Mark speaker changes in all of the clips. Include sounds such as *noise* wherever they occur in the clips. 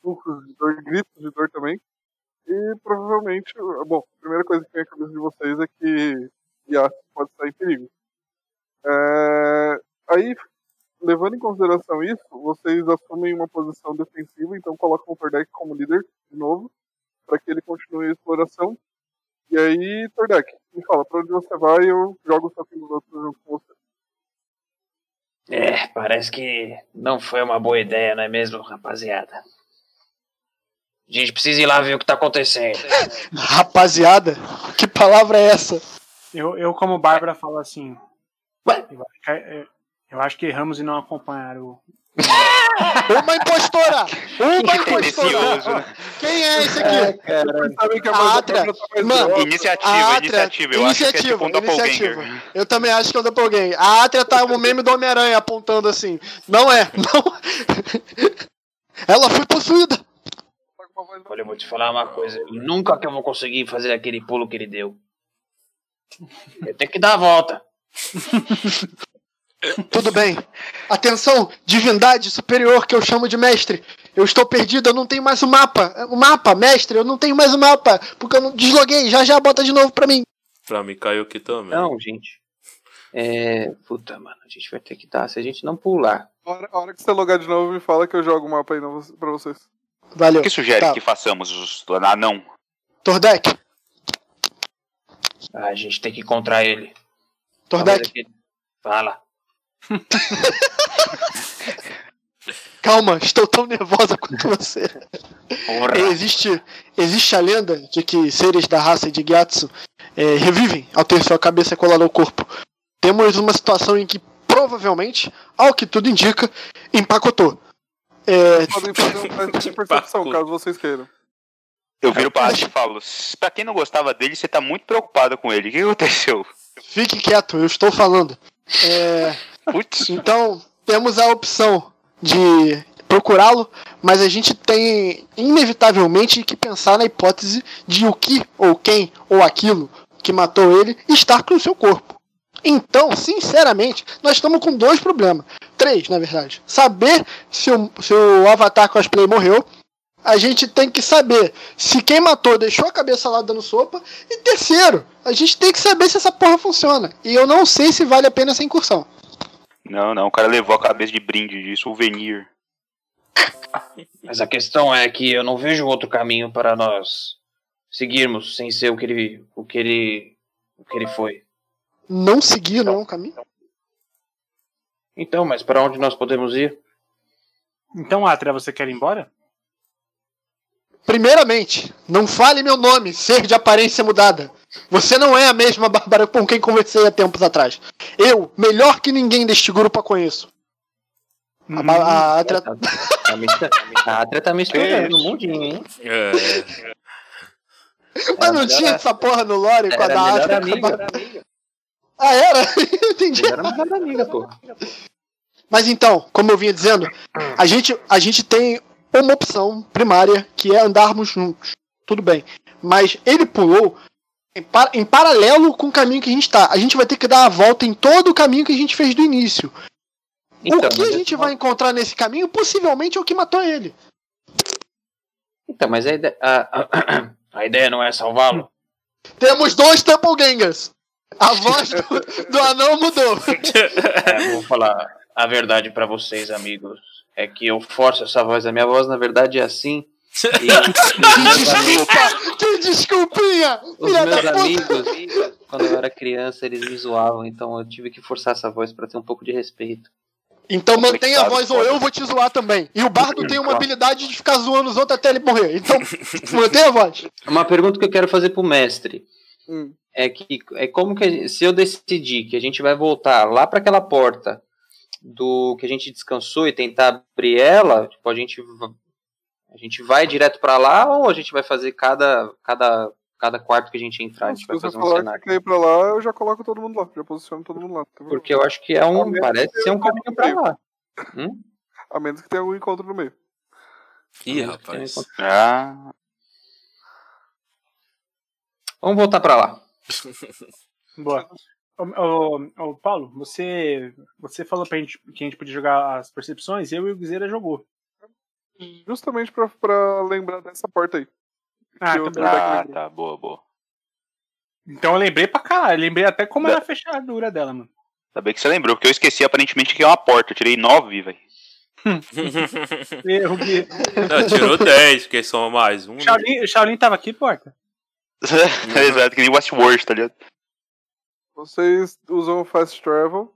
Speaker 1: sustos de dor, gritos de dor também. E provavelmente, bom, a primeira coisa que vem à cabeça de vocês é que Yassi pode estar em perigo. É, aí, levando em consideração isso, vocês assumem uma posição defensiva, então colocam o Tordek como líder de novo, para que ele continue a exploração. E aí, Tordek, me fala, para onde você vai eu jogo o sapinho dos outros junto com você.
Speaker 2: É, parece que não foi uma boa ideia, não é mesmo, rapaziada? A gente precisa ir lá ver o que tá acontecendo.
Speaker 3: Rapaziada, que palavra é essa?
Speaker 4: Eu, eu como Bárbara, falo assim.
Speaker 2: Ué?
Speaker 4: Eu acho que, eu- eu acho que erramos e não acompanharam o.
Speaker 3: Uma impostora! Uma impostora!
Speaker 5: Tendencioso, né?
Speaker 3: Quem é esse aqui?
Speaker 1: Vocês sabem que a
Speaker 3: A
Speaker 1: voz da
Speaker 3: Atra-
Speaker 1: Bárbara tá mais
Speaker 3: Mano,
Speaker 1: grossa.
Speaker 5: Iniciativa, iniciativa. Eu acho que é tipo um
Speaker 3: ah, iniciativa.
Speaker 5: doppelganger.
Speaker 3: Eu também acho que é um doppelganger. A Atria tá o meme do Homem-Aranha apontando assim. Não é, não. Ela foi possuída.
Speaker 1: tá com uma voz
Speaker 2: Olha, eu vou te falar uma coisa. Nunca que eu vou conseguir fazer aquele pulo que ele deu. Eu tenho que dar a volta.
Speaker 3: Tudo bem. Atenção, divindade superior que eu chamo de mestre. Eu estou perdido, eu não tenho mais o mapa. O mapa, mestre, eu não tenho mais o mapa. Porque eu não desloguei. Já já bota de novo pra mim.
Speaker 6: Pra mim caiu aqui também.
Speaker 2: Não, gente. É. Puta, mano, a gente vai ter que dar. Se a gente não pular.
Speaker 1: A hora, a hora que você logar de novo, me fala que eu jogo o mapa aí no- pra vocês.
Speaker 3: Valeu.
Speaker 5: O que sugere
Speaker 3: Tá.
Speaker 5: que façamos os ah, não?
Speaker 3: Tordek,
Speaker 2: A gente tem que encontrar ele. Talvez
Speaker 3: Tordek,
Speaker 2: aquele- Fala.
Speaker 3: calma, estou tão nervosa *laughs* quanto você.
Speaker 2: Porra.
Speaker 3: Existe, existe a lenda de que seres da raça de Gyatso eh, revivem ao ter sua cabeça colada ao corpo. Temos uma situação em que provavelmente, ao que tudo indica, empacotou. Eh,
Speaker 1: Podem
Speaker 6: *laughs*
Speaker 1: fazer um teste de percepção, caso vocês queiram.
Speaker 5: Eu viro
Speaker 3: Tá.
Speaker 5: pra Ash e falo: "S- pra quem não gostava dele, você tá muito preocupada com ele. O que aconteceu? *laughs*
Speaker 3: fique quieto, eu estou falando. Eh,
Speaker 5: Putz,
Speaker 3: então, temos a opção de procurá-lo, mas a gente tem inevitavelmente que pensar na hipótese de o que ou quem ou aquilo que matou ele estar com o seu corpo. Então, sinceramente, nós estamos com dois problemas. Três, na verdade. Saber se o, se o Avatar Cosplay morreu. A gente tem que saber se quem matou deixou a cabeça lá dando sopa. E terceiro, a gente tem que saber se essa porra funciona. E eu não sei se vale a pena essa incursão.
Speaker 5: Não, não, o cara levou a cabeça de brinde, de souvenir.
Speaker 2: Mas a questão é que eu não vejo outro caminho para nós seguirmos sem ser o que ele. o que ele. o que ele foi.
Speaker 3: Não seguir não é um caminho?
Speaker 2: Então, mas para onde nós podemos ir?
Speaker 4: Então, Atra, você quer ir embora?
Speaker 3: Primeiramente, não fale meu nome, ser de aparência mudada. Você não é a mesma Bárbara com quem conversei há tempos atrás. Eu, melhor que ninguém deste grupo a conheço.
Speaker 2: Uhum.
Speaker 3: A, ba- a, a, tra- tá
Speaker 2: A Atra- A Atra tá me estourando um mundinho, hein?
Speaker 6: É.
Speaker 3: Mas não tinha essa porra no lore com a
Speaker 2: Era
Speaker 3: da
Speaker 2: a melhor
Speaker 3: Atra.
Speaker 2: amiga.
Speaker 3: Ah, era? *laughs* Entendi.
Speaker 2: Era a melhor amiga, *laughs* pô.
Speaker 3: Mas então, como eu vinha dizendo, a gente, a gente tem uma opção primária, que é andarmos juntos. Tudo bem. Mas ele pulou em, par- em paralelo com o caminho que a gente tá. A gente vai ter que dar a volta em todo o caminho que a gente fez do início. o que a
Speaker 2: Então, mas é-
Speaker 3: gente
Speaker 2: eu-
Speaker 3: vai encontrar nesse caminho, possivelmente, é o que matou ele.
Speaker 2: Então, mas a ideia, a, *clears throat* a- a ideia não é *laughs* salvá-lo?
Speaker 3: Temos dois Doppelgangers. A voz do, do anão mudou.
Speaker 2: É, eu vou falar a verdade pra vocês, amigos. É que eu forço essa voz. A minha voz, na verdade, é assim. *laughs*
Speaker 3: Que
Speaker 2: E,
Speaker 3: desculpa! *laughs* Que desculpinha!
Speaker 2: Os
Speaker 3: Filha
Speaker 2: meus
Speaker 3: da puta!
Speaker 2: amigos, quando eu era criança, eles me zoavam, então eu tive que forçar essa voz pra ter um pouco de respeito.
Speaker 3: Então mantenha a
Speaker 5: Complicado,
Speaker 3: voz ou eu
Speaker 5: foda.
Speaker 3: vou te zoar também. E o bardo tem uma
Speaker 5: Claro.
Speaker 3: habilidade de ficar zoando os outros até ele morrer. Então
Speaker 5: *laughs*
Speaker 3: mantenha a voz.
Speaker 2: Uma pergunta que eu quero fazer pro mestre
Speaker 1: Hum.
Speaker 2: é que é como que a gente- se eu decidir que a gente vai voltar lá pra aquela porta do que a gente descansou e tentar abrir ela, tipo, a gente va- a gente vai direto pra lá ou a gente vai fazer cada cada cada quarto que a gente entrar, a
Speaker 1: Se
Speaker 2: gente vai
Speaker 1: você
Speaker 2: fazer um
Speaker 1: falar
Speaker 2: cenário.
Speaker 1: que quer ir pra lá, eu já coloco todo mundo lá. Já posiciono todo mundo lá. tá não tem problema.
Speaker 2: Porque eu acho que é
Speaker 1: Ao
Speaker 2: um
Speaker 1: menos
Speaker 2: parece
Speaker 1: que
Speaker 2: ser um
Speaker 1: eu
Speaker 2: caminho pra lá.
Speaker 1: A menos que tenha algum encontro no meio.
Speaker 6: Ih, rapaz.
Speaker 5: Ah,
Speaker 2: Vamos voltar pra lá.
Speaker 4: Boa. Ô, ô, ô, Paulo, você, você falou pra gente que a gente podia jogar as percepções, eu e o Guizeira jogou.
Speaker 1: justamente pra, pra lembrar dessa porta aí.
Speaker 4: Ah,
Speaker 1: eu-
Speaker 4: tá bom.
Speaker 5: Ah, tá, boa, boa.
Speaker 4: Então eu lembrei pra caralho. Lembrei até como era a fechadura dela,
Speaker 3: *laughs*
Speaker 4: mano.
Speaker 5: Ainda bem que você lembrou, porque eu esqueci aparentemente que é uma porta. Eu tirei nove, velho.
Speaker 4: Erro, Gui.
Speaker 6: Não, tirou 10, porque só mais um.
Speaker 4: O
Speaker 6: né?
Speaker 4: Shaolin, o Shaolin tava aqui, porta?
Speaker 3: Uhum.
Speaker 5: *laughs* Exato, Tá que nem Westworld, tá ligado?
Speaker 1: Vocês usam o fast travel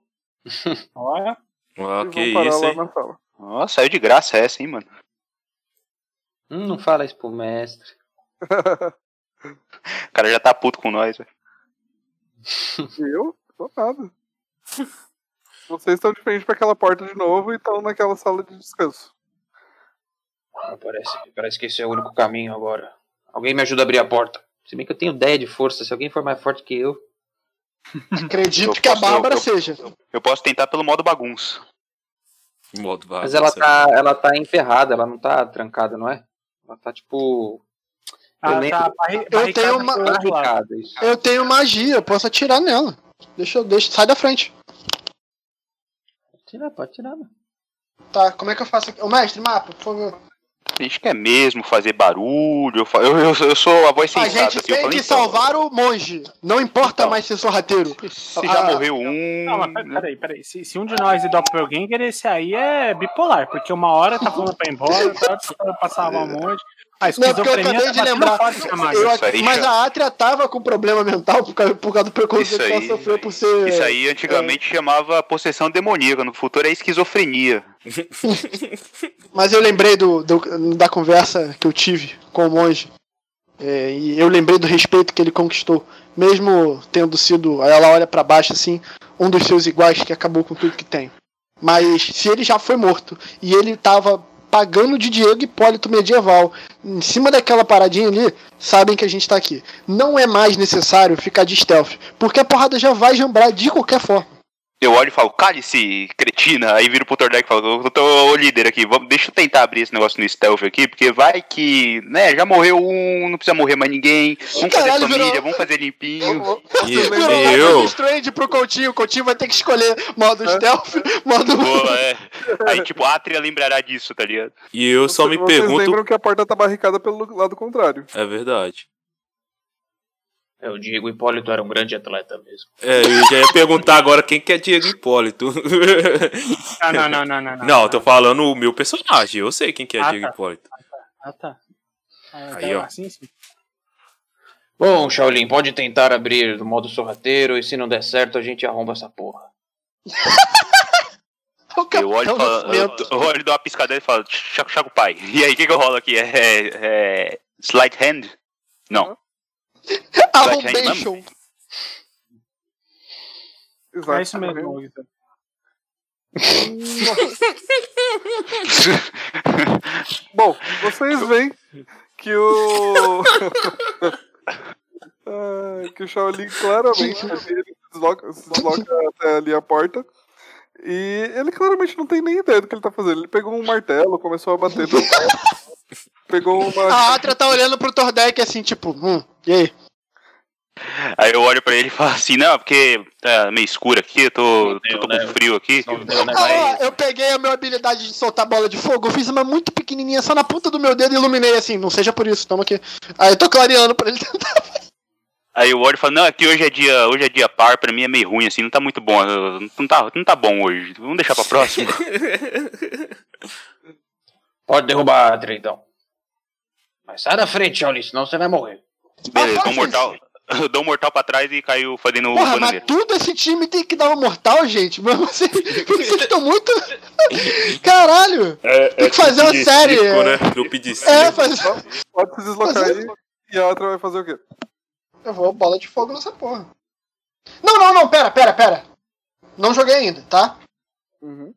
Speaker 4: Olha.
Speaker 6: Ah, que
Speaker 1: e vão parar
Speaker 6: isso,
Speaker 1: lá
Speaker 6: hein?
Speaker 1: na sala.
Speaker 5: Nossa, saiu de graça essa, hein, mano.
Speaker 2: Hum, não fala isso pro mestre.
Speaker 5: O cara já tá puto com nós, velho.
Speaker 1: eu? Tô nada. Vocês estão de frente pra aquela porta de novo e estão naquela sala de descanso.
Speaker 2: Ah, parece, parece que esse é o único caminho agora. Alguém me ajuda a abrir a porta. Se bem que eu tenho 10 de força, se alguém for mais forte que eu.
Speaker 3: Acredito
Speaker 5: Eu
Speaker 3: que a
Speaker 5: posso- eu-
Speaker 3: Bárbara
Speaker 5: eu-
Speaker 3: seja.
Speaker 5: Eu posso tentar pelo modo bagunça.
Speaker 6: Modo
Speaker 2: Mas
Speaker 6: bagunça.
Speaker 2: ela tá, ela tá enferrada, ela não tá trancada, não é? Ela tá tipo.
Speaker 4: Ah,
Speaker 2: lembro.
Speaker 4: tá. Barri,
Speaker 3: Eu tenho uma-
Speaker 4: barricada pro outro lado.
Speaker 2: barricada. Isso.
Speaker 3: Eu tenho magia, eu posso atirar nela. Deixa eu. Deixa, sai da frente.
Speaker 2: Pode tirar, pode tirar. mano.
Speaker 3: Tá, como é que eu faço aqui? Ô mestre, mapa, por favor.
Speaker 5: A gente quer é mesmo fazer barulho. Eu, fa- eu, eu sou- eu sou a voz
Speaker 3: a
Speaker 5: sensata.
Speaker 3: gente
Speaker 5: assim, eu
Speaker 3: tem
Speaker 5: falei,
Speaker 3: que
Speaker 5: então,
Speaker 3: salvar o monge. Não importa
Speaker 5: Então.
Speaker 3: mais ser sorrateiro.
Speaker 5: Se já
Speaker 3: Ah,
Speaker 5: morreu um.
Speaker 4: Não, mas pera- peraí, peraí. Se, se um de nós é doppelganger, esse aí é bipolar, porque uma hora tá falando pra ir embora, outra hora tá falando pra salvar um monte. A
Speaker 3: Não, porque eu acabei
Speaker 4: esquizofrenia
Speaker 3: de
Speaker 4: tá
Speaker 3: lembrar.
Speaker 4: batendo fora
Speaker 3: Eu
Speaker 4: eu...
Speaker 5: isso aí
Speaker 3: ac- mas
Speaker 5: já-
Speaker 3: a Atria tava com problema mental por causa, por causa do preconceito
Speaker 5: Isso
Speaker 3: que ela
Speaker 5: aí-
Speaker 3: sofreu por ser. é.
Speaker 5: Isso aí antigamente chamava possessão demoníaca, no futuro é esquizofrenia.
Speaker 3: Mas eu lembrei do, do- da conversa que eu tive com o monge. É, e eu lembrei do respeito que ele conquistou. Mesmo tendo sido. aí Ela olha pra baixo assim, um dos seus iguais que acabou com tudo que tem. Mas se ele já foi morto e ele tava pagando de Diego Hipólito medieval, em cima daquela paradinha ali, sabem que a gente tá aqui. Não é mais necessário ficar de stealth, porque a porrada já vai jambrar de qualquer forma.
Speaker 5: Eu olho e falo, cale-se, cretina. Aí viro pro Tordek e falo, eu tô o líder aqui, vamos, deixa eu tentar abrir esse negócio no stealth aqui, porque vai que, né, já morreu um, não precisa morrer mais ninguém, vamos fazer
Speaker 3: Caralho,
Speaker 5: família,
Speaker 3: virou-
Speaker 5: vamos fazer limpinho.
Speaker 6: E,
Speaker 3: Você virou
Speaker 6: e
Speaker 3: Life is
Speaker 6: eu.
Speaker 3: Strange pro Coutinho, o Coutinho vai ter que escolher modo stealth, modo.
Speaker 5: Boa, é. Aí, tipo, a Atria lembrará disso, tá ligado?
Speaker 6: E eu só me
Speaker 1: vocês
Speaker 6: pergunto.
Speaker 1: lembram que a porta tá barricada pelo lado contrário.
Speaker 6: É verdade.
Speaker 2: É, o Diego Hipólito era um grande atleta mesmo.
Speaker 6: É, eu já ia perguntar agora quem que é Diego Hipólito.
Speaker 4: Ah, não, não, não, não.
Speaker 6: Não, eu tô falando o meu personagem. Eu sei quem que é
Speaker 4: Ah,
Speaker 6: Diego
Speaker 4: tá.
Speaker 6: Hipólito.
Speaker 4: Ah, tá. Ah,
Speaker 6: Aí,
Speaker 4: tá
Speaker 6: ó.
Speaker 4: Assim, sim.
Speaker 2: Bom, Shaolin, pode tentar abrir do modo sorrateiro e se não der certo, a gente arromba essa porra.
Speaker 3: é O
Speaker 5: Eu olho, e
Speaker 3: Capitão
Speaker 5: falo, eu,
Speaker 3: Nascimento.
Speaker 5: eu olho dou uma piscadela e falo, chaco, chaco, pai. *laughs* E aí, o que que eu rolo aqui? É, é, slide hand? Não. "Ah,
Speaker 3: Arrombation.
Speaker 1: Exato.
Speaker 4: É isso mesmo, Guita.
Speaker 1: Bom, vocês veem que o. *laughs* Ah, que o Shaolin claramente ele desloca, se desloca até ali a porta. E ele claramente não tem nem ideia do que ele tá fazendo. Ele pegou um martelo, começou a bater no pau, Pegou uma.
Speaker 3: A Atra tá olhando pro Tordek assim, tipo, hum, e aí?
Speaker 5: Aí eu olho pra ele e falo assim, não, porque tá meio escuro aqui, eu tô,
Speaker 2: Não
Speaker 5: tô,
Speaker 2: deu,
Speaker 5: tô
Speaker 2: né?
Speaker 5: com frio aqui.
Speaker 2: Não deu, né?
Speaker 3: Ah, eu peguei a minha habilidade de soltar bola de fogo, eu fiz uma muito pequenininha só na ponta do meu dedo e iluminei assim, não seja por isso, toma aqui. Aí eu tô clareando pra ele tentar.
Speaker 5: Aí eu olho e falo, não, aqui hoje é dia, hoje é dia par, pra mim é meio ruim, assim, não tá muito bom, eu- não tá, não tá bom hoje, vamos deixar pra
Speaker 3: *laughs*
Speaker 5: próxima.
Speaker 2: Pode derrubar a Atria, então. Mas sai da frente, Shaolin, senão você vai morrer.
Speaker 5: Beleza, dou
Speaker 3: faça
Speaker 5: um mortal, *laughs* dou um mortal pra trás e caiu fazendo o
Speaker 3: Porra, mas
Speaker 5: bananeiro.
Speaker 3: tudo esse time tem que dar um mortal, gente. assim, Mas
Speaker 5: *laughs*
Speaker 3: vocês vocês estão muito. Caralho! Tem que fazer uma
Speaker 6: É, de
Speaker 3: série.
Speaker 6: circo, né? Grupo de circo.
Speaker 3: É, fazer.
Speaker 1: Pode se deslocar aí. E a outra vai fazer o quê?
Speaker 3: Eu vou bola de fogo nessa porra. Não, não, não, pera, pera, pera. Não joguei ainda, tá?
Speaker 1: Uhum.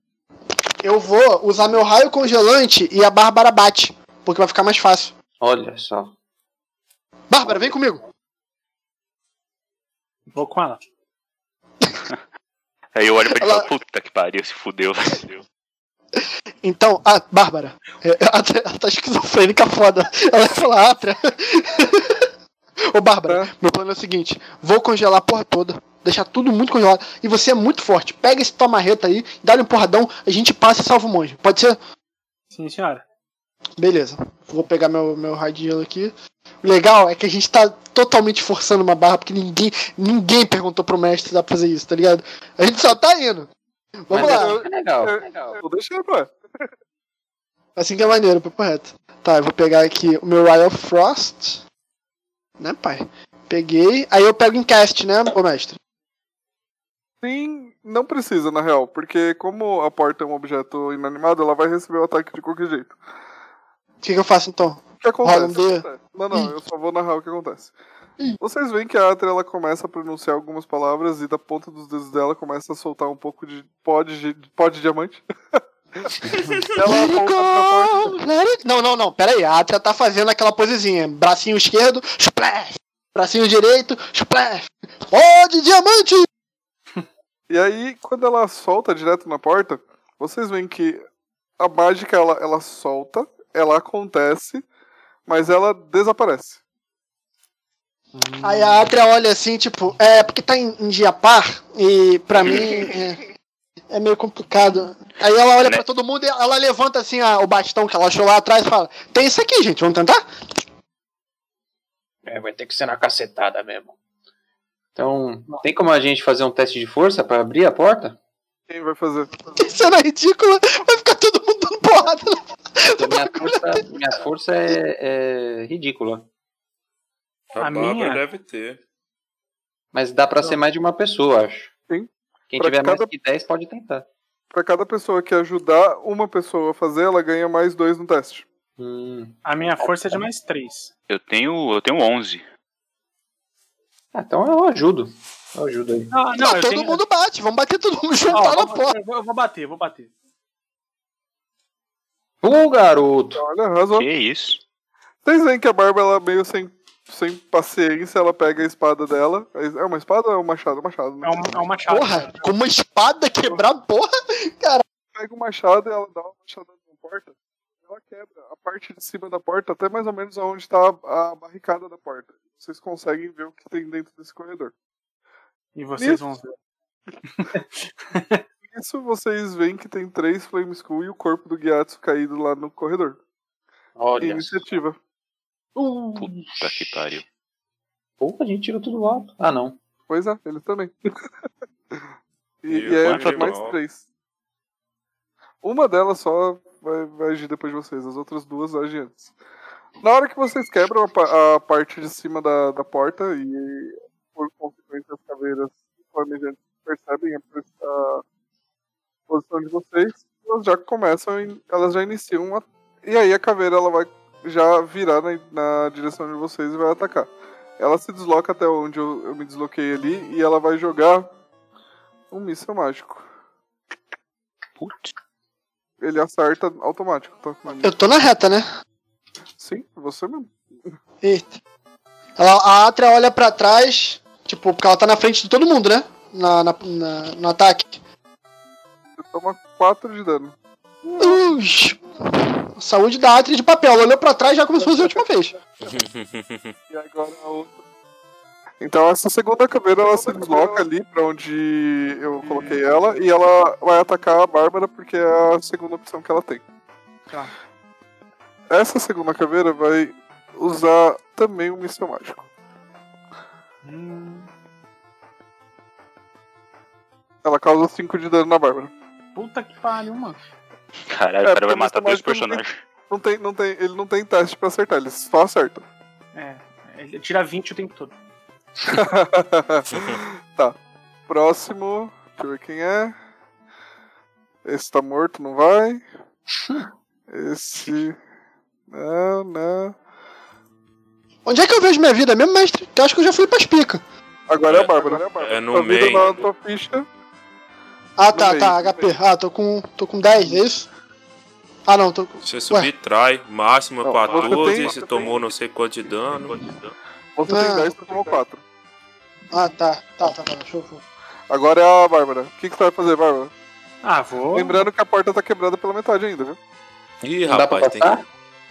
Speaker 3: Eu vou usar meu raio congelante e a Bárbara bate, porque vai ficar mais fácil.
Speaker 2: Olha só.
Speaker 3: Bárbara, vem comigo.
Speaker 4: Vou com ela.
Speaker 5: Aí eu olho pra ele e
Speaker 3: Ela-
Speaker 5: falo, puta que pariu, se fudeu, *laughs* se fudeu.
Speaker 3: Então, a Bárbara, é, *laughs* ela tá- ela tá esquizofrênica foda. Ela vai falar, Atra. *laughs* Ô, Bárbara, meu plano é o seguinte: vou congelar a porra toda, deixar tudo muito congelado. E você é muito forte. Pega esse tua marreta aí, dá-lhe um porradão, a gente passa e salva o monge. Pode ser?
Speaker 4: Sim, senhora.
Speaker 3: Beleza. Vou pegar meu, meu radinho aqui. O legal é que a gente tá totalmente forçando uma barra, porque ninguém, ninguém perguntou pro mestre se dá pra fazer isso, tá ligado? A gente só tá indo. Vamos
Speaker 2: Mas
Speaker 3: lá.
Speaker 2: é super legal.
Speaker 1: É, Eu Tô deixando, ué.
Speaker 3: Assim que é maneiro, papo reto. Tá, eu vou pegar aqui o meu Eye of Frost. Né, pai? Peguei. Aí eu pego em cast, né, ô mestre?
Speaker 1: Sim, não precisa, na real, porque como a porta é um objeto inanimado, ela vai receber o ataque de qualquer jeito.
Speaker 3: O que, que eu faço então?
Speaker 1: O que
Speaker 3: Rola um
Speaker 1: acontece?
Speaker 3: D.
Speaker 1: Não, não, eu só vou narrar o que acontece. Vocês veem que a Atra ela começa a pronunciar algumas palavras e da ponta dos dedos dela começa a soltar um pouco de pó de, gi- pó de diamante. ela
Speaker 3: Let it
Speaker 1: aponta pra porta.
Speaker 3: go, let it- Não, não, não, pera aí. A Atria tá fazendo aquela posezinha. Bracinho esquerdo, splash. Bracinho direito, splash. Ó de diamante!
Speaker 1: E aí, quando ela solta direto na porta, vocês veem que a mágica ela, ela solta, ela acontece, mas ela desaparece.
Speaker 3: Aí a Atria olha assim, tipo, é porque tá em, em dia par e pra mim é, é meio complicado. Aí ela olha pra todo mundo e ela levanta assim a- o bastão que ela achou lá atrás e fala: Tem isso aqui, gente, vamos tentar? *laughs*
Speaker 2: É, vai ter que ser na cacetada mesmo. Então, tem como a gente fazer um teste de força pra abrir a porta?
Speaker 1: Quem vai fazer?
Speaker 3: Que cena ridícula, é vai ficar todo mundo dando porrada.
Speaker 2: Então, minha força, minha força é, é ridícula.
Speaker 4: A
Speaker 6: Bárbara
Speaker 4: minha?
Speaker 6: deve ter.
Speaker 2: Mas dá pra ser mais de uma pessoa, acho.
Speaker 1: Sim.
Speaker 2: Quem
Speaker 1: Pra
Speaker 2: tiver
Speaker 1: cada-
Speaker 2: mais que 10 pode tentar.
Speaker 1: Pra cada pessoa que ajudar uma pessoa a fazer, ela ganha mais dois no teste.
Speaker 2: Hum.
Speaker 4: A minha força é
Speaker 3: tá
Speaker 4: de mais três.
Speaker 5: Eu tenho, eu tenho 11.
Speaker 2: Ah, então eu ajudo. Eu ajudo aí.
Speaker 4: Ah,
Speaker 3: Não, todo mundo bate, vamos bater todo mundo
Speaker 4: Ó,
Speaker 3: juntar na
Speaker 4: eu, vou,
Speaker 3: porta.
Speaker 4: eu vou- eu vou bater, eu vou bater.
Speaker 2: Ô, garoto!
Speaker 1: Olha, arrasou.
Speaker 5: Que isso?
Speaker 1: Vocês veem que a Barba, ela meio sem, sem paciência, ela pega a espada dela. É uma espada ou é um machado? É um machado, né?
Speaker 4: É um, é um machado.
Speaker 3: Porra, com uma espada quebrar, porra.
Speaker 1: Pega o machado e ela dá uma machadada na porta. Ela quebra a parte de cima da porta, até mais ou menos onde tá a a barricada da porta. Vocês conseguem ver o que tem dentro desse corredor.
Speaker 4: E vocês vão ver.
Speaker 1: Isso vocês veem que tem três Flame School e o corpo do Gyatso caído lá no corredor.
Speaker 2: Olha.
Speaker 1: Iniciativa.
Speaker 5: Puta que pariu.
Speaker 2: Pô, a gente tirou tudo alto. Ah, não.
Speaker 1: Pois é, ele
Speaker 6: *laughs*
Speaker 1: também. e
Speaker 6: E
Speaker 1: e aí
Speaker 6: quanto
Speaker 1: entra mais
Speaker 6: animal?
Speaker 1: três. Uma delas só vai, vai agir depois de vocês, as outras duas agem antes. Na hora que vocês quebram a, pa- a parte de cima da, da porta e, por consequência, as caveiras planejantes percebem a, pres- a posição de vocês, elas já começam, em- elas já iniciam um at- E aí a caveira ela vai já virar na, na direção de vocês e vai atacar. Ela se desloca até onde eu, eu me desloquei ali e ela vai jogar um míssil mágico.
Speaker 5: Putz.
Speaker 1: Ele acerta automático, tá?
Speaker 3: Eu tô na reta, né?
Speaker 1: Sim, você mesmo.
Speaker 3: Eita. Ela, a Atria olha pra trás, tipo, porque ela tá na frente de todo mundo, né? Na, na, na- no ataque.
Speaker 1: Você toma 4 de dano.
Speaker 3: Ui, saúde da Atria de papel. Ela olhou pra trás já como se fosse a última vez.
Speaker 1: E agora a outra. Então essa segunda caveira ela se desloca ali pra onde eu coloquei ela e ela vai atacar a Bárbara porque é a segunda opção que ela tem.
Speaker 4: Tá.
Speaker 1: Essa segunda caveira vai usar também um míssil mágico.
Speaker 4: Hum,
Speaker 1: Ela causa 5 de dano na Bárbara.
Speaker 4: puta que pariu, mano.
Speaker 5: Caralho,
Speaker 1: É,
Speaker 5: o cara
Speaker 1: porque
Speaker 5: vai matar
Speaker 1: você
Speaker 5: dois
Speaker 1: mata também.
Speaker 5: personagens.
Speaker 1: Não tem, não tem, ele não tem teste pra acertar, ele só acerta.
Speaker 4: É, ele tira 20 o tempo todo.
Speaker 1: tá. Próximo. Deixa eu ver quem é. Esse tá morto, não vai. Esse. né, Não, não.
Speaker 3: Onde é que eu vejo minha vida mesmo, mestre? Que eu acho que eu já fui pras picas.
Speaker 1: Agora é,
Speaker 6: É,
Speaker 1: a Bárbara.
Speaker 6: É no
Speaker 1: Tua vida
Speaker 6: meio.
Speaker 1: na tua ficha.
Speaker 3: Ah,
Speaker 1: Tudo
Speaker 3: tá,
Speaker 1: bem,
Speaker 3: tá,
Speaker 1: tudo
Speaker 3: HP. Ah, tô com, tô com 10, é isso? Ah, não, tô com...
Speaker 6: Você subtrai, máxima
Speaker 1: Não, você
Speaker 6: 14,
Speaker 1: tem-
Speaker 6: você tomou não sei quanto de dano.
Speaker 1: Você
Speaker 3: Ah.
Speaker 1: tem 10, você tomou 4.
Speaker 3: Ah, tá, tá, tá, tá, show, show.
Speaker 1: Agora é a Bárbara. O que, que você vai fazer, Bárbara?
Speaker 4: Ah, vou.
Speaker 1: Lembrando que a porta tá quebrada pela metade ainda, viu?
Speaker 6: Ih,
Speaker 2: Não dá pra
Speaker 6: rapaz, tem que.
Speaker 2: passar?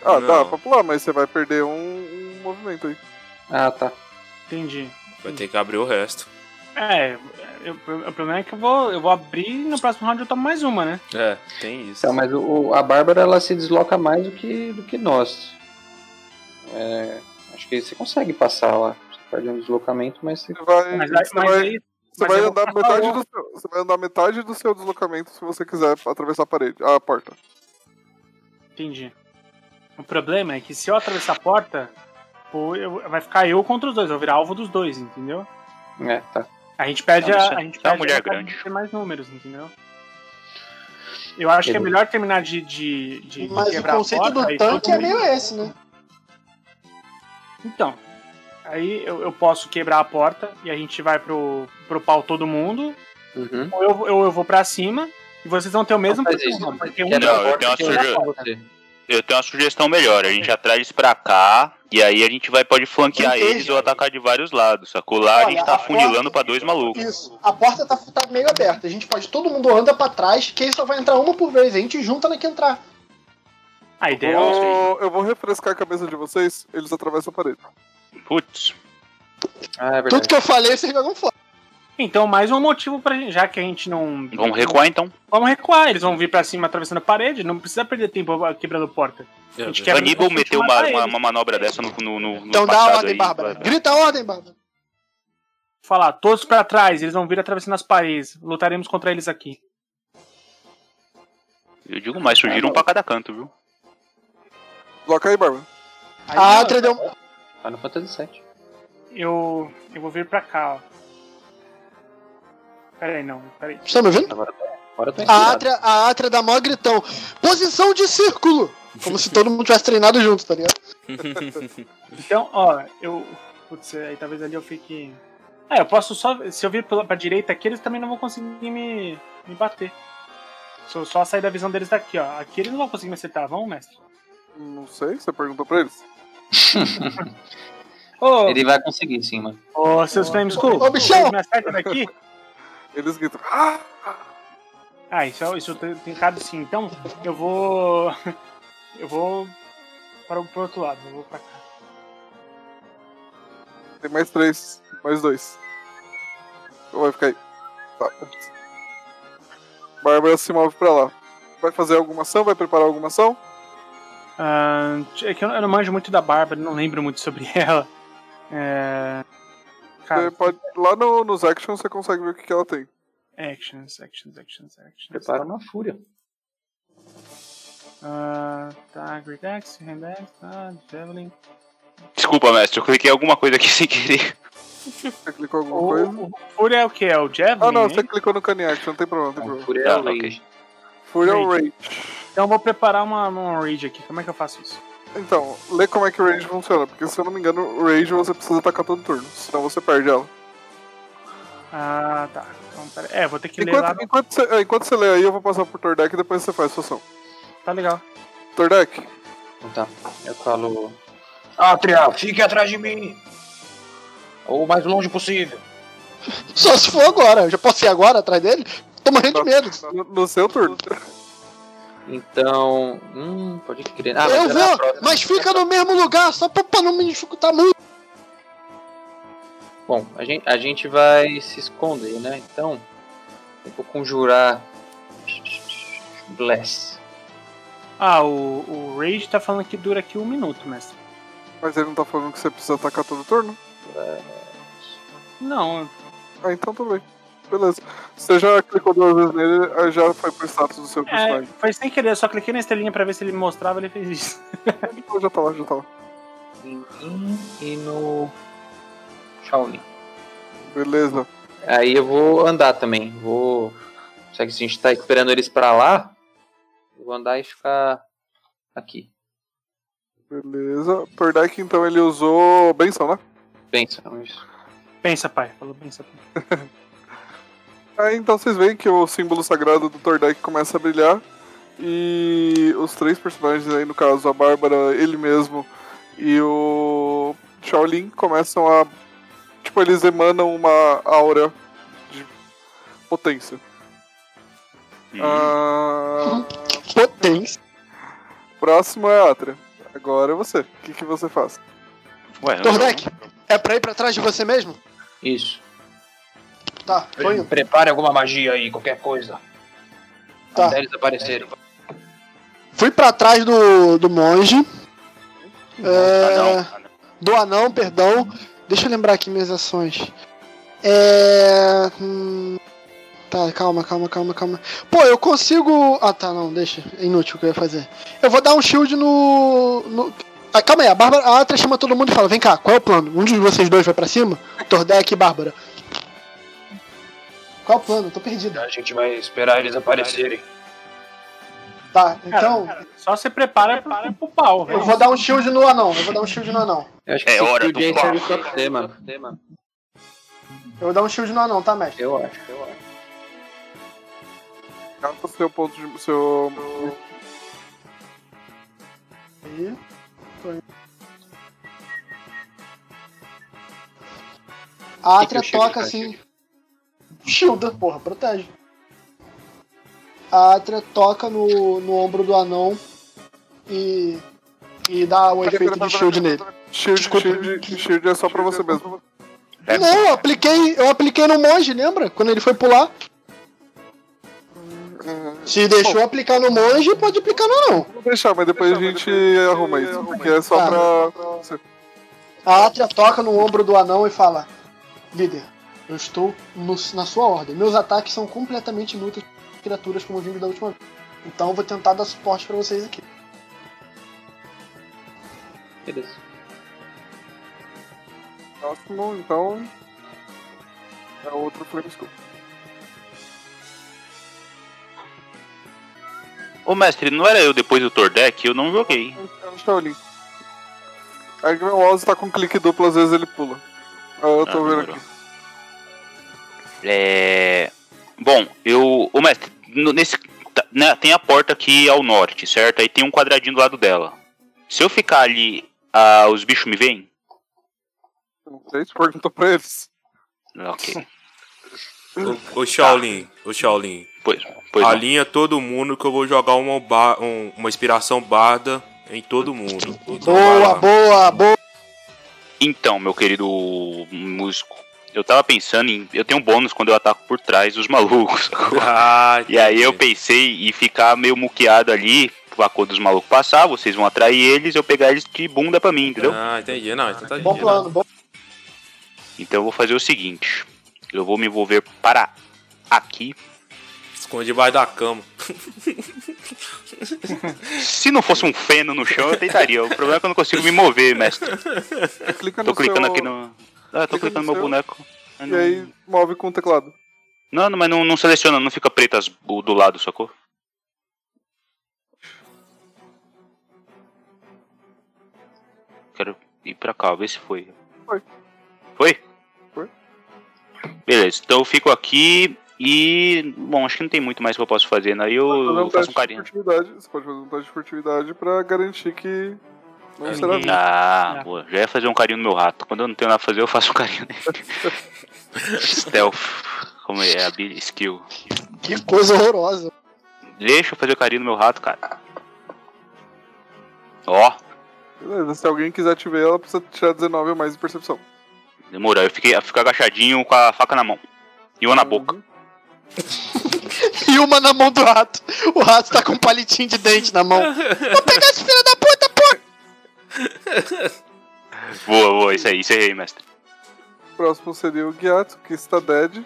Speaker 1: Ah, dá
Speaker 6: Não.
Speaker 1: pra pular, mas você vai perder um, um movimento aí.
Speaker 2: Ah, tá.
Speaker 4: Entendi.
Speaker 6: Vai ter que abrir o resto.
Speaker 4: É, eu- o problema é que eu vou, eu vou abrir e no próximo round eu tomo mais uma, né?
Speaker 6: É, tem isso.
Speaker 2: Então, mas o- o- a Bárbara ela se desloca mais do que, do que nós. É, acho que você consegue passar lá. Você perde um deslocamento, mas você.
Speaker 1: Você vai,
Speaker 4: Mas,
Speaker 1: você
Speaker 4: mas
Speaker 1: vai,
Speaker 4: aí.
Speaker 1: você
Speaker 4: mas
Speaker 1: vai
Speaker 4: eu vou
Speaker 1: andar
Speaker 4: passar
Speaker 1: metade
Speaker 4: o-
Speaker 1: do seu, você vai andar metade do seu deslocamento se você quiser atravessar a parede, a porta.
Speaker 4: Entendi. O problema é que se eu atravessar a porta, pô, eu- vai ficar eu contra os dois, eu vou virar alvo dos dois, entendeu?
Speaker 2: É, tá.
Speaker 4: A gente perde
Speaker 5: Não,
Speaker 4: a.
Speaker 5: mas você-
Speaker 4: A gente
Speaker 5: você é uma
Speaker 4: perde a
Speaker 5: mulher
Speaker 4: vantagem de
Speaker 5: grande.
Speaker 4: ter mais números, entendeu? Eu acho que é
Speaker 2: Beleza.
Speaker 4: melhor terminar de. de, de
Speaker 3: Mas o
Speaker 4: quebrar a
Speaker 3: conceito
Speaker 4: porta
Speaker 3: do
Speaker 4: e
Speaker 3: tanque
Speaker 4: todo
Speaker 3: é
Speaker 4: mundo-
Speaker 3: meio esse, né?
Speaker 4: Então, aí eu, eu posso quebrar a porta e a gente vai pro, pro pau todo mundo,
Speaker 2: Uhum.
Speaker 4: ou eu, eu, eu vou pra cima e vocês vão ter o
Speaker 2: Não
Speaker 4: mesmo
Speaker 2: faz
Speaker 4: próximo
Speaker 2: isso,
Speaker 4: round, porque um
Speaker 2: Quebra
Speaker 5: Não,
Speaker 2: a
Speaker 5: eu
Speaker 2: porta
Speaker 5: tenho uma
Speaker 2: que já
Speaker 5: sujeira.
Speaker 2: falo pra você.
Speaker 5: Eu tenho uma sugestão melhor, a gente atrai eles pra cá, e aí a gente vai pode flanquear
Speaker 3: Entendi.
Speaker 5: eles ou atacar de vários lados, sacou? Lá a
Speaker 3: Olha,
Speaker 5: gente
Speaker 3: a
Speaker 5: tá
Speaker 3: porta-
Speaker 5: funilando pra dois malucos.
Speaker 3: Isso. A porta tá, tá meio aberta. A gente pode, todo mundo anda pra trás, que aí só vai entrar uma por vez. A gente junta na que entrar.
Speaker 4: A
Speaker 1: Eu,
Speaker 4: ideia é
Speaker 1: vou- eu vou refrescar a cabeça de vocês, eles atravessam a parede.
Speaker 5: Putz,
Speaker 2: Ah, é
Speaker 3: Tudo
Speaker 2: verdade.
Speaker 3: que eu falei, vocês jogam fora.
Speaker 4: Então, mais um motivo pra gente, já que a gente não.
Speaker 5: vamos recuar então.
Speaker 4: Vamos recuar, eles vão vir pra cima atravessando a parede, não precisa perder tempo quebrando porta.
Speaker 6: É,
Speaker 4: a gente
Speaker 6: velho.
Speaker 4: quebra-
Speaker 5: Aníbal
Speaker 4: vamos
Speaker 5: meteu uma,
Speaker 4: matar
Speaker 5: uma,
Speaker 4: eles.
Speaker 5: uma manobra dessa no, no, no, no
Speaker 3: Então dá a
Speaker 5: passado
Speaker 3: ordem,
Speaker 5: aí.
Speaker 3: Bárbara. Grita a ordem, Bárbara.
Speaker 4: Falar, todos pra trás, eles vão vir atravessando as paredes, lutaremos contra eles aqui.
Speaker 5: Eu digo mais,
Speaker 3: Tá
Speaker 5: surgiram um pra cada canto, viu?
Speaker 1: Desloca aí, Bárbara.
Speaker 3: A Atria deu. um-
Speaker 2: Tá no Fantasy VII.
Speaker 4: Eu. Eu vou vir pra cá, ó. Peraí, não, peraí.
Speaker 3: Você tá me ouvindo?
Speaker 2: Agora, agora eu tô
Speaker 3: A
Speaker 2: inspirado.
Speaker 3: Atria, a Atria dá maior gritão. Posição de círculo! Como se todo mundo tivesse treinado junto, tá ligado?
Speaker 4: Então, ó, eu. Putz, aí talvez ali eu fique. É, eu posso só. Se eu vir pela- pra direita aqui, eles também não vão conseguir me, me bater. Se eu só sair da visão deles daqui, ó. Aqui eles não vão conseguir me acertar, vão, mestre?
Speaker 1: Não sei, você perguntou pra eles.
Speaker 4: Ô,
Speaker 2: Ele vai conseguir, sim, mano.
Speaker 4: ô seus Flame School,
Speaker 3: Ô, bichão!
Speaker 4: vocês me acertam daqui?
Speaker 1: Eles gritam. Ah!
Speaker 4: Ah, isso, é- isso tem tem caso sim. Então, eu vou. *laughs* Eu vou. Para o pro outro lado, eu vou pra cá.
Speaker 1: Tem mais três, mais dois. Então vai ficar aí. Tá. Bárbara se move pra lá. Vai fazer alguma ação? Vai preparar alguma ação?
Speaker 4: Ah, é que eu, eu não manjo muito da Bárbara, não lembro muito sobre *laughs* ela. É.
Speaker 1: Você pode- Lá no- nos actions você consegue ver o que, que ela tem.
Speaker 4: Actions, actions, actions, actions.
Speaker 2: Prepara uma fúria.
Speaker 4: Ah, tá, Great Axe, Hand Axe, tá, Javelin.
Speaker 5: Desculpa, mestre, eu cliquei alguma coisa aqui *laughs* sem querer.
Speaker 1: Você clicou alguma
Speaker 4: O,
Speaker 1: coisa?
Speaker 4: o Fúria é o que? É o Javelin?
Speaker 1: Ah, não, você
Speaker 4: hein?
Speaker 1: clicou no Cane Action, não tem problema, não tem
Speaker 2: Uma
Speaker 1: problema.
Speaker 2: fúria é o
Speaker 5: Tá, ok.
Speaker 2: rage.
Speaker 1: Fúria ou
Speaker 4: Ah, Rage.
Speaker 1: Rage?
Speaker 4: Então eu vou preparar uma, uma Rage aqui, como é que eu faço isso?
Speaker 1: Então, lê como é que o Rage funciona, porque se eu não me engano, o Rage você precisa atacar todo turno, senão você perde ela.
Speaker 4: Ah, tá. Então, pera... É, vou ter que ler lá.
Speaker 1: Enquanto,
Speaker 4: no-
Speaker 1: enquanto, você, é, enquanto você lê aí, eu vou passar pro Tordek e depois você faz sua ação.
Speaker 4: Tá legal.
Speaker 1: Tordek,
Speaker 2: Então tá. Eu falo. Atria, fique atrás de mim! Ou o mais longe possível.
Speaker 3: Só se for agora. Eu já posso ir agora atrás dele? Tô morrendo de medo.
Speaker 1: no, no seu turno.
Speaker 2: Então. Hum, pode crer. Ah,
Speaker 3: eu
Speaker 2: mas era a
Speaker 3: vou,
Speaker 2: próxima.
Speaker 3: mas fica no mesmo lugar, só pra, pra não me dificultar muito.
Speaker 2: Bom, a gente, a gente vai se esconder, né? Então, eu vou conjurar. Bless.
Speaker 4: Ah, o, o Rage tá falando que dura aqui um minuto, mestre.
Speaker 1: Mas ele não tá falando que você precisa atacar todo turno?
Speaker 4: Não,
Speaker 1: Ah, então tudo bem. Beleza. Você já clicou duas vezes nele, aí já foi pro status do seu
Speaker 4: é,
Speaker 1: personagem.
Speaker 4: foi sem querer, eu só cliquei na estrelinha pra ver se ele me mostrava ele fez isso. *laughs*
Speaker 1: Então já tá lá, já tá lá.
Speaker 2: Em mim e no. Shaolin.
Speaker 1: Beleza.
Speaker 2: Aí eu vou andar também. Vou. Já que a gente tá esperando eles pra lá, eu vou andar e ficar aqui.
Speaker 1: Beleza. Tordek, então, ele usou benção, né?
Speaker 2: Pensa isso.
Speaker 4: Pensa, pai. Falou, pensa, pai.
Speaker 1: Aí então vocês veem que o símbolo sagrado do Tordek começa a brilhar. E os três personagens aí, no caso, a Bárbara, ele mesmo e o Shaolin começam a. Tipo, eles emanam uma aura de potência.
Speaker 5: Uhum.
Speaker 1: Ah,
Speaker 3: Potência.
Speaker 1: próximo é a Atria. Agora é você. O que, que você faz?
Speaker 5: Hum, Ué, eu-
Speaker 3: Tordek, é pra ir pra trás de você mesmo?
Speaker 2: Isso.
Speaker 3: Tá, tô indo.
Speaker 2: Prepare alguma magia aí, qualquer coisa.
Speaker 3: Tá.
Speaker 2: Até eles aparecerem.
Speaker 3: Fui pra trás do, do monge. É,
Speaker 5: Ah, não. Ah, não.
Speaker 3: Do anão, perdão. Deixa eu lembrar aqui minhas ações. É. hum, Tá, calma, calma, calma, calma. Pô, eu consigo. Ah, tá, não, deixa. É inútil o que eu ia fazer. Eu vou dar um shield no. no... Ah, calma aí, a Bárbara. A Atra chama todo mundo e fala: Vem cá, qual é o plano? Um de vocês dois vai pra cima? Tordek e Bárbara. Qual é o plano? Eu tô perdido.
Speaker 2: A gente vai esperar eles aparecerem.
Speaker 3: Tá,
Speaker 4: Cara,
Speaker 3: então.
Speaker 4: cara, só se prepara para pro pau, velho.
Speaker 3: Eu vou dar um shield no anão. Eu vou dar um shield no anão.
Speaker 2: Eu acho
Speaker 5: É
Speaker 2: esse
Speaker 5: hora
Speaker 2: shield
Speaker 5: do
Speaker 2: aí
Speaker 5: corte.
Speaker 2: serve só pra você, mano.
Speaker 3: Eu vou dar um shield no anão, tá, mestre?
Speaker 2: Eu acho, eu acho.
Speaker 1: Gasta seu ponto de. seu.
Speaker 3: Aí. Tô indo. A
Speaker 2: Que que
Speaker 3: Atria
Speaker 2: o shield
Speaker 3: toca
Speaker 2: faz,
Speaker 3: assim. *laughs* Shielda, porra, protege. A Atria toca no, no ombro do anão e. e dá o efeito de shield nele.
Speaker 1: Shield,
Speaker 3: Desculpa.
Speaker 1: shield, shield é só pra você mesmo.
Speaker 5: É.
Speaker 3: Não, eu apliquei, eu apliquei no monge, lembra? Quando ele foi pular.
Speaker 2: Hum,
Speaker 3: Se deixou aplicar no monge, pode aplicar no anão.
Speaker 1: Vou deixar, mas depois a gente arruma isso. Porque é só
Speaker 3: Tá.
Speaker 1: pra. você.
Speaker 3: A Atria toca no ombro do anão e fala: Líder, eu estou no- na sua ordem. Meus ataques são completamente inúteis para criaturas como vimos da última vez. Então eu vou tentar dar suporte pra vocês aqui.
Speaker 2: Beleza.
Speaker 1: Próximo, então. É outro Flame Scoop.
Speaker 5: Ô mestre, não era eu depois do Tordek? Eu não joguei.
Speaker 1: É um Shaolin. Aí meu mouse tá com clique duplo, às vezes ele pula. Ah, eu tô
Speaker 5: Ah,
Speaker 1: vendo
Speaker 5: demorou.
Speaker 1: aqui.
Speaker 5: É. Bom, eu. Ô mestre, no- nesse. tá- né, tem a porta aqui ao norte, certo? Aí tem um quadradinho do lado dela. Se eu ficar ali, ah, os bichos me veem?
Speaker 1: Não sei se perguntou pra
Speaker 5: *laughs*
Speaker 1: eles. *laughs*
Speaker 5: Ok.
Speaker 6: Ô, ô Shaolin, ô Shaolin.
Speaker 5: Pois, pois não.
Speaker 6: Alinha todo mundo que eu vou jogar uma, ba- um- uma inspiração barda em todo mundo. Então, vai
Speaker 3: Boa,
Speaker 6: lá.
Speaker 3: boa, boa.
Speaker 5: Então, meu querido músico, eu tava pensando em. Eu tenho um bônus quando eu ataco por trás
Speaker 1: *laughs*
Speaker 5: dos malucos. sacou?
Speaker 6: Ah,
Speaker 5: E aí eu
Speaker 6: entendi.
Speaker 5: pensei em ficar meio muqueado ali, a cor dos malucos passar, vocês vão atrair eles, eu pegar eles de bunda pra mim, entendeu?
Speaker 6: Ah, entendi. Não, então tá
Speaker 3: Bom
Speaker 6: entendido.
Speaker 3: plano, bom.
Speaker 5: Então eu vou fazer o seguinte: eu vou me envolver para aqui.
Speaker 6: Esconde debaixo da cama.
Speaker 5: Se não fosse um feno no chão, eu tentaria. O problema é que eu não consigo me mover, mestre.
Speaker 1: Você clica
Speaker 5: Tô
Speaker 1: no
Speaker 5: clicando
Speaker 1: seu...
Speaker 5: aqui no. Ah, eu tô
Speaker 1: Clica
Speaker 5: clicando
Speaker 1: no
Speaker 5: no meu
Speaker 1: seu.
Speaker 5: boneco. Mas
Speaker 1: E
Speaker 5: não-
Speaker 1: aí move com o teclado.
Speaker 5: Não, não, mas não, não seleciona, não fica preto as- o do lado, sacou? Quero ir pra cá, ver se foi.
Speaker 1: Foi.
Speaker 5: Foi?
Speaker 1: Foi.
Speaker 5: Beleza, então eu fico aqui e. Bom, acho que não tem muito mais que eu posso fazer, né? Aí
Speaker 1: Fazer
Speaker 5: eu
Speaker 1: um teste
Speaker 5: faço um
Speaker 1: de
Speaker 5: carinho.
Speaker 1: furtividade. Você pode fazer um teste de furtividade pra garantir que não
Speaker 6: É,
Speaker 1: será
Speaker 6: ninguém-
Speaker 1: visto.
Speaker 5: Ah,
Speaker 4: Ah.
Speaker 5: boa. Já ia fazer um carinho no meu rato. Quando eu não tenho nada a fazer, eu faço um
Speaker 1: *laughs*
Speaker 5: carinho nele. Stealth. Como é? É habil- Skill.
Speaker 3: Que coisa horrorosa.
Speaker 5: Deixa eu fazer o carinho no meu rato, cara. Ó,
Speaker 1: Beleza, se alguém quiser te ver, ela precisa tirar 19 ou mais de percepção.
Speaker 5: demorou. Eu fiquei, eu fico agachadinho com a faca na mão. E uma na boca.
Speaker 1: Uhum.
Speaker 3: E uma na mão do rato. O rato tá com um palitinho de dente na mão. Vou pegar esse filho da puta, porra!
Speaker 5: Boa, boa, isso aí, isso aí, mestre.
Speaker 1: Próximo seria o Gyatso, que está dead.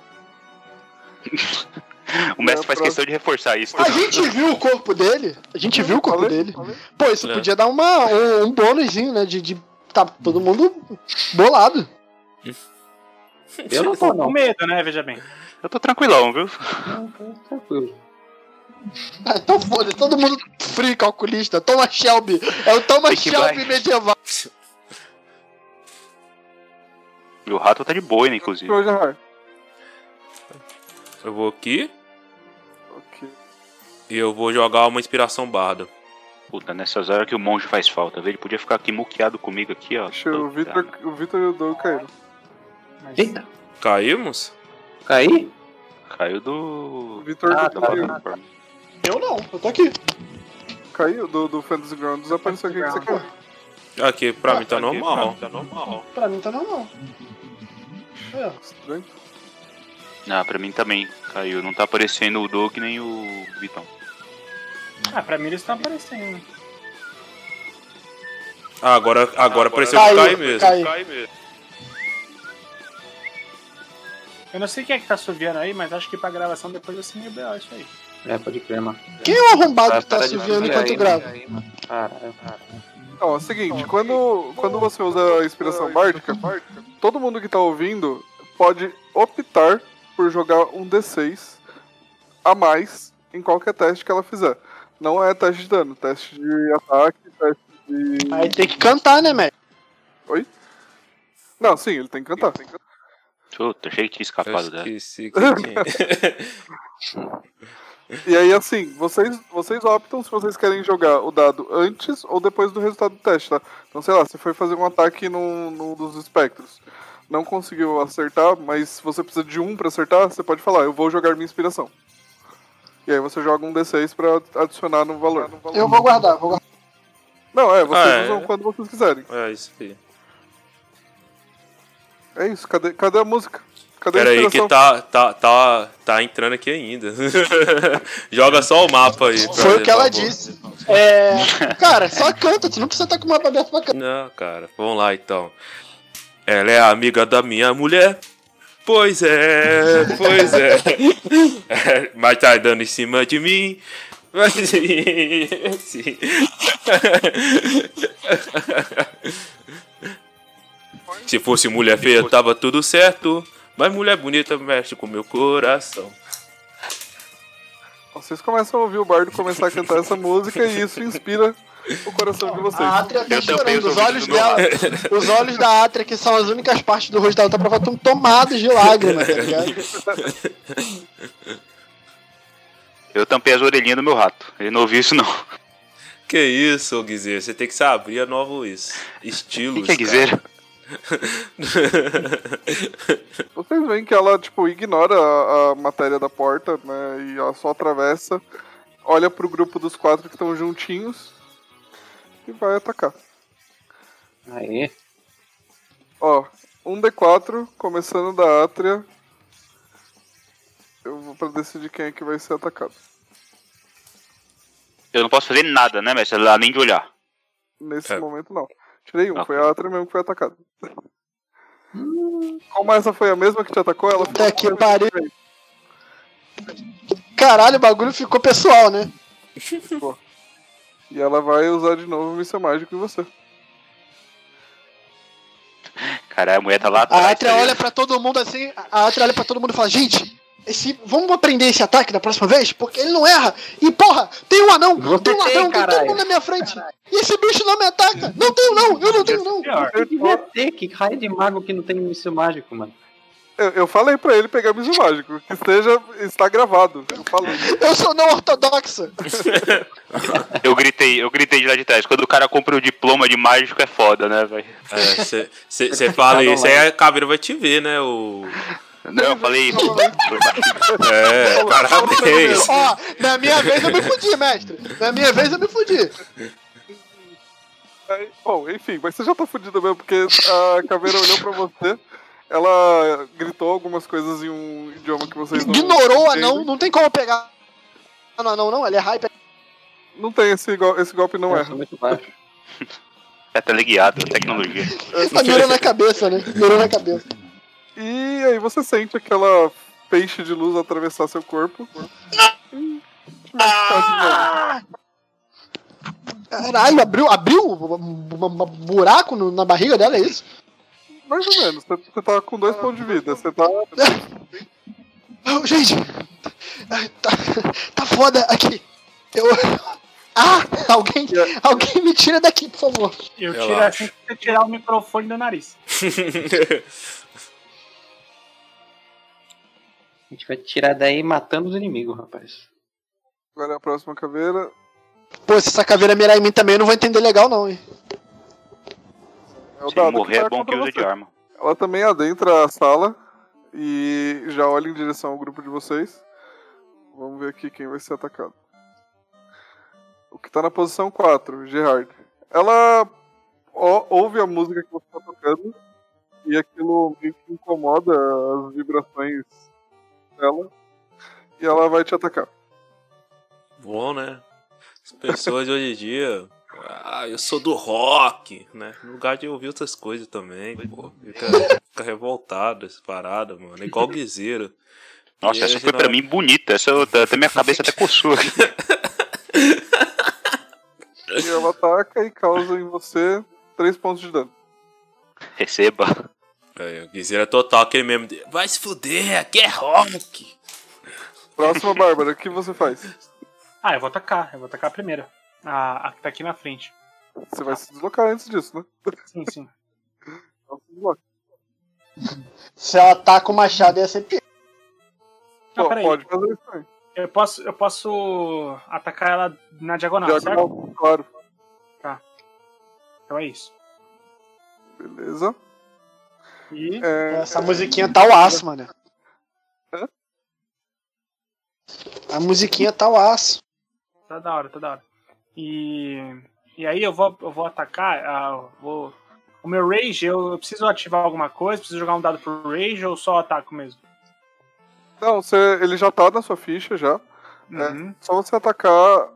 Speaker 5: O mestre faz
Speaker 1: próximo.
Speaker 5: questão de reforçar isso. tá?
Speaker 3: A gente viu o corpo dele. A gente viu o corpo
Speaker 1: Falei,
Speaker 3: dele.
Speaker 1: falei.
Speaker 3: Pô, isso
Speaker 6: É.
Speaker 3: podia dar uma, um, um bônusinho, né? De, de tá todo mundo bolado.
Speaker 2: Eu não tô,
Speaker 4: Com
Speaker 2: não.
Speaker 4: medo, né? Veja bem.
Speaker 5: Eu tô tranquilão, viu?
Speaker 2: Tranquilo.
Speaker 3: Ah, então foda todo mundo frio, calculista. Toma Shelby. É o Toma
Speaker 5: Take
Speaker 3: Shelby
Speaker 5: back.
Speaker 3: medieval.
Speaker 5: E o rato tá de boina, inclusive.
Speaker 1: Show de raio.
Speaker 6: Eu vou aqui
Speaker 1: Ok.
Speaker 6: e eu vou jogar uma inspiração barda.
Speaker 5: Puta, nessas horas que o monge faz falta, viu? Ele podia ficar aqui muqueado comigo aqui, ó.
Speaker 1: Deixa o
Speaker 5: Puta.
Speaker 1: Victor, o Victor e o Doug caíram.
Speaker 4: Mas...
Speaker 2: Eita,
Speaker 6: Caímos?
Speaker 2: caí?
Speaker 5: Caiu
Speaker 1: O
Speaker 5: do.
Speaker 1: Victor
Speaker 2: Ah,
Speaker 1: do-
Speaker 2: tá.
Speaker 1: caiu,
Speaker 3: Eu não, eu tô aqui.
Speaker 1: caiu do, do Fantasy Ground, desapareceu aqui que você
Speaker 4: Ground.
Speaker 1: caiu.
Speaker 6: Aqui, pra mim tá
Speaker 5: Aqui,
Speaker 6: normal.
Speaker 5: Tá normal.
Speaker 3: Pra mim tá normal. É.
Speaker 1: Estranho.
Speaker 5: Ah, pra mim também caiu. Não tá aparecendo o Doug nem o Vitão.
Speaker 4: Ah, pra mim eles estão aparecendo.
Speaker 6: Ah, agora, agora, apareceu
Speaker 3: caiu,
Speaker 6: o Kai mesmo.
Speaker 3: caiu.
Speaker 4: Eu não sei quem é que tá subiando aí, mas acho que pra gravação depois eu sei B.O. isso aí.
Speaker 2: É, pode crer, mano.
Speaker 3: Quem é o arrombado que tá
Speaker 2: Para de
Speaker 3: subindo
Speaker 2: fazer
Speaker 3: enquanto
Speaker 2: aí,
Speaker 3: grava?
Speaker 2: né? Caralho, cara.
Speaker 1: Não, é o seguinte, quando, quando você usa a inspiração bárdica, todo mundo que tá ouvindo pode optar por jogar um D6 a mais em qualquer teste que ela fizer. Não é teste de dano, teste de ataque, teste de.
Speaker 3: Aí tem que cantar, né, Mac?
Speaker 1: Não, sim, ele tem que cantar.
Speaker 5: Puta, achei que tinha
Speaker 6: Eu
Speaker 5: escapado dela.
Speaker 6: esqueci que *laughs* tinha.
Speaker 1: E aí, assim, vocês, vocês optam se vocês querem jogar o dado antes ou depois do resultado do teste, tá? Então, sei lá, você foi fazer um ataque num, num dos espectros. Não conseguiu acertar, mas se você precisa de um pra acertar, você pode falar, eu vou jogar minha inspiração. E aí você joga um D6 pra adicionar no valor.
Speaker 3: Eu vou guardar, vou guardar.
Speaker 1: Não, é, vocês
Speaker 6: Ah, é.
Speaker 1: usam quando vocês quiserem.
Speaker 6: É isso aí.
Speaker 1: É isso, cadê, cadê a música? Cadê
Speaker 6: Pera
Speaker 1: a
Speaker 6: aí
Speaker 1: inspiração?
Speaker 6: que tá, tá, tá, tá entrando aqui ainda. *laughs* Joga só o mapa aí. brother,
Speaker 3: Foi o que
Speaker 6: por
Speaker 3: ela
Speaker 6: favor.
Speaker 3: disse. É. Cara, só canta, tu não precisa estar com o mapa aberto pra cantar.
Speaker 6: Não, cara, vamos lá então. Ela é amiga da minha mulher. Pois é,
Speaker 5: *laughs*
Speaker 6: pois é. É, Mas tá dando em cima de mim. Mas sim. Se fosse mulher feia, tava tudo certo. Mas mulher bonita mexe com meu coração.
Speaker 1: Vocês começam a ouvir o bardo começar a cantar essa música e isso inspira o coração de vocês.
Speaker 3: A Atria tá
Speaker 5: Eu também, eu
Speaker 3: chorando,
Speaker 5: tô
Speaker 3: os olhos
Speaker 5: ouvindo do meu
Speaker 3: dela, os olhos da Atria, que são as únicas partes do rosto dela, tá provado, estão tomados de lágrimas, tá *laughs* ligado?
Speaker 5: Eu tampei as orelhinhas do meu rato. Ele não ouviu isso, não. O
Speaker 6: Que isso, Guizeiro? Você tem que se abrir a novos
Speaker 5: *laughs*
Speaker 6: estilos.
Speaker 5: que, que é
Speaker 6: cara.
Speaker 5: dizer?
Speaker 6: *laughs*
Speaker 1: Vocês veem que ela, tipo, ignora a, a matéria da porta, né? E ela só atravessa, olha pro grupo dos quatro que estão juntinhos e vai atacar.
Speaker 2: Aí.
Speaker 1: Ó, um D4, começando da Átria. Eu vou pra decidir quem é que vai ser atacado.
Speaker 5: Eu não posso fazer nada, né, mestre? Além de olhar.
Speaker 1: Nesse
Speaker 6: É.
Speaker 1: momento, não. Tirei um,
Speaker 5: Ah.
Speaker 1: foi a Átria mesmo que foi atacada. Como essa foi a mesma que te atacou, ela
Speaker 3: Puta que pariu. Caralho, o bagulho ficou pessoal, né?
Speaker 1: E ela vai usar de novo o míssil mágico em você.
Speaker 5: Caralho, a mulher tá lá atrás.
Speaker 3: A Atria
Speaker 5: tá
Speaker 3: olha pra todo mundo assim, a Atria olha pra todo mundo e fala, gente, esse, vamos aprender esse ataque da próxima vez? Porque ele não erra. E porra, tem um anão,
Speaker 2: Você
Speaker 3: tem
Speaker 2: tem,
Speaker 3: um ladrão, tem, todo
Speaker 2: caralho.
Speaker 3: mundo na minha frente. E esse bicho não me ataca. Não tenho não, eu não tenho um não.
Speaker 4: Pior.
Speaker 1: Eu,
Speaker 2: Devia ter, que raio de mago que não tem míssil mágico, mano.
Speaker 1: eu, eu falei pra ele pegar míssil mágico, que esteja, está gravado. Eu falei.
Speaker 3: Eu sou não ortodoxa.
Speaker 5: ligado? Eu gritei, eu gritei de lá de trás. Quando o cara compra o diploma de mágico é foda, né, velho?
Speaker 6: É, Você fala isso, aí a caveira vai te ver, né? O...
Speaker 5: Não, eu falei.
Speaker 6: É, parabéns.
Speaker 3: Ó, na minha vez eu me fudi, mestre. Na minha vez eu me fudi.
Speaker 1: Aí, bom, enfim, mas você já tá fudido mesmo, porque a caveira olhou pra você, ela gritou algumas coisas em um idioma que vocês não
Speaker 3: Ignorou o anão,
Speaker 1: entendem.
Speaker 3: não tem como pegar. Ah, não, não, não, ele é hype.
Speaker 1: Não tem esse, go- esse golpe, não
Speaker 2: Eu
Speaker 1: é.
Speaker 2: sou muito baixo.
Speaker 5: É teleguiado, tecnologia.
Speaker 3: Tá mirou na cabeça, né? Mirou na cabeça.
Speaker 1: E aí você sente aquela peixe de luz atravessar seu corpo. E te machucar de novo.
Speaker 3: Caralho, abriu, abriu um buraco no- na barriga dela, é isso?
Speaker 1: Mais ou menos, você você tá com dois pontos de vida, você tá.
Speaker 3: Ah, Gente, ah, tá, tá foda aqui. Eu. Ah, alguém, alguém me tira daqui, por favor.
Speaker 4: Eu
Speaker 6: Relaxa.
Speaker 4: tiro assim que você tirar o microfone do nariz.
Speaker 2: A gente vai tirar daí matando os inimigos, rapaz.
Speaker 1: Agora é a próxima caveira.
Speaker 3: Pô, se essa caveira mirar em mim também, eu não vou entender legal, não, hein?
Speaker 1: É o
Speaker 5: Se ele
Speaker 1: dado que
Speaker 5: morrer,
Speaker 1: tá
Speaker 5: é bom que
Speaker 1: contra
Speaker 5: usa
Speaker 1: você.
Speaker 5: de arma.
Speaker 1: Ela também adentra a sala e já olha em direção ao grupo de vocês. Vamos ver aqui quem vai ser atacado. O que tá na posição 4, Gerard. Ela ó- ouve a música que você tá tocando e aquilo meio que incomoda as vibrações ela e ela vai te atacar.
Speaker 6: Bom, né? As pessoas de hoje em dia. Ah, eu sou do rock, né? No lugar de ouvir outras coisas também, pô. Fica, fica revoltado essa parada, mano. É igual guiseiro.
Speaker 5: Nossa,
Speaker 6: E
Speaker 5: essa
Speaker 6: aí,
Speaker 5: foi pra
Speaker 6: não-
Speaker 5: mim bonita. Essa eu- até minha cabeça até coçou. aqui.
Speaker 1: E ela ataca e causa em você 3 pontos de dano.
Speaker 5: Receba.
Speaker 6: É, o guiseiro é total aquele mesmo. de, Vai se fuder, aqui é rock.
Speaker 1: Próxima, Bárbara, o que você faz?
Speaker 4: Ah, eu vou atacar. Eu vou atacar a primeira. A, a que tá aqui na frente.
Speaker 1: Você vai se deslocar antes disso, né?
Speaker 4: Sim, sim.
Speaker 1: Então se desloca.
Speaker 3: Se ela ataca o machado, ia ser pior.
Speaker 4: Não,
Speaker 1: Pô,
Speaker 4: Ah, peraí.
Speaker 1: pode fazer isso também.
Speaker 4: Eu posso, eu posso atacar ela na diagonal,
Speaker 1: Diagonal,
Speaker 4: certo?
Speaker 1: claro.
Speaker 4: Então é isso.
Speaker 1: Beleza.
Speaker 4: E
Speaker 1: É,
Speaker 3: Essa musiquinha tá o aço, mano.
Speaker 1: Hã?
Speaker 3: A musiquinha tá o aço.
Speaker 4: tá da hora, tá da hora. E, e aí eu vou, eu vou atacar. ah, eu vou, o meu Rage, eu, eu preciso ativar alguma coisa? Preciso jogar um dado pro Rage ou só ataco mesmo?
Speaker 1: Não, então, você, ele já tá na sua ficha já. É.
Speaker 4: Uhum.
Speaker 1: Só você atacar.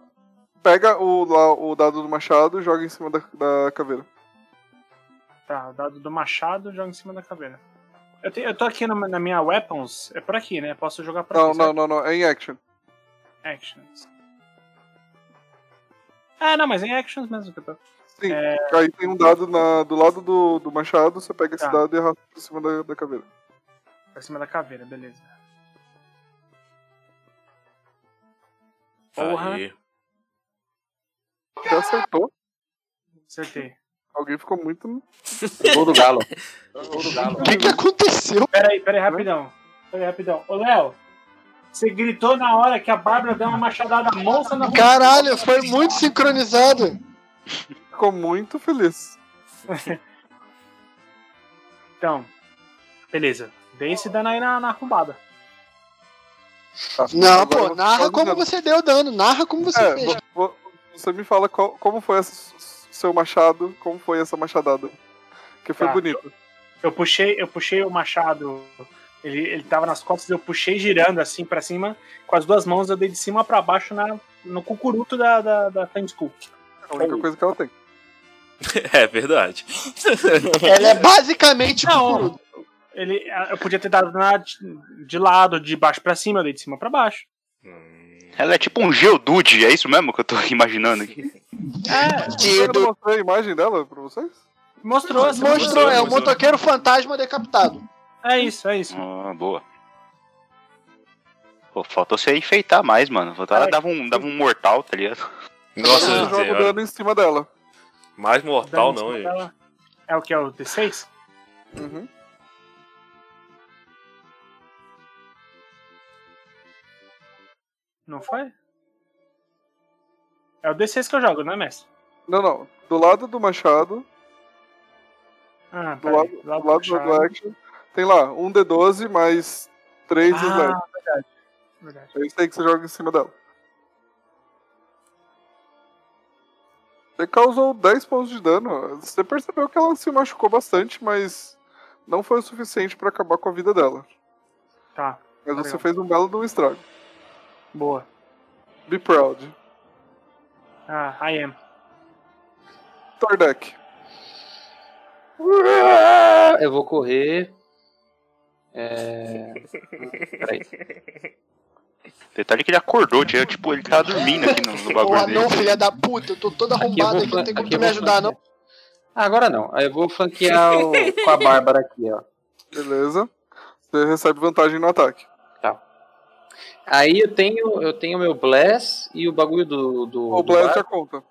Speaker 1: Pega o, lá, o dado do machado e joga em cima da, da caveira.
Speaker 4: Tá, o dado do machado joga em cima da caveira. Eu, te- eu tô aqui no- na minha Weapons, é por aqui, né? Posso jogar pra
Speaker 1: Não,
Speaker 4: aqui,
Speaker 1: não, não, não. É em action.
Speaker 4: certo? Actions. Ah, não, mas é em actions mesmo que eu tô.
Speaker 1: Sim.
Speaker 4: É.
Speaker 1: Aí tem um dado na, do lado do, do machado, você pega esse
Speaker 4: Tá.
Speaker 1: dado e arrasta pra cima da, da caveira.
Speaker 4: Pra cima da caveira, beleza. Porra.
Speaker 6: Aí. *laughs*
Speaker 1: Já acertou.
Speaker 4: Acertei.
Speaker 1: Alguém ficou muito.
Speaker 2: Gol do Galo.
Speaker 3: O que que aconteceu?
Speaker 4: Pera aí, pera aí, rapidão. Pera aí, rapidão. Ô, Léo, você gritou na hora que a Bárbara deu uma machadada monstro na
Speaker 3: *laughs* Caralho, foi muito sincronizado.
Speaker 1: Ficou muito feliz.
Speaker 4: Então, beleza. Dei esse dano aí na, na arrombada.
Speaker 1: Tá.
Speaker 3: Não,
Speaker 1: Agora eu
Speaker 3: pô,
Speaker 1: vou
Speaker 3: narra
Speaker 1: ficar
Speaker 3: como
Speaker 1: olhando.
Speaker 3: você deu dano, narra como você
Speaker 1: É,
Speaker 3: fez.
Speaker 1: vo- vo- você me fala qual- como foi essa, seu machado, como foi essa machadada. Que foi
Speaker 4: Tá.
Speaker 1: bonito.
Speaker 4: Eu puxei, eu puxei o machado. Ele, ele tava nas costas, eu puxei girando assim pra cima. Com as duas mãos eu dei de cima pra baixo na, no cucuruto da, da, da Time School.
Speaker 1: É a única coisa que ela tem.
Speaker 6: É verdade.
Speaker 3: Ela é basicamente puro.
Speaker 4: Não, ele, ah, eu podia ter dado na, de lado, de baixo pra cima, eu dei de cima pra baixo.
Speaker 6: Hum,
Speaker 5: Ela é tipo um Geodude, é isso mesmo que eu tô imaginando aqui.
Speaker 1: Eu não
Speaker 3: Tido.
Speaker 1: mostrei a imagem dela pra vocês?
Speaker 4: Mostrou, assim,
Speaker 3: Mostrou, é o
Speaker 6: Mostrou.
Speaker 3: motoqueiro fantasma decapitado.
Speaker 4: É isso, é isso.
Speaker 5: Ah, boa. Pô, faltou você enfeitar mais, mano. Ela
Speaker 4: Ai.
Speaker 5: dava um, dava um mortal, tá ligado?
Speaker 6: Nossa
Speaker 1: Você joga o
Speaker 6: senhora.
Speaker 1: dano em cima dela.
Speaker 6: Mais mortal
Speaker 4: Dando em
Speaker 6: não,
Speaker 4: cima
Speaker 6: gente.
Speaker 4: dela. É o que? É o D6?
Speaker 1: Uhum.
Speaker 4: Não foi? É o D6 que eu jogo, não é, mestre?
Speaker 1: Não, não. Do lado do machado,
Speaker 4: Ah,
Speaker 1: do
Speaker 4: peraí.
Speaker 1: lado do,
Speaker 4: Lá
Speaker 1: lado do
Speaker 4: puxado.
Speaker 1: action, tem lá um D12 mais 3
Speaker 4: Ah.
Speaker 1: slash.
Speaker 4: Verdade.
Speaker 1: É isso aí que você joga em cima dela. Você causou 10 pontos de dano. Você percebeu que ela se machucou bastante, mas não foi o suficiente pra acabar com a vida dela.
Speaker 4: Tá,
Speaker 1: Mas você
Speaker 4: Legal.
Speaker 1: fez um belo de um estrago.
Speaker 4: boa.
Speaker 1: Be proud.
Speaker 4: Ah, I am.
Speaker 1: Tordek.
Speaker 2: Ah, Eu vou correr. É... Peraí.
Speaker 5: Detalhe que ele acordou, tinha, tipo, ele tava dormindo aqui no, no *laughs*
Speaker 3: Ô
Speaker 5: bagulho
Speaker 3: anão,
Speaker 5: dele.
Speaker 3: filha da puta, eu tô todo arrombado aqui,
Speaker 2: flan-
Speaker 3: não tem como
Speaker 2: aqui
Speaker 3: tu
Speaker 2: eu
Speaker 3: me
Speaker 2: vou
Speaker 3: ajudar, não.
Speaker 2: flanquear. Ah, agora não. Aí eu vou flanquear o- com a Bárbara aqui, ó.
Speaker 1: Beleza. Você recebe vantagem no ataque.
Speaker 2: Aí eu tenho, eu tenho meu Bless e o bagulho do. do
Speaker 1: O
Speaker 2: do
Speaker 1: Blast
Speaker 2: bar-
Speaker 1: já conta.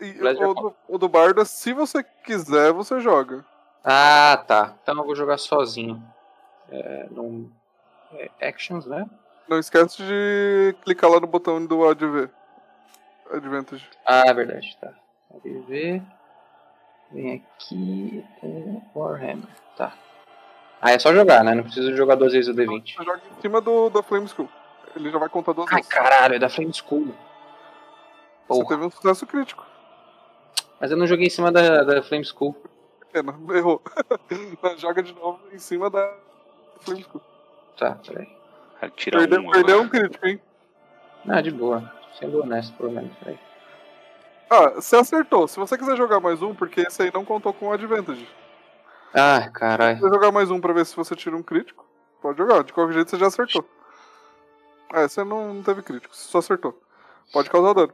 Speaker 1: E
Speaker 2: Blast já
Speaker 1: o, do, o do Barda, se você quiser, você joga.
Speaker 2: Ah, tá. Então eu vou jogar sozinho. É, num- é, actions, né?
Speaker 1: Não esquece de clicar lá no botão do ADV. Advantage.
Speaker 2: Ah, é verdade, tá. Vamos ver. Vem aqui. é, Warhammer. Tá. Ah, é só jogar, né? Não preciso jogar duas vezes o D20.
Speaker 1: Você joga em cima do, da Flame School. Ele já vai contar duas
Speaker 2: Ai,
Speaker 1: vezes.
Speaker 2: caralho, é da Flame School.
Speaker 1: Você
Speaker 2: Porra.
Speaker 1: teve um sucesso crítico.
Speaker 2: Mas eu não joguei em cima da, da Flame School.
Speaker 1: Pena, *laughs* errou. Joga de novo em cima da Flame School.
Speaker 2: Tá, peraí.
Speaker 5: Ah, Tira
Speaker 1: Perdeu,
Speaker 5: um
Speaker 1: perdeu
Speaker 5: agora.
Speaker 1: um crítico, hein?
Speaker 2: Ah, de boa. Sendo honesto, pelo menos. Aí.
Speaker 1: Ah, você acertou. Se você quiser jogar mais um, porque esse aí não contou com advantage.
Speaker 2: Ah,
Speaker 1: Se
Speaker 2: caralho.
Speaker 1: você jogar mais um pra ver se você tira um crítico, pode jogar. De qualquer jeito você já acertou. É, você não não teve crítico, você só acertou. Pode causar dano.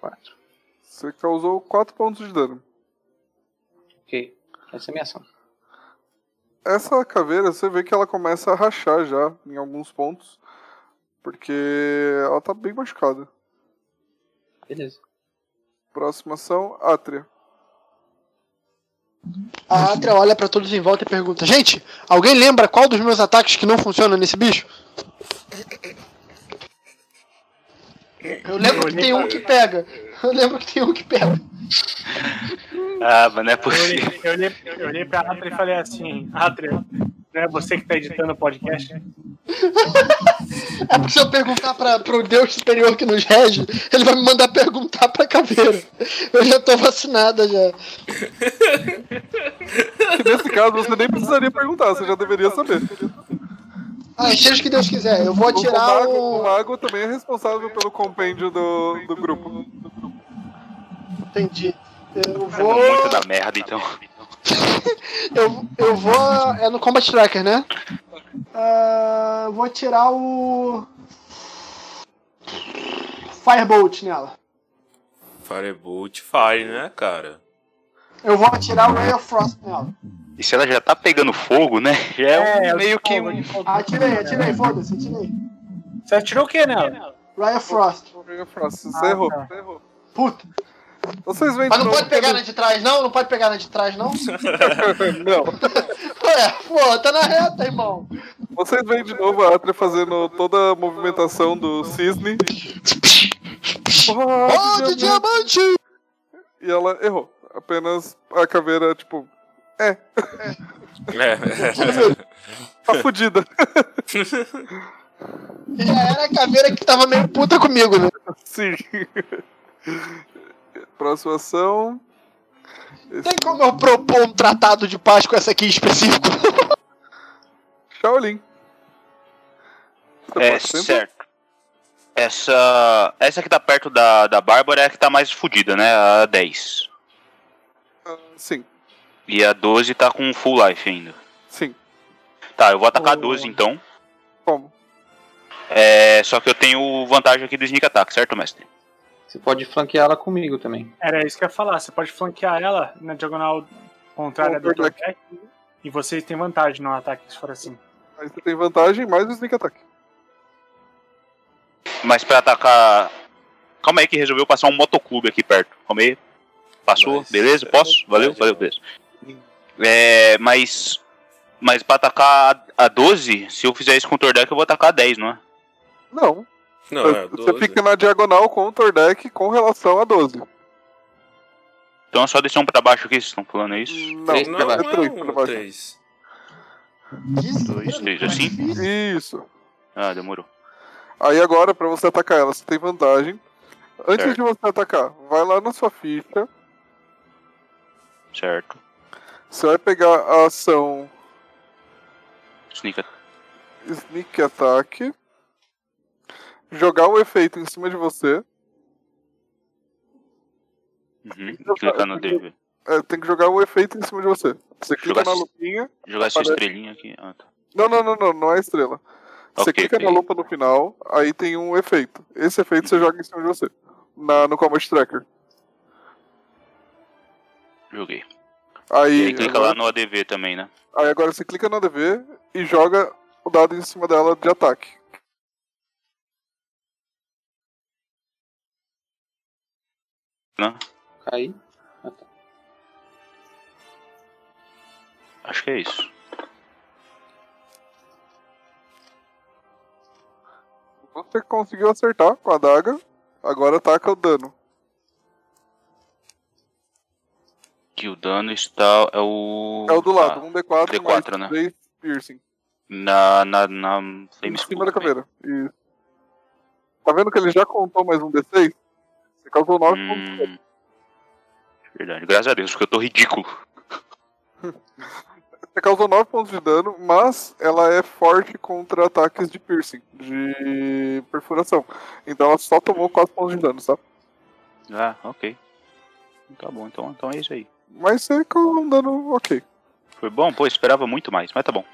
Speaker 2: Quatro.
Speaker 1: Você causou 4 pontos de dano.
Speaker 2: Ok. Essa é a minha ação.
Speaker 1: Essa caveira, você vê que ela começa a rachar já em alguns pontos. Porque ela tá bem machucada.
Speaker 2: Beleza.
Speaker 1: Próxima ação, Átria.
Speaker 3: A Atria olha pra todos em volta e pergunta: Gente, alguém lembra qual dos meus ataques que não funciona nesse bicho? Eu lembro que tem um que pega. Eu lembro que tem um que pega.
Speaker 5: Ah, mas não é
Speaker 4: Eu
Speaker 5: *laughs* possível.
Speaker 4: olhei, eu olhei, eu olhei pra Atria e falei assim: Atria, não é você que tá editando o podcast? né?
Speaker 3: É porque se eu perguntar pra, pro Deus superior que nos rege, ele vai me mandar perguntar pra caveira. Eu já tô vacinada já.
Speaker 1: Que nesse caso você nem precisaria perguntar, você já deveria saber.
Speaker 3: Ah, seja o que Deus quiser. Eu vou
Speaker 1: O, o,
Speaker 3: atirar
Speaker 1: mago, o
Speaker 3: um.
Speaker 1: mago também é responsável pelo compêndio do, do grupo.
Speaker 3: Entendi. Eu
Speaker 5: Tá
Speaker 3: vou.
Speaker 5: Muito da merda, então.
Speaker 3: Eu, eu vou. É no Combat Tracker, né? Ah, vou atirar o. Firebolt nela.
Speaker 6: Firebolt Fire, né, cara?
Speaker 3: Eu vou atirar o Ray of Frost nela.
Speaker 5: E se ela já tá pegando fogo, né? Já é, um- meio que um.
Speaker 3: Ah, atirei, atirei, foda-se, atirei.
Speaker 4: Você atirou o que nela?
Speaker 3: Ray of Frost.
Speaker 1: Você
Speaker 4: Ah,
Speaker 1: errou.
Speaker 4: tá.
Speaker 1: você errou.
Speaker 3: Puta.
Speaker 1: Vocês veem
Speaker 3: Mas
Speaker 1: de
Speaker 3: não
Speaker 1: novo
Speaker 3: pode pegar
Speaker 1: que
Speaker 3: na de trás, não? Não pode pegar na de trás, não?
Speaker 1: ele- *laughs* Não.
Speaker 3: Ué, pô, tá na reta, irmão.
Speaker 1: Vocês veem de novo a Atria fazendo toda a movimentação do cisne. Ah,
Speaker 3: Ó, de diamante!
Speaker 1: E ela errou. Apenas a caveira, tipo,
Speaker 6: É.
Speaker 1: tá fudida.
Speaker 3: Já era a caveira que tava meio puta comigo, né?
Speaker 1: *laughs* Sim. Próxima ação.
Speaker 3: Tem como eu propor um tratado de paz com essa aqui em específico?
Speaker 1: Shaolin. Você
Speaker 5: É,
Speaker 1: pode sempre-
Speaker 5: certo. Essa. Essa que tá perto da, da Bárbara é a que tá mais fodida, né? A 10.
Speaker 1: Ah, Sim,
Speaker 5: E a 12 tá com full life ainda.
Speaker 1: sim.
Speaker 5: Tá, eu vou atacar a
Speaker 4: Oh.
Speaker 5: 12 então.
Speaker 1: Como?
Speaker 5: É, só que eu tenho vantagem aqui do sneak attack, certo, mestre?
Speaker 2: Você pode flanquear ela comigo também.
Speaker 4: Era isso que eu ia falar. Você pode flanquear ela na diagonal contrária do
Speaker 1: Overlock.
Speaker 4: ataque. E vocês têm vantagem no ataque, se for assim.
Speaker 1: Aí você tem vantagem mais o sneak attack.
Speaker 5: Mas pra atacar. Calma aí que resolveu passar um motoclube aqui perto. Calma aí. Passou,
Speaker 6: Mas-
Speaker 5: beleza?
Speaker 1: é
Speaker 5: Posso? Valeu,
Speaker 6: Pode,
Speaker 5: valeu,
Speaker 6: não.
Speaker 5: beleza. É, mas. Mas pra atacar a a 12, se eu fizer isso com o Tordek, eu vou atacar a 10, não é?
Speaker 1: Não.
Speaker 6: Não, é
Speaker 1: você
Speaker 6: 12.
Speaker 1: fica na diagonal com o Tordek com relação a 12.
Speaker 5: Então é só descer um pra baixixo aqui, vocês estão falando é isso?
Speaker 1: Não,
Speaker 2: Três
Speaker 6: Não,
Speaker 2: pra
Speaker 1: é
Speaker 2: baixo.
Speaker 1: três
Speaker 6: não
Speaker 1: pra
Speaker 6: é um
Speaker 1: baixo.
Speaker 6: 3.
Speaker 5: Dois, três, assim?
Speaker 1: Isso.
Speaker 5: Ah, demorou.
Speaker 1: Aí agora, pra você atacar ela, você tem vantagem. Antes
Speaker 5: Certo.
Speaker 1: de você atacar, vai lá na sua ficha.
Speaker 5: Certo.
Speaker 1: Você vai pegar a ação
Speaker 5: Sneak
Speaker 1: Sneak Attack. Jogar o efeito em cima de você.
Speaker 5: Uhum. Clicar no dele.
Speaker 1: É, tem que jogar o efeito em cima de você. Você clica
Speaker 5: Jogar
Speaker 1: na
Speaker 5: esse-
Speaker 1: lupinha.
Speaker 5: Jogar sua
Speaker 1: Aparece.
Speaker 5: estrelinha aqui. Ah, tá.
Speaker 1: Não, não, não, não, não é estrela. Você
Speaker 5: Ok,
Speaker 1: clica na
Speaker 5: ok. Uhum.
Speaker 1: lupa no final, aí tem um efeito. Esse efeito você joga em cima de você. Na, no Combat Tracker.
Speaker 5: Joguei. E
Speaker 1: Aí,
Speaker 5: aí clica
Speaker 1: agora-
Speaker 5: lá no ADV também, né?
Speaker 1: aí agora você clica no ADV e joga o dado em cima dela de ataque.
Speaker 5: Né?
Speaker 2: Aí.
Speaker 5: Acho que é isso.
Speaker 1: Você conseguiu acertar com a daga, agora ataca o dano.
Speaker 5: Que o dano está. É o.
Speaker 1: É o do
Speaker 5: tá.
Speaker 1: lado, 1d4
Speaker 5: D4, né?
Speaker 1: mais 3 piercing.
Speaker 5: Na. Na. Na.
Speaker 1: Em
Speaker 5: Flame
Speaker 1: cima da
Speaker 5: School também.
Speaker 1: caveira. Isso. Tá vendo que ele já contou mais um d6? Você causou 9 pontos. de dano.
Speaker 5: Hum. Verdade. Graças a Deus, porque eu tô ridículo.
Speaker 1: Você causou 9 pontos de dano, mas ela é forte contra ataques de piercing, de perfuração. Então ela só tomou 4 pontos de dano, tá?
Speaker 5: Ah, ok. Tá bom, então, então é isso aí.
Speaker 1: Mas você causou um dano ok.
Speaker 5: Foi bom? Pô, esperava muito mais, mas tá bom.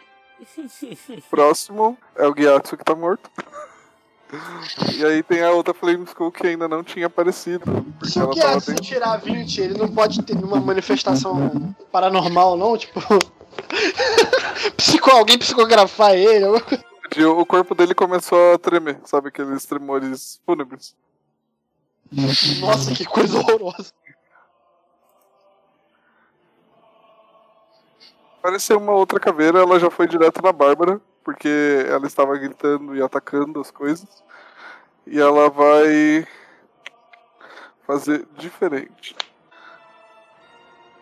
Speaker 1: Próximo é o Gyatso que tá morto. *laughs* E aí tem a outra Flame Skull que ainda não tinha aparecido. Porque
Speaker 3: Se o
Speaker 1: ela
Speaker 3: que
Speaker 1: tava
Speaker 3: é se
Speaker 1: bem...
Speaker 3: tirar 20, ele não pode ter uma manifestação paranormal, não? Tipo. *laughs* Psico, alguém psicografar ele. alguma coisa.
Speaker 1: de- O corpo dele começou a tremer, sabe? Aqueles tremores fúnebres.
Speaker 3: Nossa, que coisa horrorosa.
Speaker 1: Apareceu uma outra caveira, ela já foi direto na Bárbara, porque ela estava gritando e atacando as coisas. E ela vai fazer diferente.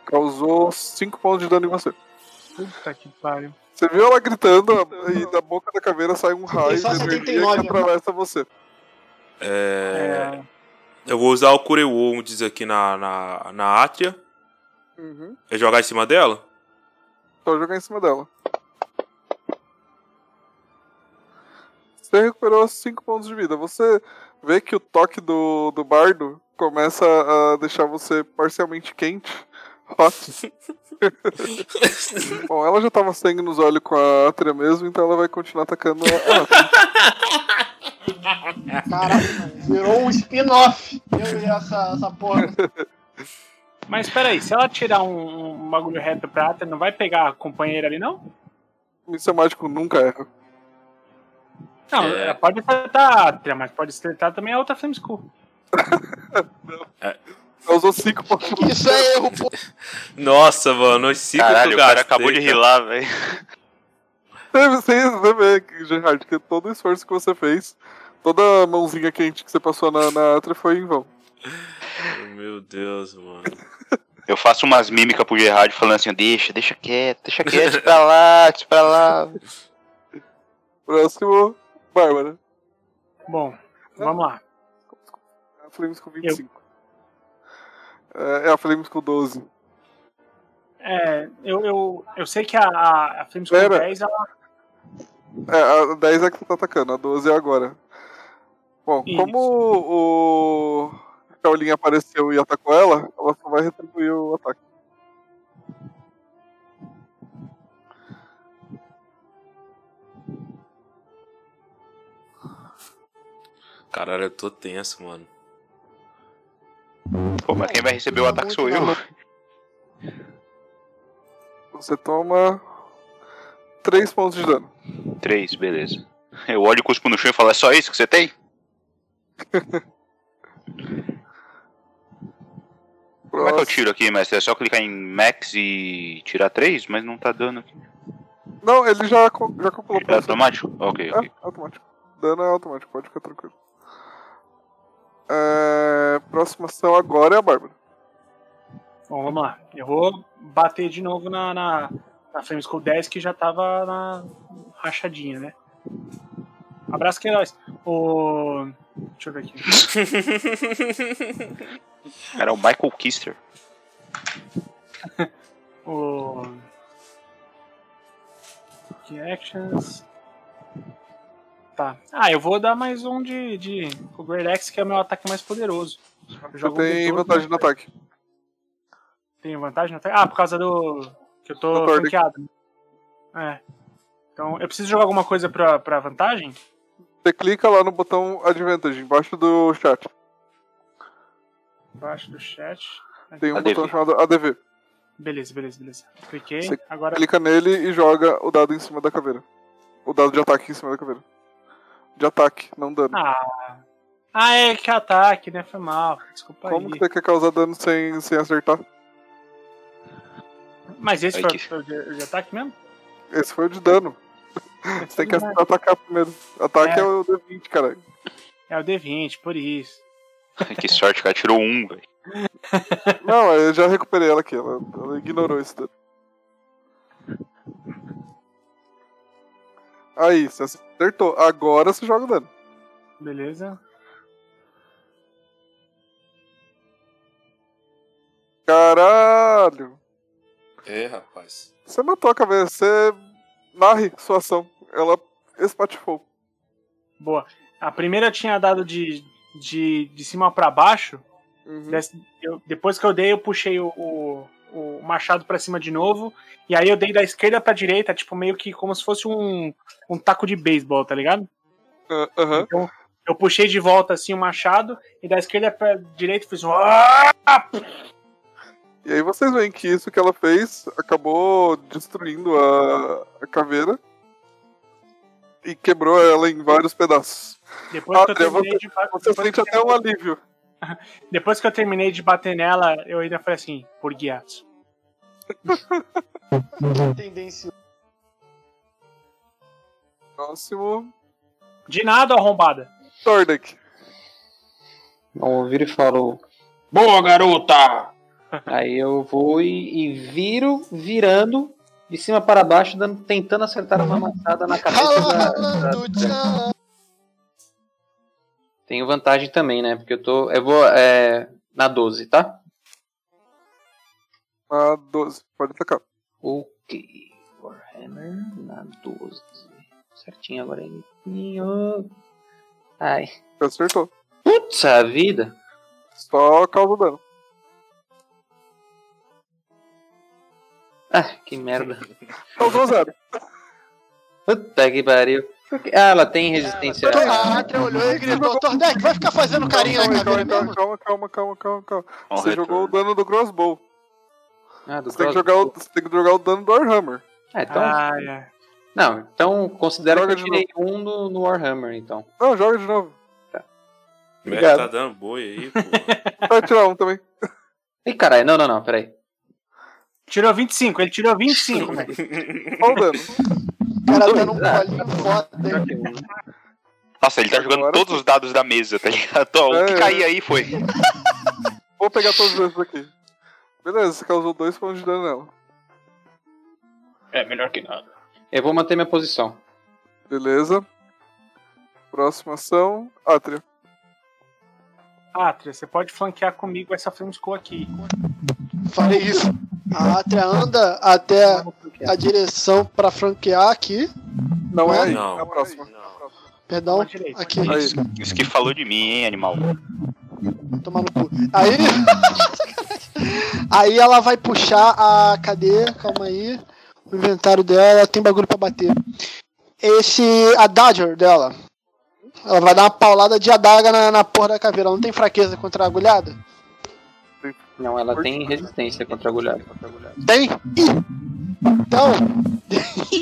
Speaker 1: Causou 5 pontos de dano em você.
Speaker 4: Puta que pariu.
Speaker 1: Você viu ela gritando a- e da boca da caveira sai um raio de
Speaker 3: só
Speaker 1: energia
Speaker 3: 79,
Speaker 1: que atravessa você.
Speaker 6: É,
Speaker 4: É,
Speaker 6: Eu vou usar o Cureu Ondes aqui na, na, na Átria.
Speaker 1: Uhum.
Speaker 6: É jogar em cima dela?
Speaker 1: Só jogar em cima dela. Você recuperou 5 pontos de vida. Você vê que o toque do, do bardo começa a deixar você parcialmente quente. Hot. Bom, ela já tava sangue nos olhos com a Atria mesmo, então ela vai continuar atacando a a Atria.
Speaker 3: Caraca, mano, virou um spin-off. Eu e essa, essa porra.
Speaker 4: Mas peraí, se ela tirar um, um bagulho reto pra Atra, não vai pegar a companheira ali, não?
Speaker 1: Míssil é mágico nunca erra.
Speaker 4: Não,
Speaker 6: É.
Speaker 4: ela pode acertar a Atra, mas pode acertar também a outra Flame School.
Speaker 1: Ela usou 5 pontos de
Speaker 3: *laughs* Isso é erro, pô.
Speaker 6: Nossa, mano, os cinco que
Speaker 5: Caralho,
Speaker 6: eu
Speaker 5: o cara
Speaker 6: gastei,
Speaker 5: acabou de
Speaker 6: tá?
Speaker 5: rilar, velho.
Speaker 1: Deve ser, você vê, Gerard, que todo o esforço que você fez, toda a mãozinha quente que você passou na, na Atria foi em vão.
Speaker 6: Meu Deus, mano.
Speaker 5: Eu faço umas mímicas pro Gerard falando assim, deixa, deixa quieto, *laughs* deixa quieto, deixa pra lá, deixa pra lá.
Speaker 1: Próximo, né? Bárbara.
Speaker 4: Bom, vamos lá.
Speaker 1: É a Flames com 25. É, é a Flames com 12.
Speaker 4: É, eu, eu, eu sei que a, a, a Flame School
Speaker 1: Pera.
Speaker 4: 10, ela,
Speaker 1: É, a 10 é que você tá atacando, a 12 é agora. Bom,
Speaker 4: Isso.
Speaker 1: como o, o Shaolin apareceu e atacou ela, ela só vai retribuir o ataque.
Speaker 6: Caralho, eu tô tenso, mano.
Speaker 5: Pô, mas quem vai receber o ataque sou eu.
Speaker 1: Você toma 3 pontos de dano.
Speaker 5: Três, beleza. Eu olho e cuspo no chão e falo, é só isso que você tem? Como é que eu tiro aqui, mestre? É só clicar em max e tirar três? Mas não tá dando aqui.
Speaker 1: Não, ele já, co- já calculou
Speaker 5: É
Speaker 1: pra você.
Speaker 5: automático? Ok, ok.
Speaker 1: É, automático. Dano é automático, pode ficar tranquilo. É, próxima ação agora é a Bárbara.
Speaker 4: bom, vamos lá. Eu vou bater de novo na, na, na Flame School 10, que já tava na rachadinha, né? Abraço, Queiroz. O... Deixa eu ver aqui.
Speaker 5: Era o Michael Kister. *laughs*
Speaker 4: O. Key Actions. Tá. Ah, eu vou dar mais um de. de... O Great Axe, que é o meu ataque mais poderoso. Eu
Speaker 1: Você
Speaker 4: jogo
Speaker 1: tem
Speaker 4: um D12,
Speaker 1: vantagem
Speaker 4: né?
Speaker 1: no ataque.
Speaker 4: Tem vantagem no ataque? Ah, por causa do. Que eu
Speaker 1: Do
Speaker 4: tô
Speaker 1: Tordic.
Speaker 4: franqueado. É. Então, eu preciso jogar alguma coisa pra, pra vantagem?
Speaker 1: Você clica lá no botão Advantage, embaixo do chat.
Speaker 4: Embaixo do chat.
Speaker 1: Tem um
Speaker 5: ADV.
Speaker 1: botão chamado ADV.
Speaker 4: Beleza, beleza, beleza. Cliquei.
Speaker 1: Você
Speaker 4: Agora.
Speaker 1: Clica nele e joga o dado em cima da caveira. O dado de ataque em cima da caveira. De ataque, não dano.
Speaker 4: Ah. Ah, é que ataque, né? Foi mal. Desculpa
Speaker 1: Como
Speaker 4: aí.
Speaker 1: que você quer causar dano sem, sem acertar?
Speaker 4: Mas esse
Speaker 5: Aí
Speaker 4: foi,
Speaker 5: que-
Speaker 4: foi o de, o de ataque mesmo?
Speaker 1: Esse foi o de dano. Você tem que acertar atacar primeiro. Ataque é,
Speaker 4: É.
Speaker 1: o D20, caralho.
Speaker 4: É o D20, por isso.
Speaker 5: Que sorte, o cara tirou um, velho.
Speaker 1: Não, eu já recuperei ela aqui. Ela, ela ignorou esse dano. Aí, você acertou. Agora você joga o dano.
Speaker 4: Beleza?
Speaker 1: Caralho!
Speaker 6: É, rapaz.
Speaker 1: Você matou a caveira, você narre sua ação. Ela espatifou.
Speaker 4: Boa. A primeira eu tinha dado de, de, de cima pra baixo.
Speaker 1: Uhum.
Speaker 4: Des- eu- depois que eu dei, eu puxei o, o- o machado pra cima de novo. E aí eu dei da esquerda pra direita, tipo, meio que como se fosse um, um taco de beisebol, tá ligado?
Speaker 1: Ah, Aham.
Speaker 4: Então eu puxei de volta assim o machado e da esquerda pra direita fiz um. "Ah!"
Speaker 1: E aí vocês veem que isso que ela fez acabou destruindo a, a caveira e quebrou ela em vários pedaços.
Speaker 4: Depois que eu
Speaker 1: Adrian,
Speaker 4: terminei de ba-
Speaker 1: Ah, Você
Speaker 4: depois que
Speaker 1: sente
Speaker 4: eu
Speaker 1: até um alívio.
Speaker 4: Depois que eu terminei de bater nela, eu ainda falei assim, por guiaço.
Speaker 3: Tendência.
Speaker 1: Próximo,
Speaker 4: De nada, arrombada.
Speaker 1: Tordek.
Speaker 2: Eu viro e falo.
Speaker 7: Boa, garota!
Speaker 2: Aí eu vou e, e viro, virando, de cima para baixo, dando, tentando acertar uma maçada na cabeça da, da-
Speaker 3: Ralando, tchau.
Speaker 2: Tenho vantagem também, né? Porque eu tô. Eu vou. É, na 12, tá?
Speaker 1: A 12, Tá pode atacar.
Speaker 2: Ok. Warhammer na 12. Certinho agora aí. Ai.
Speaker 1: Acertou.
Speaker 2: Putz, a vida.
Speaker 1: Só causa dano.
Speaker 2: Ah, que merda.
Speaker 1: Causou Tá um zero.
Speaker 2: Puta que pariu. Por que- Ah, ela tem resistência.
Speaker 3: A Atra olhou e gritou: Tordek, vai ficar fazendo carinho Tá
Speaker 1: calma,
Speaker 3: na cadeira
Speaker 1: aí, calma,
Speaker 3: mesmo?
Speaker 1: aí, calma, calma, calma, calma, calma.
Speaker 5: Um
Speaker 1: Você
Speaker 5: retorno.
Speaker 1: jogou o dano do crossbow.
Speaker 2: Ah, do
Speaker 1: Você tem, que
Speaker 2: crossbow.
Speaker 1: jogar o, você tem que jogar o dano do Warhammer.
Speaker 2: Ah, então,
Speaker 4: ah, é.
Speaker 2: Não, então considera que
Speaker 1: Joga
Speaker 2: eu
Speaker 1: de
Speaker 2: tirei um no, no Warhammer, então.
Speaker 1: Não, joga de novo.
Speaker 6: Merda, tá dando boi aí, pô. *laughs*
Speaker 1: Vai tirar um também.
Speaker 2: Ih, caralho, não, não, não, peraí.
Speaker 4: Tirou 25, ele tirou 25, velho.
Speaker 1: Qual o dano?
Speaker 3: O cara dando um colinho foda. hein?
Speaker 5: Nossa, ele tá jogando
Speaker 1: Agora
Speaker 5: todos os dados da mesa, tá ligado? Ó, O
Speaker 1: É.
Speaker 5: que cair aí foi.
Speaker 1: Vou pegar todos esses aqui. Beleza, você causou dois pontos de dano nela.
Speaker 7: É, melhor que nada.
Speaker 2: Eu vou manter minha posição.
Speaker 1: Beleza. Próxima ação, Atria.
Speaker 4: Atria, você pode flanquear comigo essa Flame School aqui.
Speaker 3: Farei isso. A Atra anda até a direção pra franquear aqui.
Speaker 1: Não é aí,
Speaker 6: Não.
Speaker 1: é a próxima.
Speaker 3: Perdão,
Speaker 4: Na
Speaker 3: Então,
Speaker 4: direita.
Speaker 3: aqui.
Speaker 1: Aí.
Speaker 5: Isso, isso que falou de mim,
Speaker 1: *laughs*
Speaker 5: hein, animal.
Speaker 3: Tomar no cu. Aí. *laughs* aí ela vai puxar a. Cadê? Calma aí. O inventário dela tem bagulho pra bater. Esse. A Dodger dela. Ela vai dar uma paulada de adaga na, na porra da caveira. Ela não tem fraqueza contra a agulhada?
Speaker 2: Não, ela tem resistência contra a agulhada.
Speaker 3: Tem? Ih! Então. *laughs*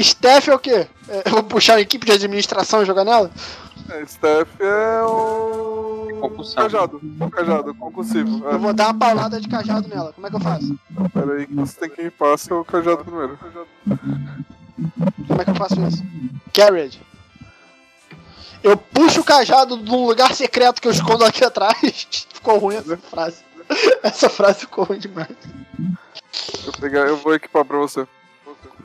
Speaker 3: Steph é o quê? É, Eu vou puxar a equipe de administração e jogar nela?
Speaker 1: É, Steph é o.
Speaker 2: Concussão.
Speaker 1: Cajado. O cajado, concursivo.
Speaker 3: Eu
Speaker 1: É,
Speaker 3: vou dar uma paulada de cajado nela. Como é que eu faço?
Speaker 1: pera aí que você tem que me passa o cajado primeiro.
Speaker 3: Como é que eu faço isso? Carriage. Eu puxo o cajado de um lugar secreto que eu escondo aqui atrás. *laughs* Ficou ruim essa frase. Essa frase ficou ruim demais.
Speaker 1: Eu, pegar, eu vou equipar pra você.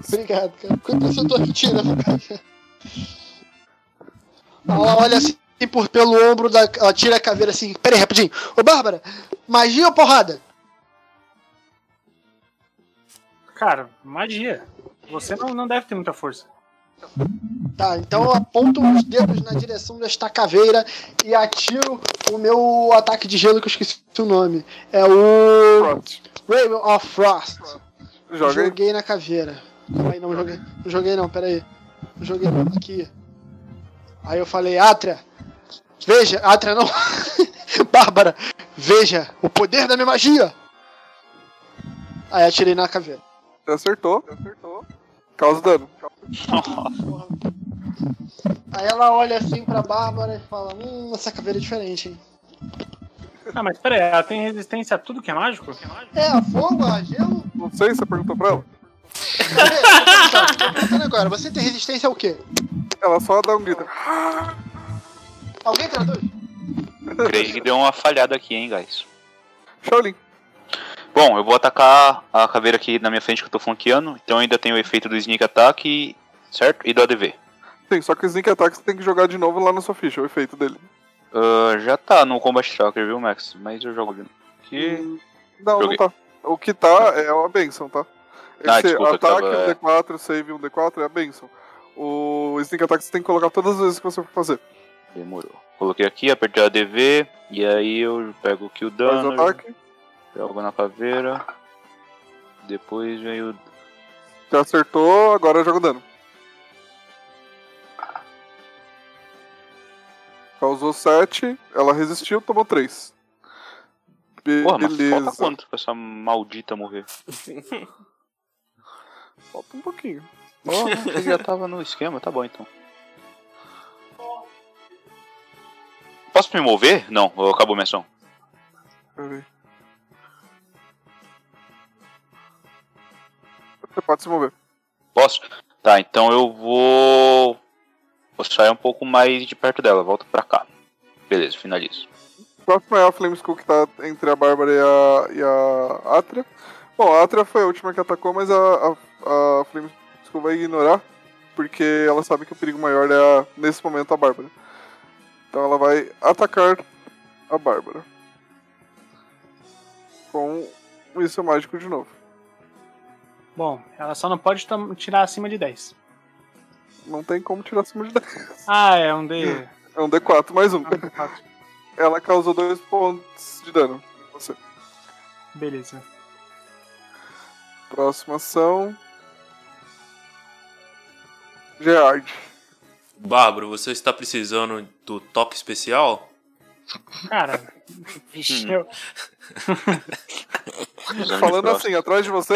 Speaker 3: Obrigado, cara. Quantas eu tô mentindo, cara? Ela olha assim por, pelo ombro da. Ela tira a caveira assim. Pera aí, rapidinho. Ô, Bárbara, magia ou porrada?
Speaker 4: Cara, magia. Você não, não deve ter muita força.
Speaker 3: Tá, então eu aponto os dedos na direção desta caveira e atiro o meu ataque de gelo que eu esqueci o nome. É o.
Speaker 1: Pronto.
Speaker 3: Raven of Frost.
Speaker 1: Joga aí.
Speaker 3: Joguei na caveira. Calma aí, não joguei. Não joguei não, pera aí. Não joguei não, aqui. Aí eu falei, Atra, veja, Atra não. *laughs* Bárbara, veja o poder da minha magia. Aí atirei na caveira.
Speaker 1: Você acertou. Acertou. Causa dano.
Speaker 3: Aí ela olha assim pra Bárbara e fala, hum, essa caveira é diferente, hein?
Speaker 4: Ah, mas peraí, ela tem resistência a tudo que é mágico?
Speaker 3: É, a fogo, a gelo?
Speaker 1: Não sei, você perguntou pra ela.
Speaker 3: Peraí, tô perguntando agora, você tem resistência ao quê?
Speaker 1: Ela só dá um grito.
Speaker 3: Alguém traduz?
Speaker 5: Creio que deu uma falhada aqui, hein, guys.
Speaker 1: *laughs* Shaolin.
Speaker 5: Bom, eu vou atacar a caveira aqui na minha frente que eu tô flanqueando, então ainda tem o efeito do sneak attack, certo? E do ADV.
Speaker 1: Sim, só que o Sneak Attack você tem que jogar de novo lá na sua ficha, o efeito dele.
Speaker 5: Ah, já tá no Combat Tracker, viu, Max? Mas eu jogo de novo. Aqui.
Speaker 1: Hum, Não,
Speaker 5: Joguei.
Speaker 1: não tá. O que tá é uma benção, tá? Esse
Speaker 5: Ah, desculpa, eu
Speaker 1: ataque,
Speaker 5: tava-
Speaker 1: um D4, save, um D4 é a benção. O Sneak Attack você tem que colocar todas as vezes que você for fazer.
Speaker 5: Demorou. Coloquei aqui, apertei o ADV, e aí eu pego o kill
Speaker 1: Faz o
Speaker 5: dano,
Speaker 1: ataque,
Speaker 5: pego na caveira, depois veio o
Speaker 1: já acertou, agora joga o dano. Causou 7, ela resistiu, tomou 3.
Speaker 5: Porra, mas
Speaker 1: Beleza.
Speaker 5: falta quanto pra essa maldita morrer?
Speaker 1: Falta um pouquinho. *laughs*
Speaker 5: Oh, você já tava no esquema, tá bom então. Posso me mover? Não, eu acabo minha ação.
Speaker 1: Peraí. Você pode se mover.
Speaker 5: Posso? Tá, então eu vou. Vou sair um pouco mais de perto dela, volto pra cá. Beleza, finalizo.
Speaker 1: Próxima é a Flame School que tá entre a Bárbara e a, e a Atria. Bom, a Atria foi a última que atacou, mas a, a, a Flame School vai ignorar, porque ela sabe que o perigo maior é, a- nesse momento, a Bárbara. Então ela vai atacar a Bárbara. Com o míssil mágico de novo.
Speaker 4: Bom, ela só não pode tom- tirar acima de 10.
Speaker 1: Não tem como tirar acima de 10.
Speaker 4: Ah, é um D.
Speaker 1: É um D4 mais um.
Speaker 4: Ah, quatro.
Speaker 1: Ela causou dois pontos de dano. em Você.
Speaker 4: Beleza.
Speaker 1: Próxima ação. Gerard.
Speaker 6: Bárbaro, você está precisando do toque especial?
Speaker 4: Cara, vixe, eu,
Speaker 5: Exame
Speaker 1: Falando
Speaker 5: de
Speaker 1: assim, atrás de você,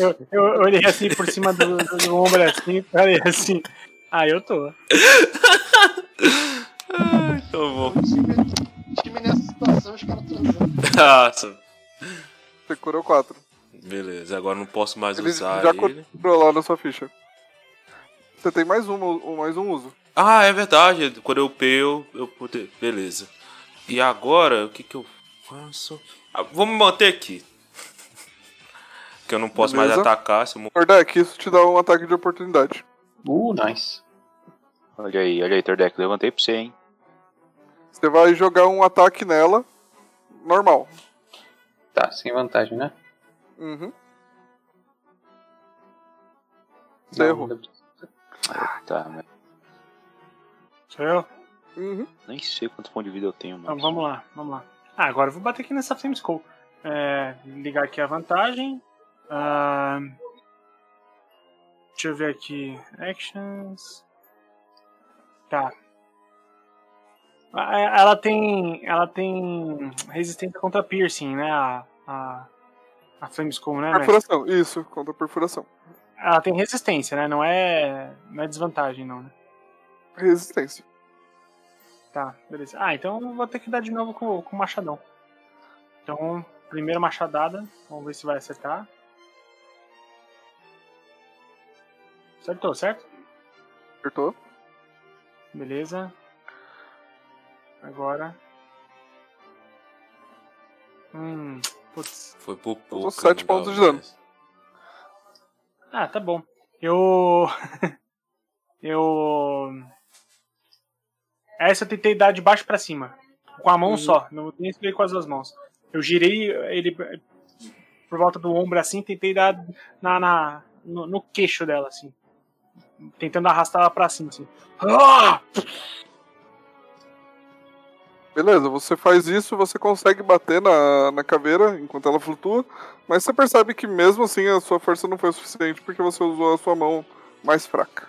Speaker 4: eu, eu olhei assim por cima do, do, do ombro assim, falei assim. Ah, eu tô.
Speaker 6: Então vou.
Speaker 3: Time nessa situação, os caras transando.
Speaker 6: *laughs* Nossa.
Speaker 1: você curou 4.
Speaker 6: Beleza, agora não posso mais
Speaker 1: Ele
Speaker 6: usar
Speaker 1: já
Speaker 6: ele.
Speaker 1: curou lá na sua ficha. Você tem mais, uma, um- mais um uso.
Speaker 6: Ah, é verdade. Quando eu peio, eu poder. Beleza. E agora, o que que eu faço? Ah, vou me manter aqui. *laughs* Que eu não posso mais
Speaker 1: Beleza.
Speaker 6: atacar. Se eu... mo-
Speaker 1: Nordek, isso te dá um ataque de oportunidade.
Speaker 2: Uh, nice.
Speaker 5: cross.
Speaker 1: assim.
Speaker 5: Olha aí, olha aí, Tordek, levantei pra você, hein?
Speaker 1: Você vai jogar um ataque nela, normal.
Speaker 2: Tá, sem vantagem, né?
Speaker 1: Uhum. Você
Speaker 2: Não,
Speaker 1: errou.
Speaker 2: não deu-
Speaker 5: Tá, mas
Speaker 4: Sou eu?
Speaker 1: Uhum.
Speaker 5: nem sei quantos pontos de vida eu tenho,
Speaker 4: Então
Speaker 5: mano.
Speaker 4: vamos lá, vamos lá. Ah, agora eu vou bater aqui nessa Flame Skull. É, ligar aqui a vantagem. Ah, deixa eu ver aqui. Actions. Tá. Ah, é, Ela tem. Ela tem resistência contra piercing, né? A, a, a Flame Skull, né? mestre?
Speaker 1: Perfuração, isso, contra perfuração.
Speaker 4: Ela tem resistência, né? Não é. Não é desvantagem, não, né?
Speaker 1: Resistência.
Speaker 4: Tá, beleza. Ah, então eu vou ter que dar de novo com, com o machadão. Então, primeira machadada. Vamos ver se vai acertar. Acertou, certo?
Speaker 1: Acertou?
Speaker 4: Beleza. Agora. Hum, putz.
Speaker 6: Foi por pouco.
Speaker 1: Tô sete
Speaker 6: não
Speaker 1: pontos
Speaker 6: dá
Speaker 1: de dano.
Speaker 6: mais.
Speaker 4: Ah, tá bom. Eu. *laughs* eu. Essa eu tentei dar de baixo pra cima. Com a mão só. Não nem estudei com as duas mãos. Eu girei ele por volta do ombro assim, tentei dar na, na- no, no queixo dela, assim. Tentando arrastar ela pra cima, assim. Ah!
Speaker 1: Beleza, você faz isso, você consegue bater na, na caveira enquanto ela flutua, mas você percebe que mesmo assim a sua força não foi o suficiente porque você usou a sua mão mais fraca.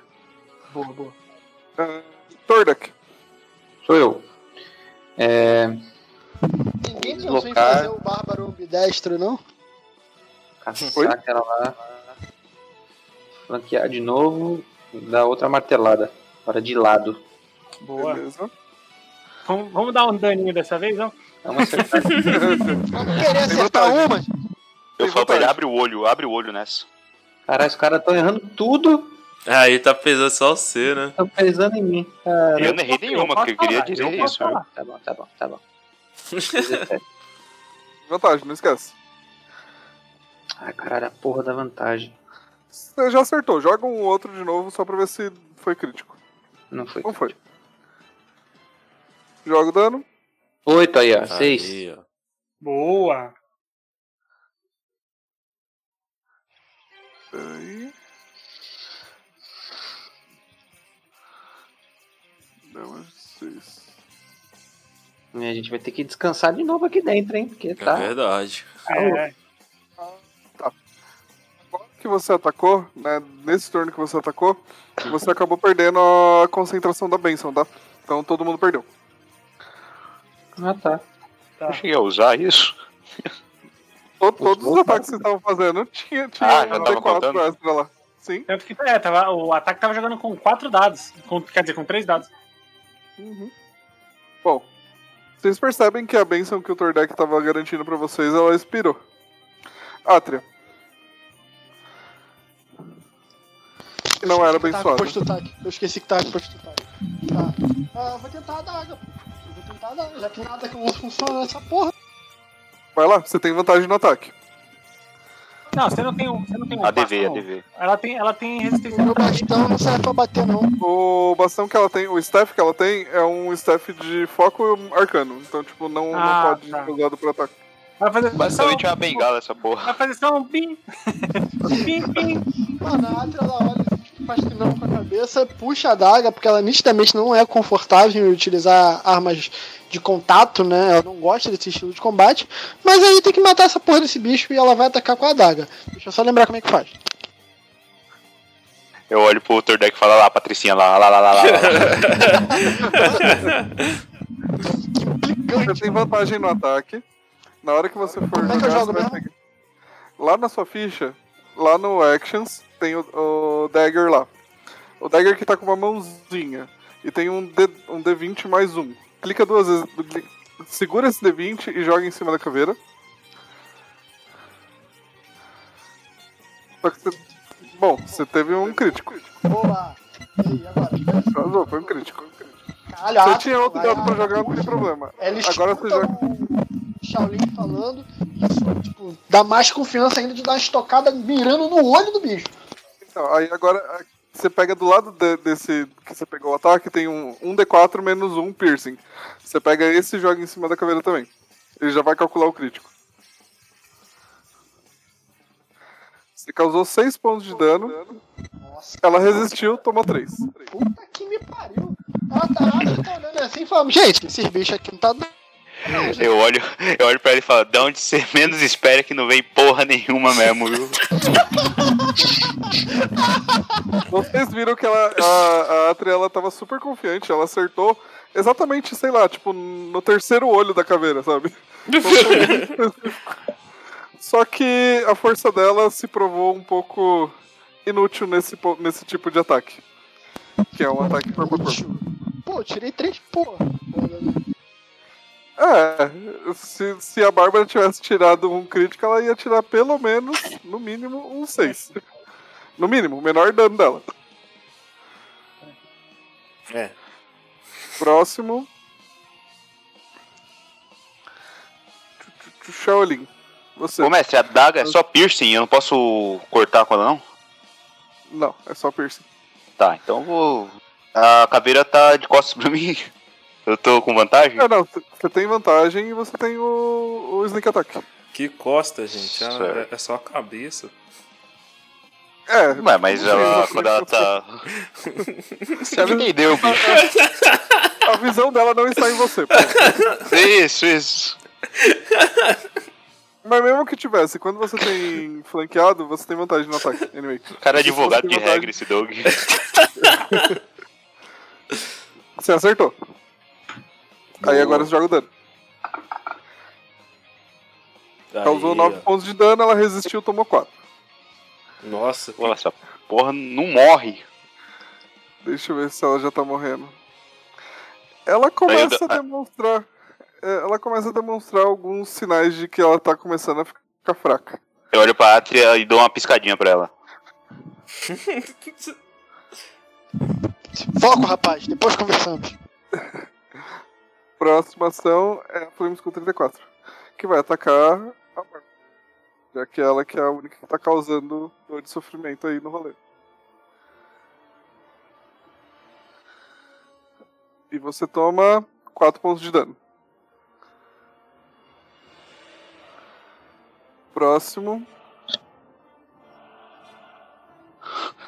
Speaker 4: Boa, boa.
Speaker 1: Ah, Tordek,
Speaker 2: Sou eu. É,
Speaker 3: Ninguém pensou em
Speaker 2: Deslocar.
Speaker 3: fazer o Bárbaro ambidestro, não?
Speaker 1: Oi?
Speaker 2: caçar aquela lá. Flanquear de novo. Dar outra martelada. Para de lado.
Speaker 4: Boa.
Speaker 1: beleza.
Speaker 4: Vamos, vamos dar um daninho dessa vez, não?
Speaker 2: Dá uma acertada.
Speaker 3: Eu não queria acertar
Speaker 1: vantagem.
Speaker 3: uma.
Speaker 5: Eu
Speaker 1: Tem
Speaker 5: falo pra ele,
Speaker 1: vantagem.
Speaker 5: abre o olho, abre o olho nessa.
Speaker 2: Caralho, os caras estão errando tudo.
Speaker 6: Aí tá pesando só o C, né?
Speaker 2: Estão pesando em mim.
Speaker 5: Eu não errei nenhuma, porque eu queria
Speaker 4: posso
Speaker 5: dizer
Speaker 4: falar.
Speaker 5: isso.
Speaker 4: falar.
Speaker 2: Tá bom, tá bom,
Speaker 1: *laughs*
Speaker 2: tá bom. 17.
Speaker 1: Vantagem, não esquece.
Speaker 2: Ai, caralho, a porra da vantagem.
Speaker 1: Você já acertou, joga um outro de novo só pra ver se foi crítico.
Speaker 2: Não foi.
Speaker 1: Não foi. Joga o dano,
Speaker 2: Oito aí, ó.
Speaker 6: Aí,
Speaker 2: É Seis.
Speaker 6: ó.
Speaker 4: Boa.
Speaker 1: Peraí. Dá uma seis.
Speaker 2: E a gente vai ter que descansar de novo aqui dentro, hein? Porque
Speaker 6: É
Speaker 2: tá.
Speaker 6: verdade.
Speaker 4: É,
Speaker 1: Agora que você atacou, né, nesse turno que você atacou, você acabou perdendo a concentração da benção, tá? Então todo mundo perdeu.
Speaker 2: Ah, tá.
Speaker 5: Eu cheguei a usar isso.
Speaker 1: To- todos os ataques que vocês estavam fazendo tinha, tinha
Speaker 5: Ah, já tava contando?
Speaker 1: D4 extra lá. Sim.
Speaker 4: tanto que, é tava, o ataque tava jogando com quatro dados. Com- quer dizer, com três dados.
Speaker 1: Bom, vocês percebem que a benção que o Tordek tava garantindo pra vocês, ela expirou. Atria. Que não era
Speaker 3: Tava com
Speaker 1: abençoada.
Speaker 3: Tá, posto ataque. Eu esqueci que tava com posto ataque. Tá. Ah, eu vou tentar a daga, pô. Eu vou tentar a daga, já que nada que eu uso funciona nessa porra.
Speaker 1: Vai lá, você tem vantagem no ataque.
Speaker 4: Não, você não tem um. Você não tem um
Speaker 5: ADV,
Speaker 4: bastão.
Speaker 5: ADV.
Speaker 4: Ela tem, ela tem resistência.
Speaker 3: Meu bastão não serve pra bater, não.
Speaker 4: Uhum.
Speaker 1: O bastão que ela tem, o staff que ela tem, é um staff de foco arcano. Então, tipo, não,
Speaker 4: Ah,
Speaker 1: não pode
Speaker 4: tá.
Speaker 1: ser usado pra ataque.
Speaker 4: Vai fazer.
Speaker 5: Basicamente é
Speaker 4: só- um
Speaker 5: uma bengala essa porra.
Speaker 4: Vai fazer só um
Speaker 5: *laughs*
Speaker 4: pim. pim, pim.
Speaker 3: Mano, a Atra, ela olha assim, faz que não com a cabeça, puxa a daga, porque ela nitidamente não é confortável em utilizar armas de contato, né? Ela não gosta desse estilo de combate. Mas aí tem que matar essa porra desse bicho e ela vai atacar com a adaga. Deixa eu só lembrar como é que faz.
Speaker 5: Eu olho pro Tordek e falo "Olha lá, Patricinha, lá, lá, lá, lá,
Speaker 4: *laughs*
Speaker 5: lá. lá."
Speaker 1: Você tem vantagem no ataque. Na hora que você for
Speaker 3: Como é que eu
Speaker 1: jogar, você
Speaker 3: jogo
Speaker 1: vai
Speaker 3: mesmo?
Speaker 1: pegar- Lá na sua ficha, lá no Actions, tem o, o Dagger lá. O Dagger que tá com uma mãozinha. E tem um, D, um D20 mais um. Clica duas vezes. do- cli- Segura esse D20 e joga em cima da caveira. Só que você... Bom, você teve um crítico.
Speaker 3: Boa! E aí, agora?
Speaker 1: Arrasou, foi um crítico.
Speaker 3: Caralho, a
Speaker 1: Você
Speaker 3: Atra
Speaker 1: tinha outro
Speaker 3: vai
Speaker 1: dado pra
Speaker 3: lá.
Speaker 1: jogar, não tem problema.
Speaker 3: Tá. Ela
Speaker 1: Agora
Speaker 3: escuta
Speaker 1: você joga.
Speaker 3: o Shaolin falando e isso, tipo, dá mais confiança ainda de dar uma estocada mirando no olho do bicho.
Speaker 1: Então, aí agora a- você pega do lado de- desse que você pegou o ataque, tem um, um D4 menos um piercing. Você pega esse e joga em cima da caveira também. Ele já vai calcular o crítico. Você causou 6 pontos de dano,
Speaker 3: Nossa,
Speaker 1: ela resistiu, tomou 3.
Speaker 3: puta que me pariu. Ela tá, ela tá olhando assim e falando, gente, esses bichos aqui não tá dando.
Speaker 5: Eu olho, eu olho pra ele e falo, dá onde você menos espera que não vem porra nenhuma mesmo, viu?
Speaker 1: Vocês viram que ela, a, a Atria ela tava super confiante, ela acertou exatamente, sei lá, tipo, no terceiro olho da caveira, sabe? Só que a força dela se provou um pouco inútil nesse, po- nesse tipo de ataque. Que é um ataque corpo a corpo.
Speaker 3: Pô, eu tirei três, porra.
Speaker 1: É, se, se a Bárbara tivesse tirado um crítico, ela ia tirar pelo menos, no mínimo, um 6. No mínimo, o menor dano dela.
Speaker 6: É.
Speaker 1: Próximo. Shaolin. Você.
Speaker 5: Ô, mestre, a daga é só piercing, eu não posso cortar com ela, não?
Speaker 1: Não, é só piercing.
Speaker 5: Tá, então eu vou... A caveira tá de costas pra mim. Eu tô com vantagem?
Speaker 1: Ah, não, c- você tem vantagem e você tem o, o sneak attack.
Speaker 6: Que costa, gente. Ah,
Speaker 5: Certo.
Speaker 6: é, é só a cabeça.
Speaker 1: É,
Speaker 5: Ué, mas ela, quando ela tá... Você me entendeu, bicho.
Speaker 1: a visão dela não está em você. pô.
Speaker 5: Isso, isso.
Speaker 1: Mas mesmo que tivesse, quando você tem flanqueado, você tem vantagem no ataque. Anyway.
Speaker 5: Cara é advogado de
Speaker 1: Você tem vantagem.
Speaker 5: regra esse Doug.
Speaker 1: Você acertou. Aí
Speaker 6: Boa.
Speaker 1: agora você joga o dano.
Speaker 6: Aí,
Speaker 1: Causou
Speaker 6: ó.
Speaker 1: 9 pontos de dano, ela resistiu, tomou 4.
Speaker 6: Nossa, que-
Speaker 5: Pô, essa porra não morre.
Speaker 1: Deixa eu ver se ela já tá morrendo. Ela começa
Speaker 5: dou-
Speaker 1: a
Speaker 6: ah.
Speaker 1: demonstrar. é, Ela começa a demonstrar alguns sinais de que ela tá começando a ficar fraca.
Speaker 5: Eu olho pra Atria e dou uma piscadinha pra ela.
Speaker 3: Foco, rapaz, depois conversamos.
Speaker 1: Próxima ação é a Flames com 34. Que vai atacar a Bárbara. Já que ela que é a única que tá causando dor de sofrimento aí no rolê. E você toma 4 pontos de dano. Próximo.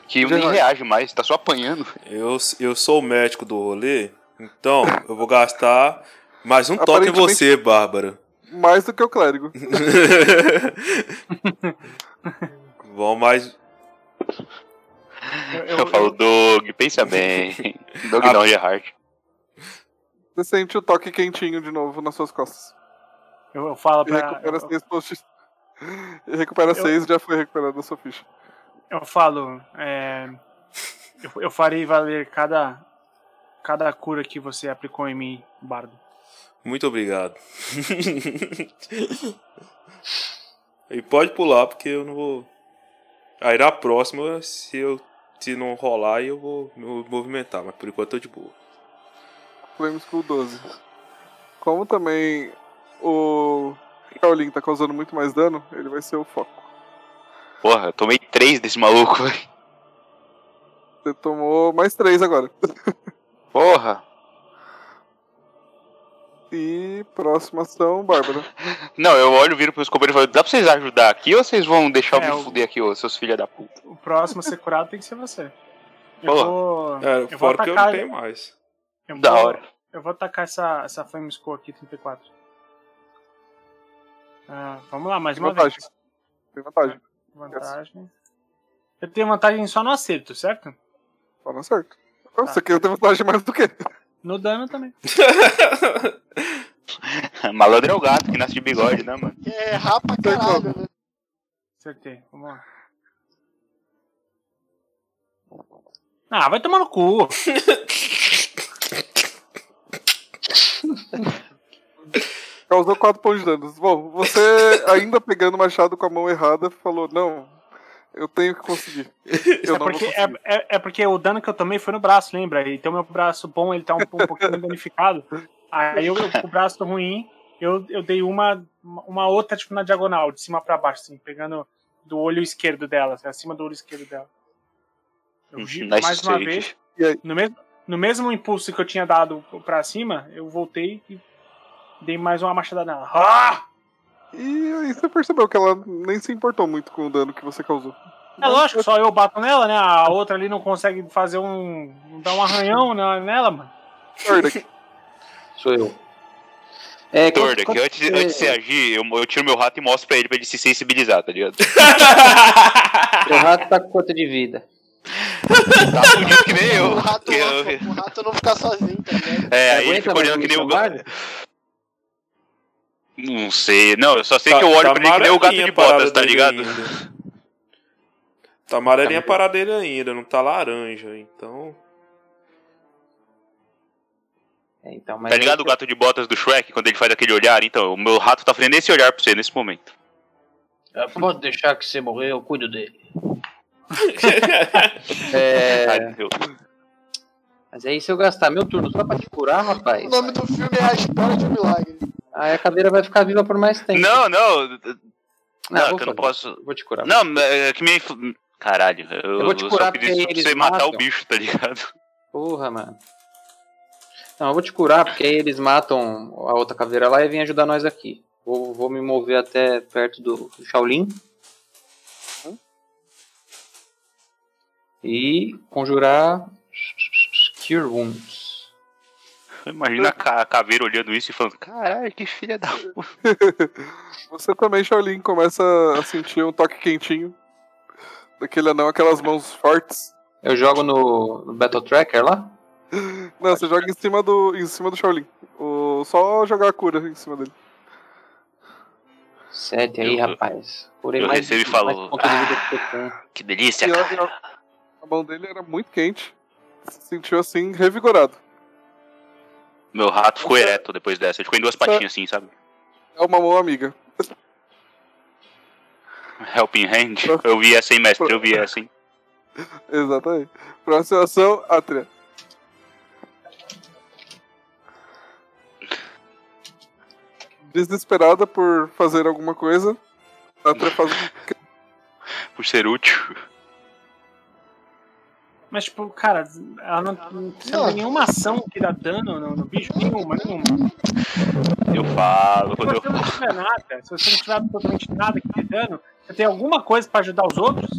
Speaker 5: Que nem
Speaker 1: Verdade.
Speaker 5: reage mais, tá só apanhando.
Speaker 6: Eu, eu sou o médico do rolê, então eu vou gastar mais um toque em
Speaker 1: Aparentemente-
Speaker 6: você, Bárbara.
Speaker 1: Mais do que o clérigo.
Speaker 6: *laughs* Bom, mais.
Speaker 4: Eu,
Speaker 5: Eu,
Speaker 4: eu-
Speaker 5: falo, Doug, pensa bem. Doug
Speaker 6: Ah.
Speaker 5: não, Gerhard.
Speaker 1: Você sente o toque quentinho de novo nas suas costas.
Speaker 4: eu- eu falo
Speaker 1: E
Speaker 4: pra.
Speaker 1: recupera
Speaker 4: Eu,
Speaker 5: assim.
Speaker 1: seis pontos. *laughs* E recupera
Speaker 4: Eu-
Speaker 1: seis, já foi recuperado da sua ficha.
Speaker 4: eu falo. é, eu, eu farei valer cada. Cada cura que você aplicou em mim, Bardo.
Speaker 6: Muito obrigado. *laughs* e pode pular, porque eu não vou. Aí na próxima, se eu se não rolar, eu vou me movimentar, mas por enquanto eu tô de boa.
Speaker 1: Flame School 12. Como também o Shaolin tá causando muito mais dano, ele vai ser o foco.
Speaker 5: Porra, eu tomei três desse maluco. velho.
Speaker 1: Você tomou mais três agora.
Speaker 5: Porra.
Speaker 1: E próxima ação, Bárbara.
Speaker 5: Não, eu olho, viro pros companheiros e falo, dá pra vocês ajudar aqui ou vocês vão deixar
Speaker 4: É,
Speaker 5: eu
Speaker 4: o-
Speaker 5: me fuder aqui, ô, seus filha da puta?
Speaker 4: O próximo a ser curado tem que ser você. Eu
Speaker 5: Boa.
Speaker 4: vou.
Speaker 6: É,
Speaker 4: eu vou
Speaker 6: fora que eu
Speaker 4: atacar.
Speaker 6: não tenho mais.
Speaker 4: eu
Speaker 5: Da
Speaker 4: vou-
Speaker 5: hora. *laughs*
Speaker 4: Eu vou atacar essa, essa Flame Skull aqui, 34. Ah, vamos lá, mais
Speaker 1: Tem
Speaker 4: uma
Speaker 1: vantagem.
Speaker 4: vez. É.
Speaker 1: Tem vantagem.
Speaker 4: Vantagem. Eu tenho vantagem só no acerto, certo?
Speaker 1: Tá na certo. Nossa, Você quer ter vantagem mais do que?
Speaker 4: No dano também.
Speaker 5: Malandro é o gato que nasce de bigode, né, mano?
Speaker 3: É errar pra caralho, né?
Speaker 4: Acertei. Vamos lá. Ah, vai tomar no cu.
Speaker 1: Causou 4 pontos de danos. Bom,
Speaker 4: *laughs*
Speaker 1: você ainda pegando o machado com a mão errada, falou: Não, eu tenho que conseguir. Eu não
Speaker 4: é,
Speaker 1: vou
Speaker 4: porque,
Speaker 1: conseguir.
Speaker 4: é, é- é porque o dano que eu tomei foi no braço, lembra? Então meu braço bom, ele tá um,
Speaker 1: *laughs*
Speaker 4: um pouquinho danificado. Aí eu, eu com o braço ruim, eu, eu dei uma, uma outra, tipo, na diagonal, de cima pra baixo, assim, pegando do olho esquerdo dela, assim, acima do olho esquerdo dela.
Speaker 1: Hum,
Speaker 4: Eu giro
Speaker 5: Um Nice
Speaker 4: mais uma
Speaker 5: save.
Speaker 4: vez.
Speaker 1: E aí?
Speaker 4: No mesmo, no mesmo impulso que eu tinha dado pra cima, eu voltei e dei mais uma machadada nela. Ah!
Speaker 1: E aí você percebeu que ela nem se importou muito com o dano que você causou.
Speaker 4: É lógico, só eu bato nela, né? A outra ali não consegue fazer um. dar um arranhão na- nela, mano.
Speaker 1: Tordek,
Speaker 2: Sou eu. É, quanto-
Speaker 5: Torda, que
Speaker 2: quanto-
Speaker 5: antes, antes de você agir, eu, eu tiro meu rato e mostro pra ele pra ele se sensibilizar, tá ligado? *laughs*
Speaker 2: O rato tá com quanto de vida?
Speaker 5: Tá fudido que nem eu.
Speaker 3: O rato,
Speaker 5: Eu-
Speaker 3: não- o rato não ficar sozinho, tá ligado?
Speaker 5: É, aí ele
Speaker 2: Aguenta
Speaker 5: fica
Speaker 2: mais
Speaker 5: olhando
Speaker 2: um
Speaker 5: que nem o gato.
Speaker 2: trabalho?
Speaker 5: Não sei, não, eu só sei
Speaker 6: Tá-
Speaker 5: que eu olho
Speaker 6: tá
Speaker 5: pra ele que nem o gato
Speaker 6: amarelinha
Speaker 5: de
Speaker 6: a parada
Speaker 5: botas, tá
Speaker 6: dele
Speaker 5: ligado?
Speaker 6: ainda. Tá amarelinha a parada dele ainda, não tá laranja, então.
Speaker 2: É, então, mas
Speaker 5: Tá ligado o gato de botas do Shrek quando ele faz aquele olhar? Então, o meu rato tá fazendo esse olhar pra você nesse momento.
Speaker 7: Ah,
Speaker 2: Pode deixar que você morrer, eu cuido dele.
Speaker 5: Ah,
Speaker 2: É,
Speaker 5: eu-
Speaker 2: mas aí se eu gastar meu turno só pra te curar, rapaz,
Speaker 3: O nome do filme é A Espera de um Milagre.
Speaker 2: aí a cadeira vai ficar viva por mais tempo.
Speaker 5: Não, não, não,
Speaker 2: não,
Speaker 5: que eu não posso.
Speaker 2: Vou te curar.
Speaker 5: Não, é que me. Caralho, eu,
Speaker 2: Eu vou te
Speaker 5: eu
Speaker 2: curar
Speaker 5: só
Speaker 2: porque
Speaker 5: pedi isso pra
Speaker 2: eles
Speaker 5: você matar o
Speaker 2: matam.
Speaker 5: bicho, tá ligado? *laughs*
Speaker 2: Porra, mano. Não, eu vou te curar, porque aí eles matam a outra caveira lá e vêm ajudar nós aqui. Vou, vou me mover até perto do, do Shaolin. E conjurar Cure Wounds.
Speaker 5: Imagina a ca- caveira olhando isso e falando: caralho, que filha da puta.
Speaker 1: você também, Shaolin, começa a sentir um toque quentinho. Daquele anão, aquelas mãos fortes.
Speaker 2: Eu jogo no, no Battle Tracker lá?
Speaker 1: Não, você joga em cima do, em cima do Shaolin. O, só jogar a cura em cima dele.
Speaker 2: Sete aí,
Speaker 5: Eu-
Speaker 2: rapaz. Curei
Speaker 5: eu
Speaker 2: mais
Speaker 5: recebo e
Speaker 2: mais
Speaker 5: falo,
Speaker 2: ponto de
Speaker 5: "Ah".
Speaker 2: vida que eu tenho.
Speaker 5: Que delícia,
Speaker 1: E
Speaker 5: cara.
Speaker 1: a, a- a mão dele era muito quente. Se sentiu assim, revigorado.
Speaker 5: Meu rato ficou ereto depois dessa. Ele ficou em duas patinhas assim, sabe?
Speaker 1: É uma mão amiga.
Speaker 5: Helping Hand. Eu vi essa, hein, mestre? Eu vi essa, hein?
Speaker 1: Exatamente. Próxima ação, Atria. Desesperada por fazer alguma coisa, um- Atria faz.
Speaker 5: Por ser útil.
Speaker 4: Mas, tipo, cara, ela não, não precisa
Speaker 3: Não.
Speaker 4: de nenhuma ação que dá dano no, no bicho. Nenhuma, nenhuma.
Speaker 5: Eu falo,
Speaker 4: Se
Speaker 5: eu
Speaker 4: você não tiver nada, se você não tiver absolutamente nada que dê dano, você tem alguma coisa pra ajudar os outros?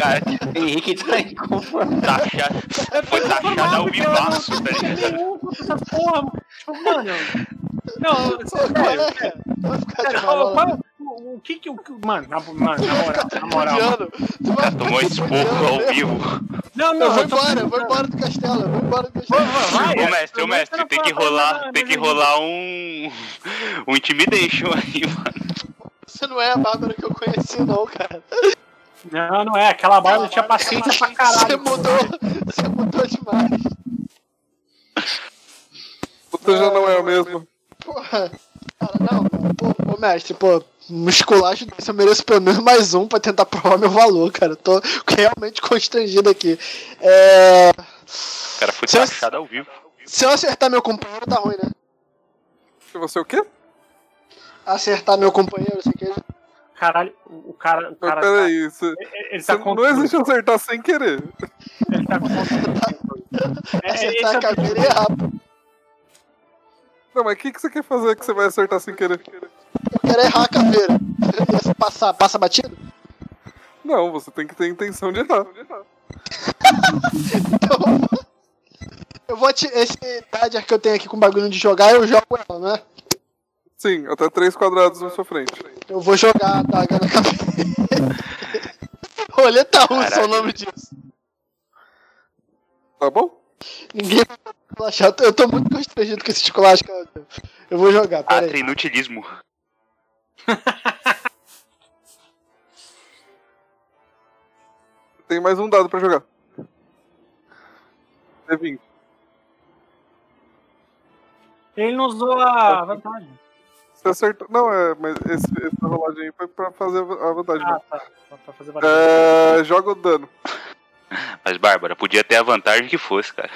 Speaker 5: cara, *laughs*
Speaker 2: Henrique tá *laughs* inconformado.
Speaker 5: taxa,
Speaker 4: É
Speaker 5: foi taxada ao vivaço, tá
Speaker 4: Não tem
Speaker 5: ligado?
Speaker 4: nenhum contra essa porra, mano. Tipo, mano. Não, eu- sério,
Speaker 3: Caraca,
Speaker 4: sério,
Speaker 3: Vai ficar de
Speaker 4: sério,
Speaker 3: maluco.
Speaker 4: qual- o- O que que o. que o- Mano, na, mano, na moral, na moral.
Speaker 3: Fudiano. Tu vai
Speaker 5: Cara, tomou
Speaker 3: ficar
Speaker 5: esse porco
Speaker 3: fudiano
Speaker 5: ao
Speaker 3: mesmo.
Speaker 5: vivo.
Speaker 4: Não, não,
Speaker 3: Eu vou
Speaker 4: eu tô-
Speaker 3: embora, eu vou embora do castelo, eu vou embora do castelo.
Speaker 4: vai.
Speaker 5: Ô mestre, ô
Speaker 4: eu
Speaker 5: mestre,
Speaker 4: não
Speaker 5: tem que
Speaker 4: falo pra
Speaker 5: rolar,
Speaker 4: nada,
Speaker 5: tem que
Speaker 4: né,
Speaker 5: rolar um. *laughs* um intimidation aí, mano.
Speaker 3: Você não é a Bárbara que eu conheci, não, cara.
Speaker 4: Não, não é. Aquela barba eu tinha paciência pra caralho.
Speaker 3: Você mudou, você mudou demais.
Speaker 1: Você já não é o mesmo.
Speaker 3: Porra. Cara, não, pô, ô, mestre, pô, muscular, eu mereço pelo menos mais um pra tentar provar meu valor, cara. Eu Tô realmente constrangido aqui. É.
Speaker 5: O cara foi
Speaker 3: Você-
Speaker 5: taxado ao vivo.
Speaker 3: Se eu acertar meu companheiro, tá ruim, né?
Speaker 1: Se você o quê?
Speaker 3: Acertar meu companheiro, sei que.
Speaker 4: Caralho, o o cara. O
Speaker 1: Mas
Speaker 4: cara tá,
Speaker 1: peraí, você,
Speaker 4: ele- ele
Speaker 1: você
Speaker 4: tá
Speaker 1: não existe acertar sem querer.
Speaker 4: Ele tá com é, esse
Speaker 3: Acertar
Speaker 4: é
Speaker 3: a
Speaker 4: o
Speaker 3: caveira é rápido.
Speaker 1: Não, mas o que, que você quer fazer que você vai acertar sem querer?
Speaker 3: Eu quero errar a caveira. Ia Passar, passa batido?
Speaker 1: Não, você tem que ter intenção de errar.
Speaker 3: Então. Eu vou atirar. Esse dado que eu tenho aqui com o bagulho de jogar, eu jogo ela, né?
Speaker 1: Sim, até três quadrados na sua frente.
Speaker 3: Eu vou jogar a adaga na cabeça. *laughs* Roleta russa é o
Speaker 5: Caralho.
Speaker 3: nome disso.
Speaker 1: Tá bom?
Speaker 3: Ninguém vai relaxar. Eu tô- Eu tô muito constrangido com esse chocolate, cara. Eu vou jogar,
Speaker 5: Ah,
Speaker 3: peraí.
Speaker 5: inutilismo.
Speaker 1: Tem mais um dado pra jogar. É 20.
Speaker 4: Ele não usou a vantagem.
Speaker 1: Você acertou. Não, é, mas esse, essa rolagem aí foi pra fazer a vantagem.
Speaker 4: Ah,
Speaker 1: mesmo.
Speaker 4: tá. Pra- Pra fazer barulho.
Speaker 1: É, joga o dano.
Speaker 5: Mas, Bárbara, podia ter a vantagem que fosse, cara.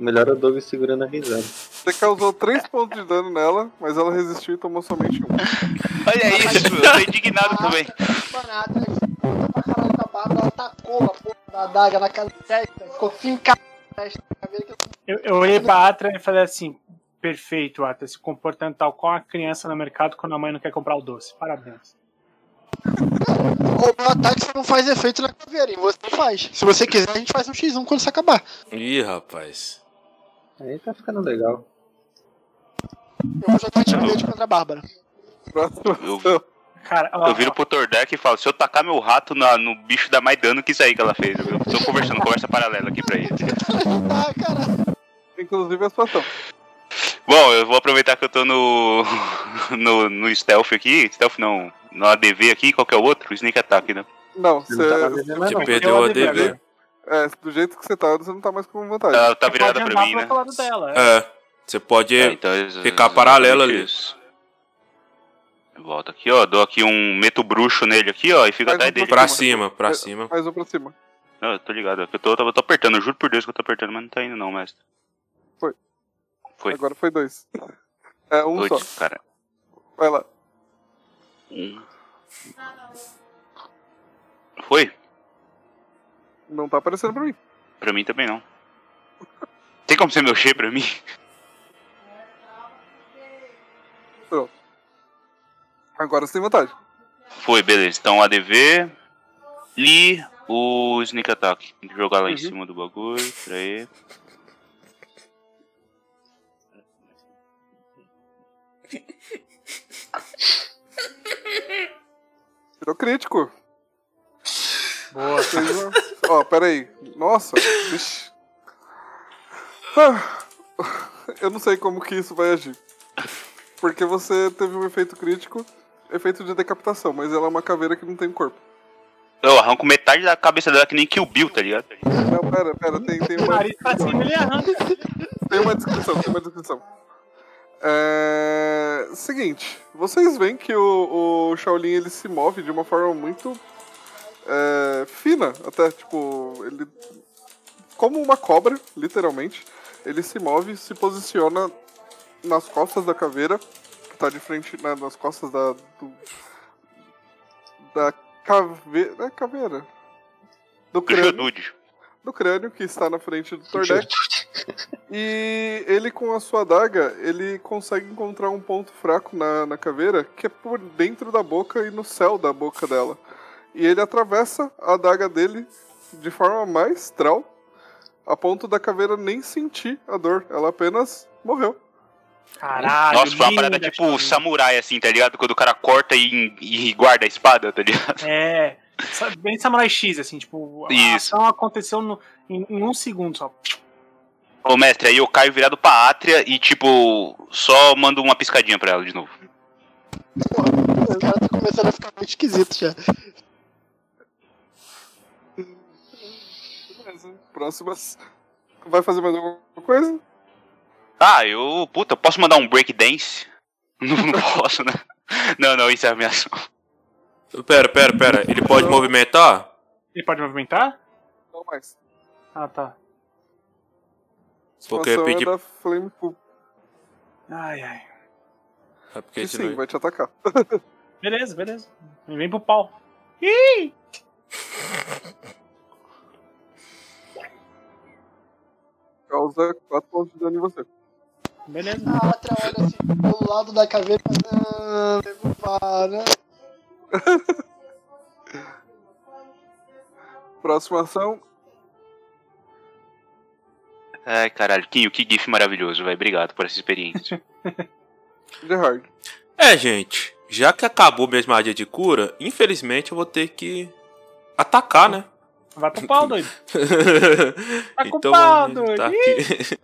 Speaker 2: Melhor o Doug segurando a risada.
Speaker 1: Você causou 3 pontos de dano nela, mas ela resistiu e tomou somente um.
Speaker 5: Olha isso, *laughs* eu tô indignado Ah, também.
Speaker 3: Parada, né? pra caralho com a barba, ela tacou a porra da adaga na cara testa, ficou fincada na testa da tá? caveira que eu
Speaker 4: Eu, eu olhei pra Atra e falei assim: perfeito, Atra, se comportando tal qual a criança no mercado quando a mãe não quer comprar o doce. Parabéns.
Speaker 3: Ô, meu ataque você não faz efeito na caveira, e você faz. Se você quiser, a gente faz um X1 quando isso acabar.
Speaker 6: Ih, rapaz.
Speaker 2: Aí tá ficando legal.
Speaker 3: Eu vou jogar time verde contra a Bárbara.
Speaker 1: Próxima
Speaker 5: Eu-
Speaker 1: ação.
Speaker 4: Cara, ó,
Speaker 5: Eu viro pro Tordek e falo, se eu tacar meu rato na- no bicho, dá mais dano que isso aí que ela fez. Eu tô conversando, conversa paralela aqui pra ele.
Speaker 3: Ah, caralho.
Speaker 1: Inclusive a sua ação.
Speaker 5: Bom, eu vou aproveitar que eu tô no. *laughs* no, no stealth aqui. Stealth não. No ADV aqui, qual que é o outro? Sneak attack, né?
Speaker 1: Não,
Speaker 2: Você não tá
Speaker 1: você.
Speaker 2: fazendo
Speaker 4: é
Speaker 2: mais
Speaker 6: Você
Speaker 2: não.
Speaker 6: perdeu o ADV.
Speaker 1: É, do jeito que você tá, você não tá mais com vantagem.
Speaker 5: Ela tá
Speaker 4: você pode
Speaker 5: virada
Speaker 4: andar
Speaker 5: pra mim,
Speaker 4: pro
Speaker 5: né?
Speaker 4: outro lado dela. é.
Speaker 6: É. Você pode.
Speaker 5: É, então, ex-
Speaker 6: ficar
Speaker 5: exatamente
Speaker 6: paralelo ali.
Speaker 5: isso. Eu volto aqui, ó. Dou aqui um meto bruxo nele aqui, ó. E fico
Speaker 1: Faz
Speaker 5: atrás
Speaker 1: um
Speaker 5: dele.
Speaker 6: Pra
Speaker 1: Mas-
Speaker 6: cima, pra
Speaker 1: mas-
Speaker 6: cima.
Speaker 1: Mais um pra cima.
Speaker 5: Não, eu tô ligado. é que Eu tô, eu tô apertando, eu juro por Deus que eu tô apertando, mas não tá indo não, mestre.
Speaker 1: Foi.
Speaker 5: Foi.
Speaker 1: Agora foi dois. É, um só.
Speaker 5: Putz, cara.
Speaker 1: Vai lá.
Speaker 5: Um. Foi?
Speaker 1: Não tá aparecendo pra mim.
Speaker 5: Pra mim também não. Tem como ser meu cheio pra mim?
Speaker 1: Agora você tem vantagem.
Speaker 5: Foi, beleza. Então ADV. E o Sneak Attack. Tem que jogar lá em cima do bagulho. Pera aí.
Speaker 1: Tirou crítico.
Speaker 4: Boa.
Speaker 1: Fez uma- Ó, peraí. Nossa. Ixi. Ah, Eu não sei como que isso vai agir. Porque você teve um efeito crítico, efeito de decapitação, mas ela é uma caveira que não tem corpo.
Speaker 5: Eu arranco metade da cabeça dela que nem Kill Bill, tá ligado?
Speaker 1: Não, pera, pera, tem, tem
Speaker 4: O tá
Speaker 1: uma
Speaker 4: nariz pra cima ele arranca.
Speaker 1: Tem uma descrição, tem uma descrição. É... Seguinte, vocês veem que o, o Shaolin ele se move de uma forma muito é, fina, até tipo ele como uma cobra, literalmente. Ele se move, se posiciona nas costas da caveira que tá de frente né, nas costas da do, da caveira. É caveira. Do
Speaker 5: Do
Speaker 1: crânio,
Speaker 5: Geodude.
Speaker 1: do crânio que está na frente do Tordek. *laughs* E ele, com a sua adaga, ele consegue encontrar um ponto fraco na, na caveira, que é por dentro da boca e no céu da boca dela. E ele atravessa a adaga dele de forma maestral, a ponto da caveira nem sentir a dor, ela apenas morreu.
Speaker 4: Caralho,
Speaker 5: Nossa, foi uma parada
Speaker 4: linda,
Speaker 5: tipo
Speaker 4: Chapolin.
Speaker 5: samurai, assim, tá ligado? Quando o cara corta e, e guarda a espada, tá ligado?
Speaker 4: É. sa- Bem Samurai X, assim, tipo, a
Speaker 5: Isso.
Speaker 4: ação aconteceu no- em, em um segundo só.
Speaker 5: Ô, mestre, aí eu caio virado pra Átria e, tipo, só mando uma piscadinha pra ela de novo.
Speaker 3: O cara tá começando a ficar meio esquisito já.
Speaker 1: Beleza. Próximas. Vai fazer mais alguma coisa?
Speaker 5: Ah, eu. Puta, posso mandar um break dance? *laughs* Não, não posso, né? Não, não, isso é minha ação.
Speaker 6: Pera, pera, pera. Ele pode movimentar?
Speaker 4: Ele pode movimentar?
Speaker 1: Não mais.
Speaker 4: Ah, tá.
Speaker 6: Porque
Speaker 1: Expansão
Speaker 6: eu
Speaker 1: é
Speaker 6: pedi-
Speaker 1: da Flame Pool,
Speaker 4: Ai, ai.
Speaker 6: É porque
Speaker 1: que
Speaker 6: a gente
Speaker 1: sim,
Speaker 6: não-
Speaker 1: vai te atacar.
Speaker 4: Beleza, beleza. Me vem pro pau.
Speaker 1: Causa 4 pontos de dano em você.
Speaker 4: Beleza.
Speaker 3: A outra olha assim pelo lado da caveira. Ah, pegou para.
Speaker 1: Próxima ação.
Speaker 5: Ai, caralho, Kinho, que gif maravilhoso, velho. Obrigado por essa experiência.
Speaker 1: Gerard.
Speaker 6: É, gente. Já que acabou minha magia de cura, infelizmente eu vou ter que atacar, né?
Speaker 4: Vai pro pau,
Speaker 5: *laughs*
Speaker 4: doido.
Speaker 6: *laughs* tá
Speaker 4: culpado,
Speaker 6: aqui.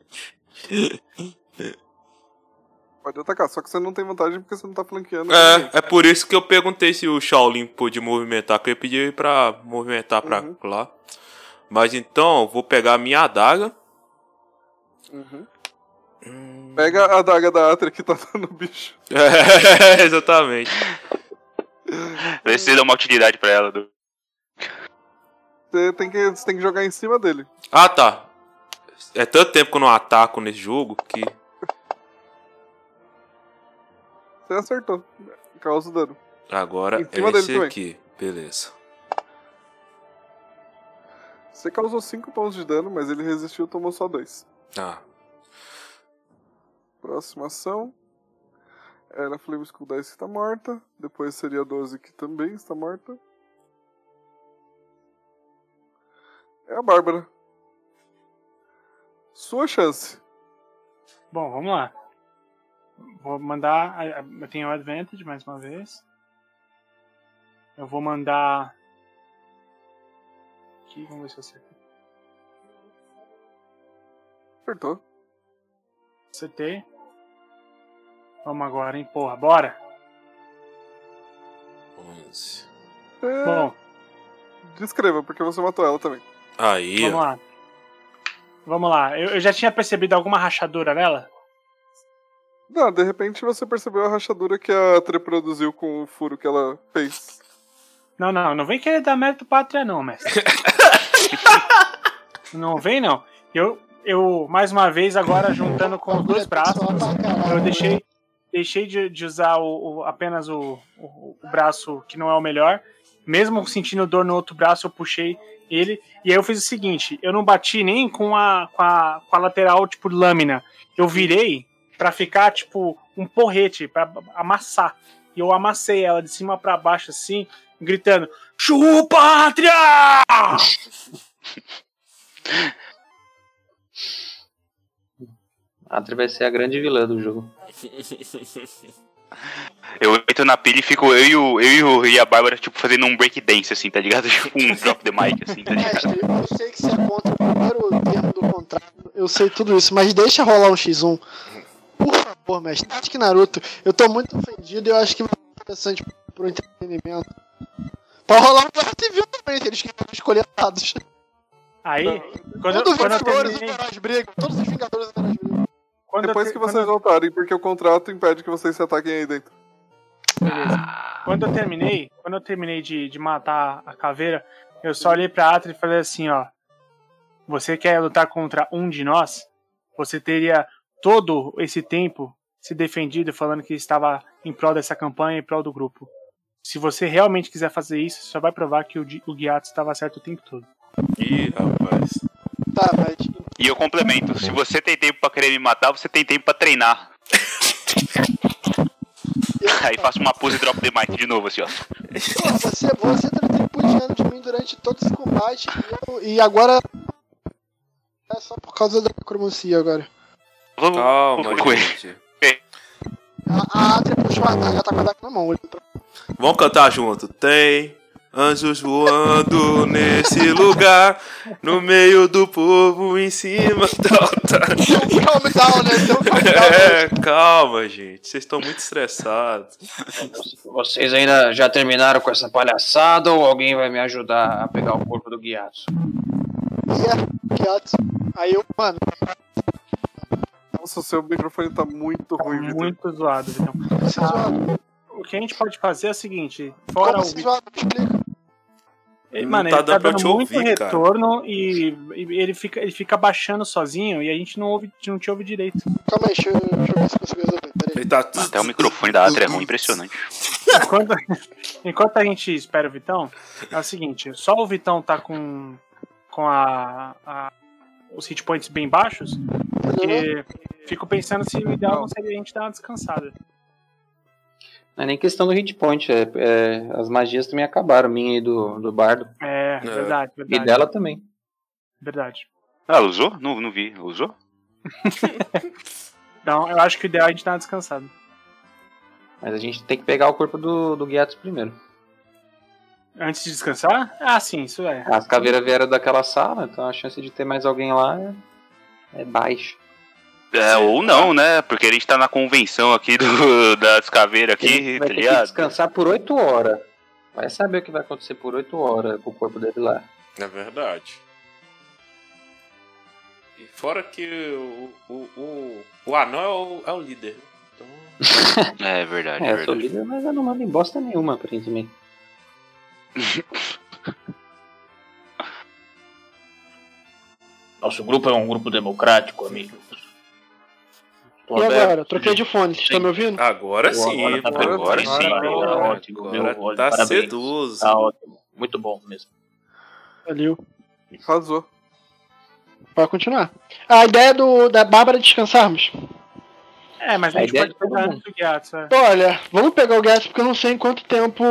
Speaker 1: Pode atacar, só que você não tem vantagem porque você não tá flanqueando. ninguém.
Speaker 6: É, é por isso que eu perguntei se o Shaolin pôde movimentar, que eu pedi ele pra movimentar pra
Speaker 1: Uhum.
Speaker 6: lá. Mas então, eu vou pegar a minha adaga. *laughs*
Speaker 1: Uhum. Pega a adaga da Atria que tá *laughs* no bicho.
Speaker 6: É, exatamente.
Speaker 5: Vê se dá uma utilidade pra ela. Du.
Speaker 1: Você tem que, você tem que jogar em cima dele.
Speaker 6: Ah, tá. É tanto tempo que eu não ataco nesse jogo que.
Speaker 1: Você acertou. Causa dano.
Speaker 6: Agora
Speaker 1: Em
Speaker 6: é
Speaker 1: cima dele
Speaker 6: esse
Speaker 1: também.
Speaker 6: aqui. Beleza.
Speaker 1: Você causou 5 pontos de dano, mas ele resistiu e tomou só 2.
Speaker 6: Tá.
Speaker 1: Próxima ação. Era a Flame School 10 que tá morta. Depois seria a 12 que também está morta. É a Bárbara. Sua chance.
Speaker 4: Bom, vamos lá. Vou mandar. a- a- Eu tenho advantage mais uma vez. Eu vou mandar. Aqui, vamos ver se eu acertei.
Speaker 1: Acertou.
Speaker 4: Acertei. Vamos agora, hein? Porra, bora!
Speaker 6: 11.
Speaker 1: É,
Speaker 4: Bom,
Speaker 1: Descreva, porque você matou ela também.
Speaker 6: Aí,
Speaker 4: vamos
Speaker 6: ó.
Speaker 4: lá. Vamos lá. Eu, eu já tinha percebido alguma rachadura nela?
Speaker 1: Não, de repente você percebeu a rachadura que a Atre produziu com o furo que ela fez.
Speaker 4: Não, não, não vem querer dar mérito pátria, não, mestre. não vem, não. Eu, eu, mais uma vez, agora juntando com os dois braços. Eu deixei, deixei de, de usar o, o- apenas o, o- o braço que não é o melhor. Mesmo sentindo dor no outro braço, eu puxei ele. E aí eu fiz o seguinte: eu não bati nem com a, com a, com a lateral, tipo, lâmina. Eu virei pra ficar, tipo, um porrete, pra amassar. E eu amassei ela de cima pra baixo, assim, gritando: Chupa, Atria!
Speaker 2: A Atri vai ser a grande vilã do jogo.
Speaker 5: Eu entro na pilha e fico eu e, o, eu e, o, e a Bárbara, tipo, fazendo um break dance, assim, tá ligado? *laughs* Tipo um drop the mic, assim, tá ligado?
Speaker 3: Mestre, É, eu sei que você é contra o primeiro termo do contrato, eu sei tudo isso, mas deixa rolar um X1. Por favor, mestre, acho que Naruto, eu tô muito ofendido e eu acho que vai ser interessante pro entretenimento. Pra rolar um Guerra Civil também, se eles quiserem escolher lados.
Speaker 4: Aí, quando, eu-
Speaker 3: Todos os
Speaker 4: quando eu
Speaker 3: Vingadores, os
Speaker 4: terminei-
Speaker 3: heróis brigam, todos os Vingadores, os heróis brigam.
Speaker 4: quando eu
Speaker 1: Depois
Speaker 4: ter-
Speaker 1: que
Speaker 4: quando
Speaker 1: vocês voltarem, porque o contrato impede que vocês se ataquem aí dentro.
Speaker 4: Quando eu terminei, quando eu terminei de, de matar a caveira, eu só olhei pra Atra e falei assim, ó. Você quer lutar contra um de nós? Você teria todo esse tempo se defendido falando que estava em prol dessa campanha, em prol do grupo. Se você realmente quiser fazer isso, só vai provar que o, Di- o Gyatso estava certo o tempo todo.
Speaker 6: Ih, rapaz.
Speaker 3: Tá, mas.
Speaker 5: E eu complemento, se você tem tempo pra querer me matar, você tem tempo pra treinar. Aí faço uma pose e drop the mic de novo, assim, ó.
Speaker 3: Porra, você, você tá me tripudiando de mim durante todo esse combate e, eu- e agora. É só por causa da necromancia agora.
Speaker 5: Vamos
Speaker 6: Calma,
Speaker 5: vamos com ele.
Speaker 6: gente.
Speaker 3: A, a Adria puxou a adaga, tá com a adaga na mão. olhou pra-
Speaker 6: Vamos cantar junto. Tem anjos voando nesse *laughs* lugar, no meio do povo em cima da altar.
Speaker 3: Deu um calm down, né? Deu um calm down.
Speaker 6: É, calma, gente. Vocês estão muito estressados.
Speaker 2: Vocês ainda já terminaram com essa palhaçada ou alguém vai me ajudar a pegar o corpo do Guiaço?
Speaker 3: E é, quieto. Aí eu, mano,
Speaker 1: Nossa, o seu microfone tá muito ruim, Vitor.
Speaker 4: Muito zoado, Vitão.
Speaker 3: vocês zoaram.
Speaker 4: O que a gente pode fazer é o seguinte: fora
Speaker 3: Como
Speaker 4: o
Speaker 3: vocês zoaram? Explica.
Speaker 4: Ele-
Speaker 6: Não
Speaker 4: Mano, ele
Speaker 6: tá
Speaker 4: tá
Speaker 6: dando pra
Speaker 4: dando
Speaker 6: te
Speaker 4: muito
Speaker 6: ouvir, cara.
Speaker 4: retorno e, e ele fica, ele fica baixando sozinho e a gente não, ouve, não te ouve
Speaker 6: *laughs*
Speaker 4: direito.
Speaker 3: Calma aí, deixa eu, deixa eu ver se eu consigo resolver. Peraí.
Speaker 6: Ele tá...
Speaker 5: Até o microfone da Atra é ruim, impressionante.
Speaker 4: Enquanto, enquanto a gente espera o Vitão, é o seguinte, só o Vitão tá com, com a, a- os hit points bem baixos, porque fico pensando se o ideal não seria a gente dar uma descansada.
Speaker 2: Não é nem questão do hit point, é, é, as magias também acabaram, minha e do, do bardo.
Speaker 4: É, verdade,
Speaker 2: E
Speaker 4: verdade.
Speaker 2: dela também.
Speaker 4: Verdade.
Speaker 5: Ah, ela usou? Não, não vi. Ela Usou?
Speaker 4: Então, eu acho que o ideal é a gente dar uma descansada.
Speaker 2: Mas a gente tem que pegar o corpo do, do Guiatos primeiro.
Speaker 4: Antes de descansar? Ah, sim, isso é.
Speaker 2: As caveiras vieram daquela sala, então a chance de ter mais alguém lá é, é baixa.
Speaker 5: É, ou não, né? Porque a gente tá na convenção aqui do, *laughs* das caveiras
Speaker 2: vai
Speaker 5: aqui, tá
Speaker 2: ter que
Speaker 5: ligado?
Speaker 2: descansar por 8 horas. Vai saber o que vai acontecer por 8 horas com o corpo dele lá.
Speaker 6: É verdade. E fora que o, o, o, o anão é o, é o líder. Então...
Speaker 5: É verdade,
Speaker 2: É, eu sou
Speaker 5: verdade.
Speaker 2: líder, mas eu não mando em bosta nenhuma, aparentemente.
Speaker 7: Nosso grupo é um grupo democrático, amigo. Tô
Speaker 3: E
Speaker 7: aberto.
Speaker 3: agora? Troquei de fone, vocês estão me ouvindo?
Speaker 6: Agora sim.
Speaker 7: Agora, tá
Speaker 6: pô.
Speaker 7: bem, agora sim,
Speaker 1: agora,
Speaker 7: amigo, tá
Speaker 1: agora,
Speaker 7: ótimo,
Speaker 6: Agora
Speaker 7: meu, olha,
Speaker 6: tá
Speaker 7: parabéns.
Speaker 6: sedoso.
Speaker 7: Tá ótimo. Muito bom mesmo.
Speaker 3: Valeu.
Speaker 1: Arrasou.
Speaker 3: Pode continuar. A ideia do, da Bárbara é descansarmos.
Speaker 4: É, mas a,
Speaker 2: A
Speaker 4: gente
Speaker 2: ideia
Speaker 4: pode
Speaker 2: de todo
Speaker 4: pegar
Speaker 2: mundo.
Speaker 4: antes do Gyatso, é.
Speaker 3: Então, Olha, vamos pegar o Gatsby porque eu não sei em quanto tempo.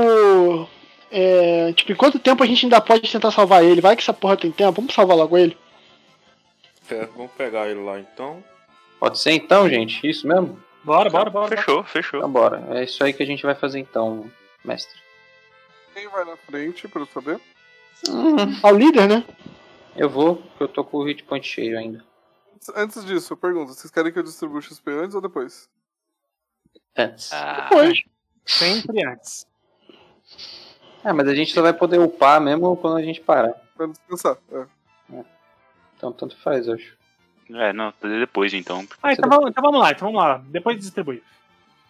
Speaker 3: É, tipo, em quanto tempo a gente ainda pode tentar salvar ele? Vai que essa porra tem tempo, vamos salvar logo ele.
Speaker 6: É, vamos pegar ele lá então.
Speaker 2: Pode ser então, gente? Isso mesmo?
Speaker 4: Bora, bora, bora.
Speaker 5: Fechou, fechou.
Speaker 2: Então bora. É isso aí que a gente vai fazer então, mestre.
Speaker 1: Quem vai na frente pra eu saber?
Speaker 3: Ao líder, né?
Speaker 2: Eu vou, porque eu tô com o hit point cheio ainda.
Speaker 1: Antes disso, eu pergunto: vocês querem que eu distribua o XP antes ou depois?
Speaker 2: Antes.
Speaker 5: Ah,
Speaker 3: Pois.
Speaker 4: Sempre antes.
Speaker 2: É, mas a gente só vai poder upar mesmo quando a gente parar.
Speaker 1: Pra descansar. É.
Speaker 2: Então tanto faz, eu acho.
Speaker 5: é, não, depois então.
Speaker 4: Ah, então vamos, então vamos lá, então vamos lá. Depois distribui.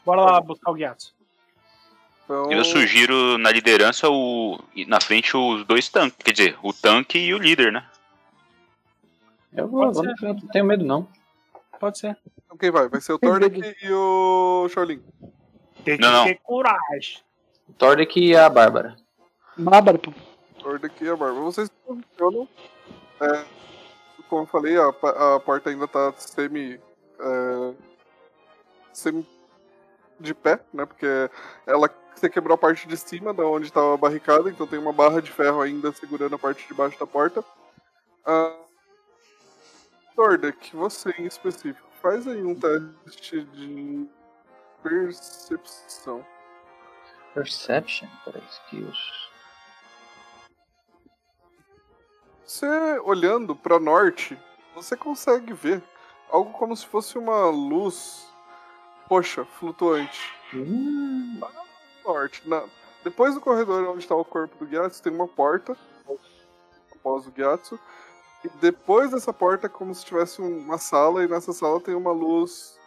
Speaker 4: Bora lá buscar o Gyatso.
Speaker 1: Então,
Speaker 5: Eu sugiro na liderança o. Na frente os dois tanques. Quer dizer, o tanque e o líder, né?
Speaker 2: Eu vou,
Speaker 4: Pode
Speaker 2: vou
Speaker 4: ser.
Speaker 2: na frente, não tenho medo não.
Speaker 4: Pode ser.
Speaker 1: então quem vai? Vai ser o Tornik e o Shaolin.
Speaker 4: Tem que
Speaker 5: Não, não.
Speaker 4: ter coragem.
Speaker 2: Tordek e a Bárbara.
Speaker 3: Bárbara, pô.
Speaker 1: Tornik e a Barba. Vocês funcionam. É, como eu falei, a, pa- a porta ainda tá semi. É, semi. de pé, né? Porque ela você quebrou a parte de cima da onde estava a barricada, então tem uma barra de ferro ainda segurando a parte de baixo da porta. Ah, Tordek, você em específico, faz aí um teste de percepção.
Speaker 2: Perception? Peraí, skills.
Speaker 1: Você olhando para norte, você consegue ver algo como se fosse uma luz roxa, flutuante.
Speaker 2: Hum,
Speaker 1: Norte. na- Depois do corredor onde está o corpo do Gyatso, tem uma porta após o Gyatso. E depois dessa porta é como se tivesse um- uma sala, e nessa sala tem uma luz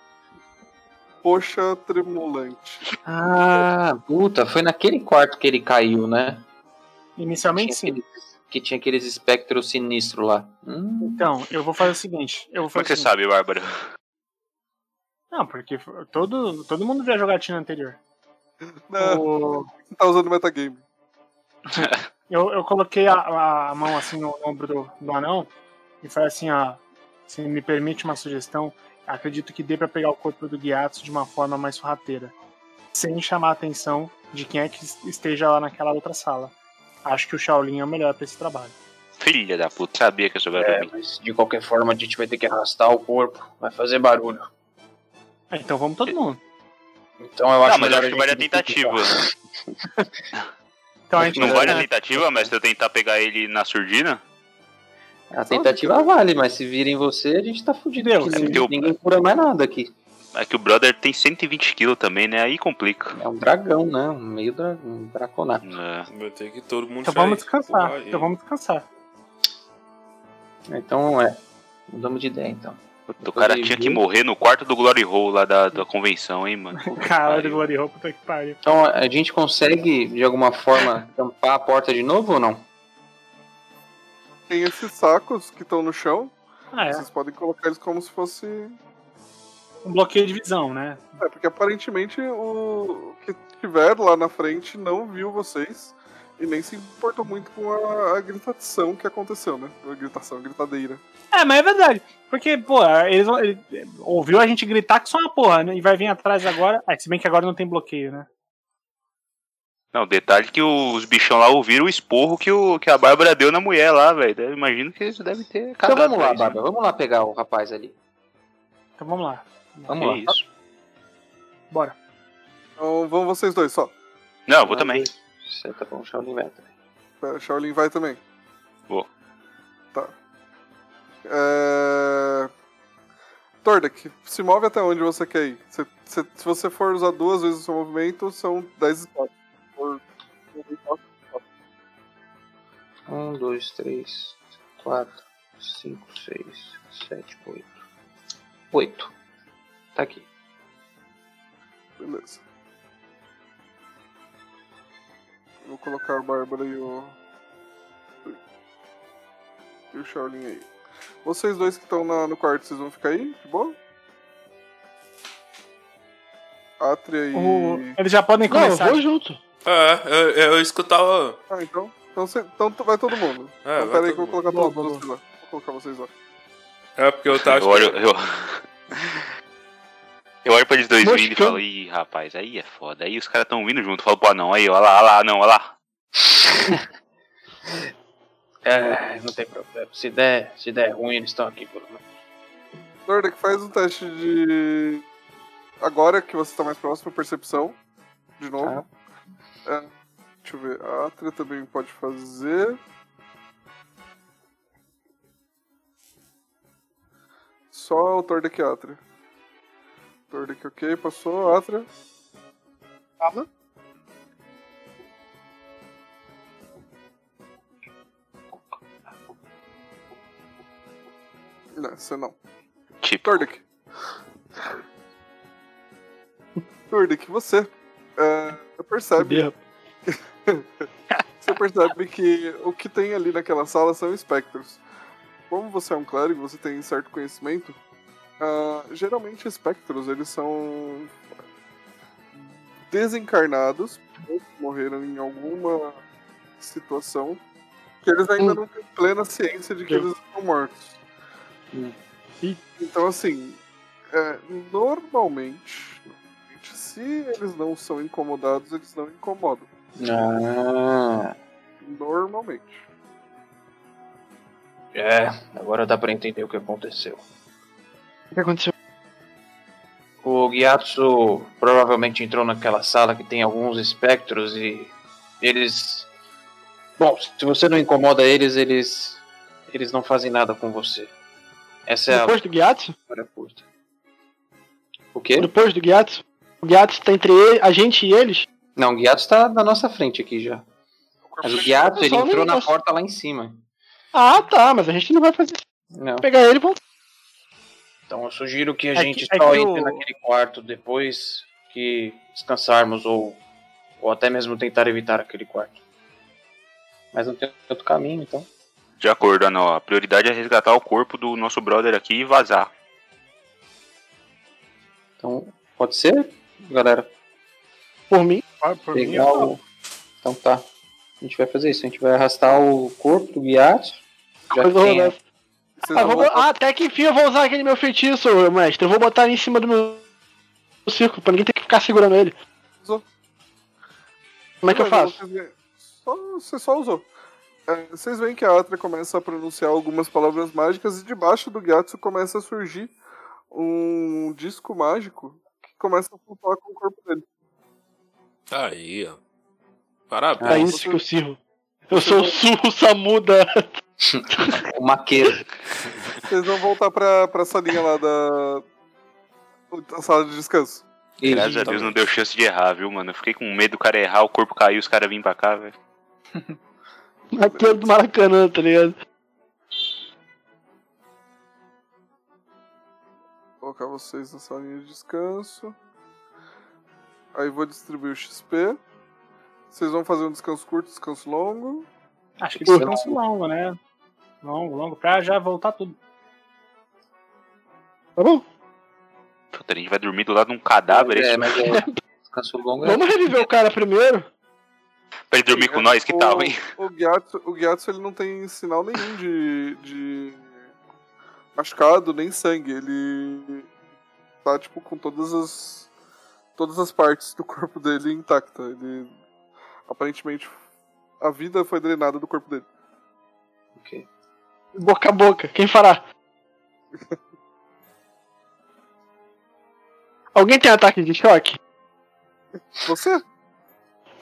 Speaker 1: roxa tremulante.
Speaker 2: Ah, puta, foi naquele quarto que ele caiu, né?
Speaker 4: Inicialmente sim.
Speaker 2: Tinha aqueles- que tinha aqueles espectros sinistros lá. Hum.
Speaker 4: Então, eu vou fazer o seguinte. Eu vou
Speaker 5: Como
Speaker 4: fazer
Speaker 5: é que você
Speaker 4: o seguinte.
Speaker 5: sabe, Bárbara? *laughs*
Speaker 4: Não, porque todo, todo mundo viu a jogatina anterior. Ah.
Speaker 1: Não,
Speaker 4: O-
Speaker 1: você Né? tá usando metagame.
Speaker 4: eu, eu coloquei a, a mão assim no ombro do, do anão e falei assim, ó, se me permite uma sugestão, acredito que dê pra pegar o corpo do Gyatso de uma forma mais sorrateira, sem chamar a atenção de quem é que esteja lá naquela outra sala. Acho que o Shaolin é o melhor pra esse trabalho.
Speaker 5: Filha da puta, sabia que eu soubera pra
Speaker 7: É,
Speaker 5: mim.
Speaker 7: mas de qualquer forma a gente vai ter que arrastar o corpo. Vai fazer barulho.
Speaker 4: Ah, Então vamos todo mundo.
Speaker 7: Então eu
Speaker 5: Não, mas eu
Speaker 7: acho melhor
Speaker 5: acho que vale a
Speaker 7: gente
Speaker 5: tentativa. né?
Speaker 7: *laughs*
Speaker 4: Então a gente
Speaker 5: Não vale a
Speaker 4: né?
Speaker 5: tentativa, mas se eu tentar pegar ele na surdina,
Speaker 2: A tentativa vale, mas se virem você, a gente tá fudido.
Speaker 4: Deus,
Speaker 2: porque
Speaker 5: é
Speaker 2: ninguém,
Speaker 5: teu-
Speaker 2: ninguém cura mais nada aqui.
Speaker 5: é que o brother tem 120 kg também, né? Aí complica.
Speaker 2: É um dragão, né? Um meio dra... um draconato.
Speaker 5: É.
Speaker 6: Vai ter que todo mundo
Speaker 4: Então
Speaker 6: sair,
Speaker 4: vamos descansar.
Speaker 6: empurrar ele.
Speaker 4: Então vamos descansar.
Speaker 2: Então é. Mudamos de ideia então.
Speaker 5: Puta, O cara
Speaker 2: Inclusive,
Speaker 5: tinha que morrer no quarto do Glory Hole lá da, da convenção, hein,
Speaker 7: *laughs*
Speaker 5: mano? Puta que
Speaker 4: Caralho,
Speaker 5: pariu.
Speaker 4: Glory Hole, puta que pariu.
Speaker 2: Então a gente consegue, de alguma forma, tampar a porta de novo ou não?
Speaker 1: Tem esses sacos que estão no chão.
Speaker 4: Ah, é.
Speaker 1: Vocês podem colocar eles como se fosse.
Speaker 4: Um bloqueio de visão, né?
Speaker 1: É, porque aparentemente o o que tiver lá na frente não viu vocês e nem se importou muito com a, a gritação que aconteceu, né? A gritação, a gritadeira.
Speaker 4: É, mas é verdade. Porque, pô, eles vão. Ele, ouviu a gente gritar que só uma porra, né? E vai vir atrás agora. Ah, se bem que agora não tem bloqueio, né?
Speaker 5: Não, detalhe que os bichão lá ouviram o esporro que, o, que a Bárbara deu na mulher lá, velho. Eu Imagino que eles devem ter
Speaker 2: Então
Speaker 5: cagado
Speaker 2: vamos lá,
Speaker 5: pra isso, né?
Speaker 2: Bárbara. Vamos lá pegar o rapaz ali.
Speaker 4: Então vamos lá.
Speaker 2: Vamos lá.
Speaker 5: Que isso.
Speaker 4: Bora.
Speaker 1: Então vão vocês dois só.
Speaker 5: Não,
Speaker 7: Ah,
Speaker 5: eu vou também.
Speaker 2: Você tá bom, Shaolin vai também.
Speaker 1: Tá, Shaolin vai também.
Speaker 5: Vou.
Speaker 1: Tá. É... Tordek, se move até onde você quer ir. Se, se, se você for usar duas vezes o seu movimento, são 10 espaços. Por-
Speaker 2: Um, dois, três, quatro, cinco, seis, sete, oito. Oito. Tá aqui.
Speaker 1: Beleza. Vou colocar a Bárbara e o. E o Shaolin aí. Vocês dois que estão na- no quarto, vocês vão ficar aí? De boa? Atria e.
Speaker 4: O- eles já podem
Speaker 3: Não, eu
Speaker 4: começar.
Speaker 3: vou junto.
Speaker 6: É, eu, eu escutava.
Speaker 1: Ah, então. Então, cê- então tu- vai todo mundo.
Speaker 6: É,
Speaker 1: então,
Speaker 6: vai
Speaker 1: peraí
Speaker 6: todo
Speaker 1: que eu vou
Speaker 6: mundo.
Speaker 1: colocar
Speaker 3: Boa,
Speaker 1: todos
Speaker 3: boa,
Speaker 1: vocês lá. Vou colocar vocês lá.
Speaker 6: É porque eu tava.
Speaker 5: Eu olho, eu... *laughs* eu olho pra eles dois vindo e
Speaker 3: Moscando.
Speaker 5: falo, ih, rapaz, aí é foda. Aí os caras tão vindo junto. Falo, pô, não, aí, olha lá, olha lá, não, olha lá.
Speaker 7: É, não tem problema. Se der, se der ruim, eles estão aqui pelo menos.
Speaker 1: Nordic, faz um teste de. Agora que você tá mais próximo, percepção. De novo. É, deixa eu ver. A Atria também pode fazer. Só o Tordek e a Atria. Tordek, ok. Passou. Atria. Nada. Não, você não.
Speaker 5: Tipo,
Speaker 1: Tordek. Tordek, você é, percebe. Você percebe que o que tem ali naquela sala são espectros. Como você é um clérigo, você tem certo conhecimento. ah, geralmente espectros, eles são desencarnados, ou que morreram em alguma situação, que eles ainda
Speaker 3: Hum.
Speaker 1: não têm plena ciência de que
Speaker 3: Deus.
Speaker 1: eles estão mortos.
Speaker 2: Hum.
Speaker 1: E- Então, assim, é, normalmente, normalmente, se eles não são incomodados, eles não incomodam.
Speaker 7: Ah,
Speaker 1: Normalmente.
Speaker 7: é, agora dá pra entender o que aconteceu.
Speaker 3: O que aconteceu?
Speaker 7: O Gyatso provavelmente entrou naquela sala que tem alguns espectros e eles. Bom, se você não incomoda eles, eles. Eles não fazem nada com você. Essa é a
Speaker 3: Depois do Gyatso?
Speaker 7: história curta. O quê?
Speaker 3: Depois do Gyatso? O Gyatso tá entre ele- a gente e eles?
Speaker 2: Não, o Guiato tá na nossa frente aqui já. Mas o Guiato, ele
Speaker 3: Só um
Speaker 2: entrou na
Speaker 3: negócio.
Speaker 2: porta lá em cima.
Speaker 3: Ah, tá, mas a gente não vai fazer isso.
Speaker 2: Não.
Speaker 3: pegar ele e voltar.
Speaker 7: Então eu sugiro que a
Speaker 4: É
Speaker 7: gente
Speaker 4: que- é
Speaker 7: só
Speaker 4: que
Speaker 7: entre
Speaker 4: o-
Speaker 7: naquele quarto depois que descansarmos ou, ou até mesmo tentar evitar aquele quarto.
Speaker 2: Mas não tem outro caminho, então.
Speaker 5: de acordo, Ana, ó, a prioridade é resgatar o corpo do nosso brother aqui e vazar.
Speaker 2: Então, pode ser, galera?
Speaker 8: Por mim,
Speaker 4: Ah, Por mim, eu
Speaker 2: Pegar
Speaker 4: falo.
Speaker 2: o... Então tá. A gente vai fazer isso. A gente vai arrastar o corpo do Guiato. Já que
Speaker 8: Mas eu
Speaker 2: tem
Speaker 4: né?
Speaker 8: vou-
Speaker 2: a-
Speaker 1: Vocês
Speaker 8: Ah, vou
Speaker 1: vão-
Speaker 8: bo- ah, até que enfim eu vou usar aquele meu feitiço, mestre. Eu vou botar ele em cima do meu círculo, pra ninguém ter que ficar segurando ele.
Speaker 1: Usou.
Speaker 8: Como é que eu faço?
Speaker 1: Vocês- Só, você só usou. É, vocês veem que a Atra começa a pronunciar algumas palavras mágicas e debaixo do Gyatso começa a surgir um disco mágico que começa a flutuar com o corpo dele.
Speaker 6: Tá aí, ó. Parabéns.
Speaker 8: É isso que eu sirvo. Eu sou o Su Samuda. *laughs*
Speaker 2: o maqueiro.
Speaker 1: Vocês vão voltar pra, pra salinha lá da, da sala de descanso.
Speaker 2: Isso.
Speaker 5: *laughs* Graças a Deus não deu chance de errar, viu, mano? Eu fiquei com medo do cara errar, o corpo caiu, os caras vêm pra cá, velho.
Speaker 8: Aquele do Maracanã, tá ligado?
Speaker 1: Vou colocar vocês na salinha de descanso. Aí vou distribuir o XP. Vocês vão fazer um descanso curto, descanso longo.
Speaker 4: Acho que
Speaker 8: Porra.
Speaker 4: descanso longo, né? Longo, longo, pra já voltar tudo.
Speaker 8: Tá bom?
Speaker 5: Puta, a gente vai dormir do lado de um cadáver, é
Speaker 2: É,
Speaker 5: isso?
Speaker 2: mas é, descanso longo é
Speaker 8: Vamos reviver o cara primeiro?
Speaker 5: Pra ele dormir com nós, que
Speaker 1: é. O-
Speaker 5: tal, hein?
Speaker 1: O Gyatso, o Gyatso ele não tem sinal nenhum de, de machucado, nem sangue. Ele tá, tipo, com todas as todas as partes do corpo dele intacta. Ele aparentemente a vida foi drenada do corpo dele.
Speaker 8: Boca a boca. Quem
Speaker 1: *laughs*
Speaker 8: fará? Alguém tem ataque de choque?
Speaker 1: Você?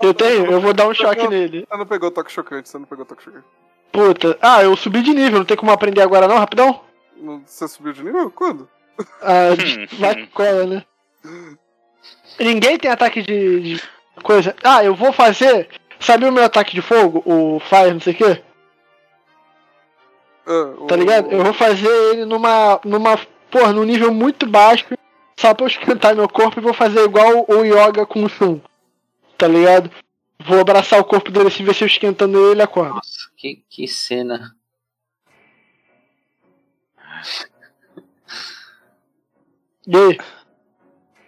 Speaker 8: Eu tenho, eu vou dar um choque nele.
Speaker 1: Você não pegou toque chocante, você não pegou toque chocante.
Speaker 8: Puta. Ah, eu subi de nível, não tem como aprender agora não, rapidão?
Speaker 1: Não- Você subiu de nível? Quando?
Speaker 8: Ah,
Speaker 5: Hum,
Speaker 8: Vai
Speaker 5: hum.
Speaker 8: com cola, né? Ninguém tem ataque de, de coisa. Ah, eu vou fazer. Sabe o meu ataque de fogo? O Fire, não sei o quê?
Speaker 1: Ah, o-
Speaker 8: Tá ligado? Eu vou fazer ele numa. numa. Porra, num nível muito baixo. Só pra eu esquentar meu corpo e vou fazer igual o Yoga com o Shun. Tá ligado? Vou abraçar o corpo dele assim, ver se eu esquentando ele, ele acorda.
Speaker 2: Nossa, que, que cena.
Speaker 8: E aí?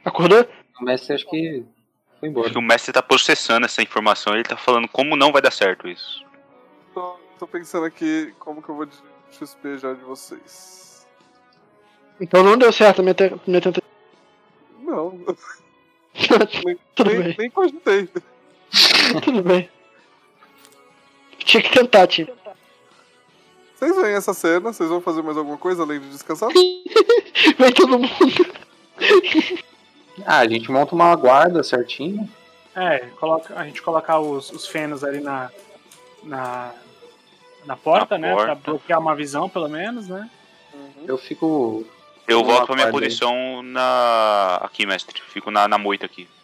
Speaker 8: Acordou?
Speaker 2: O mestre acho que foi
Speaker 5: Acho
Speaker 2: embora.
Speaker 5: que o mestre tá processando essa informação, ele tá falando como não vai dar certo isso.
Speaker 1: Tô, tô pensando aqui como que eu vou de XP já de vocês.
Speaker 8: Então não deu certo a minha, te- minha tentativa. *laughs*
Speaker 1: Não, *laughs*
Speaker 8: Tudo
Speaker 1: nem,
Speaker 8: bem,
Speaker 1: nem cogitei.
Speaker 8: tudo bem. Tinha que tentar, tinha.
Speaker 1: Vocês veem essa cena, vocês vão fazer mais alguma coisa além de descansar?
Speaker 8: Vem todo mundo.
Speaker 2: Ah, a gente monta uma guarda certinho.
Speaker 4: É, coloca, a gente colocar os, os fenos ali na. na. na porta,
Speaker 5: Na
Speaker 4: né? Pra
Speaker 5: porta.
Speaker 4: bloquear uma visão, pelo menos, né?
Speaker 2: Eu fico.
Speaker 5: Eu
Speaker 2: Vamos
Speaker 5: volto
Speaker 2: lá,
Speaker 5: pra minha
Speaker 2: guarda aí.
Speaker 5: posição na. aqui, mestre. Fico na, na moita aqui.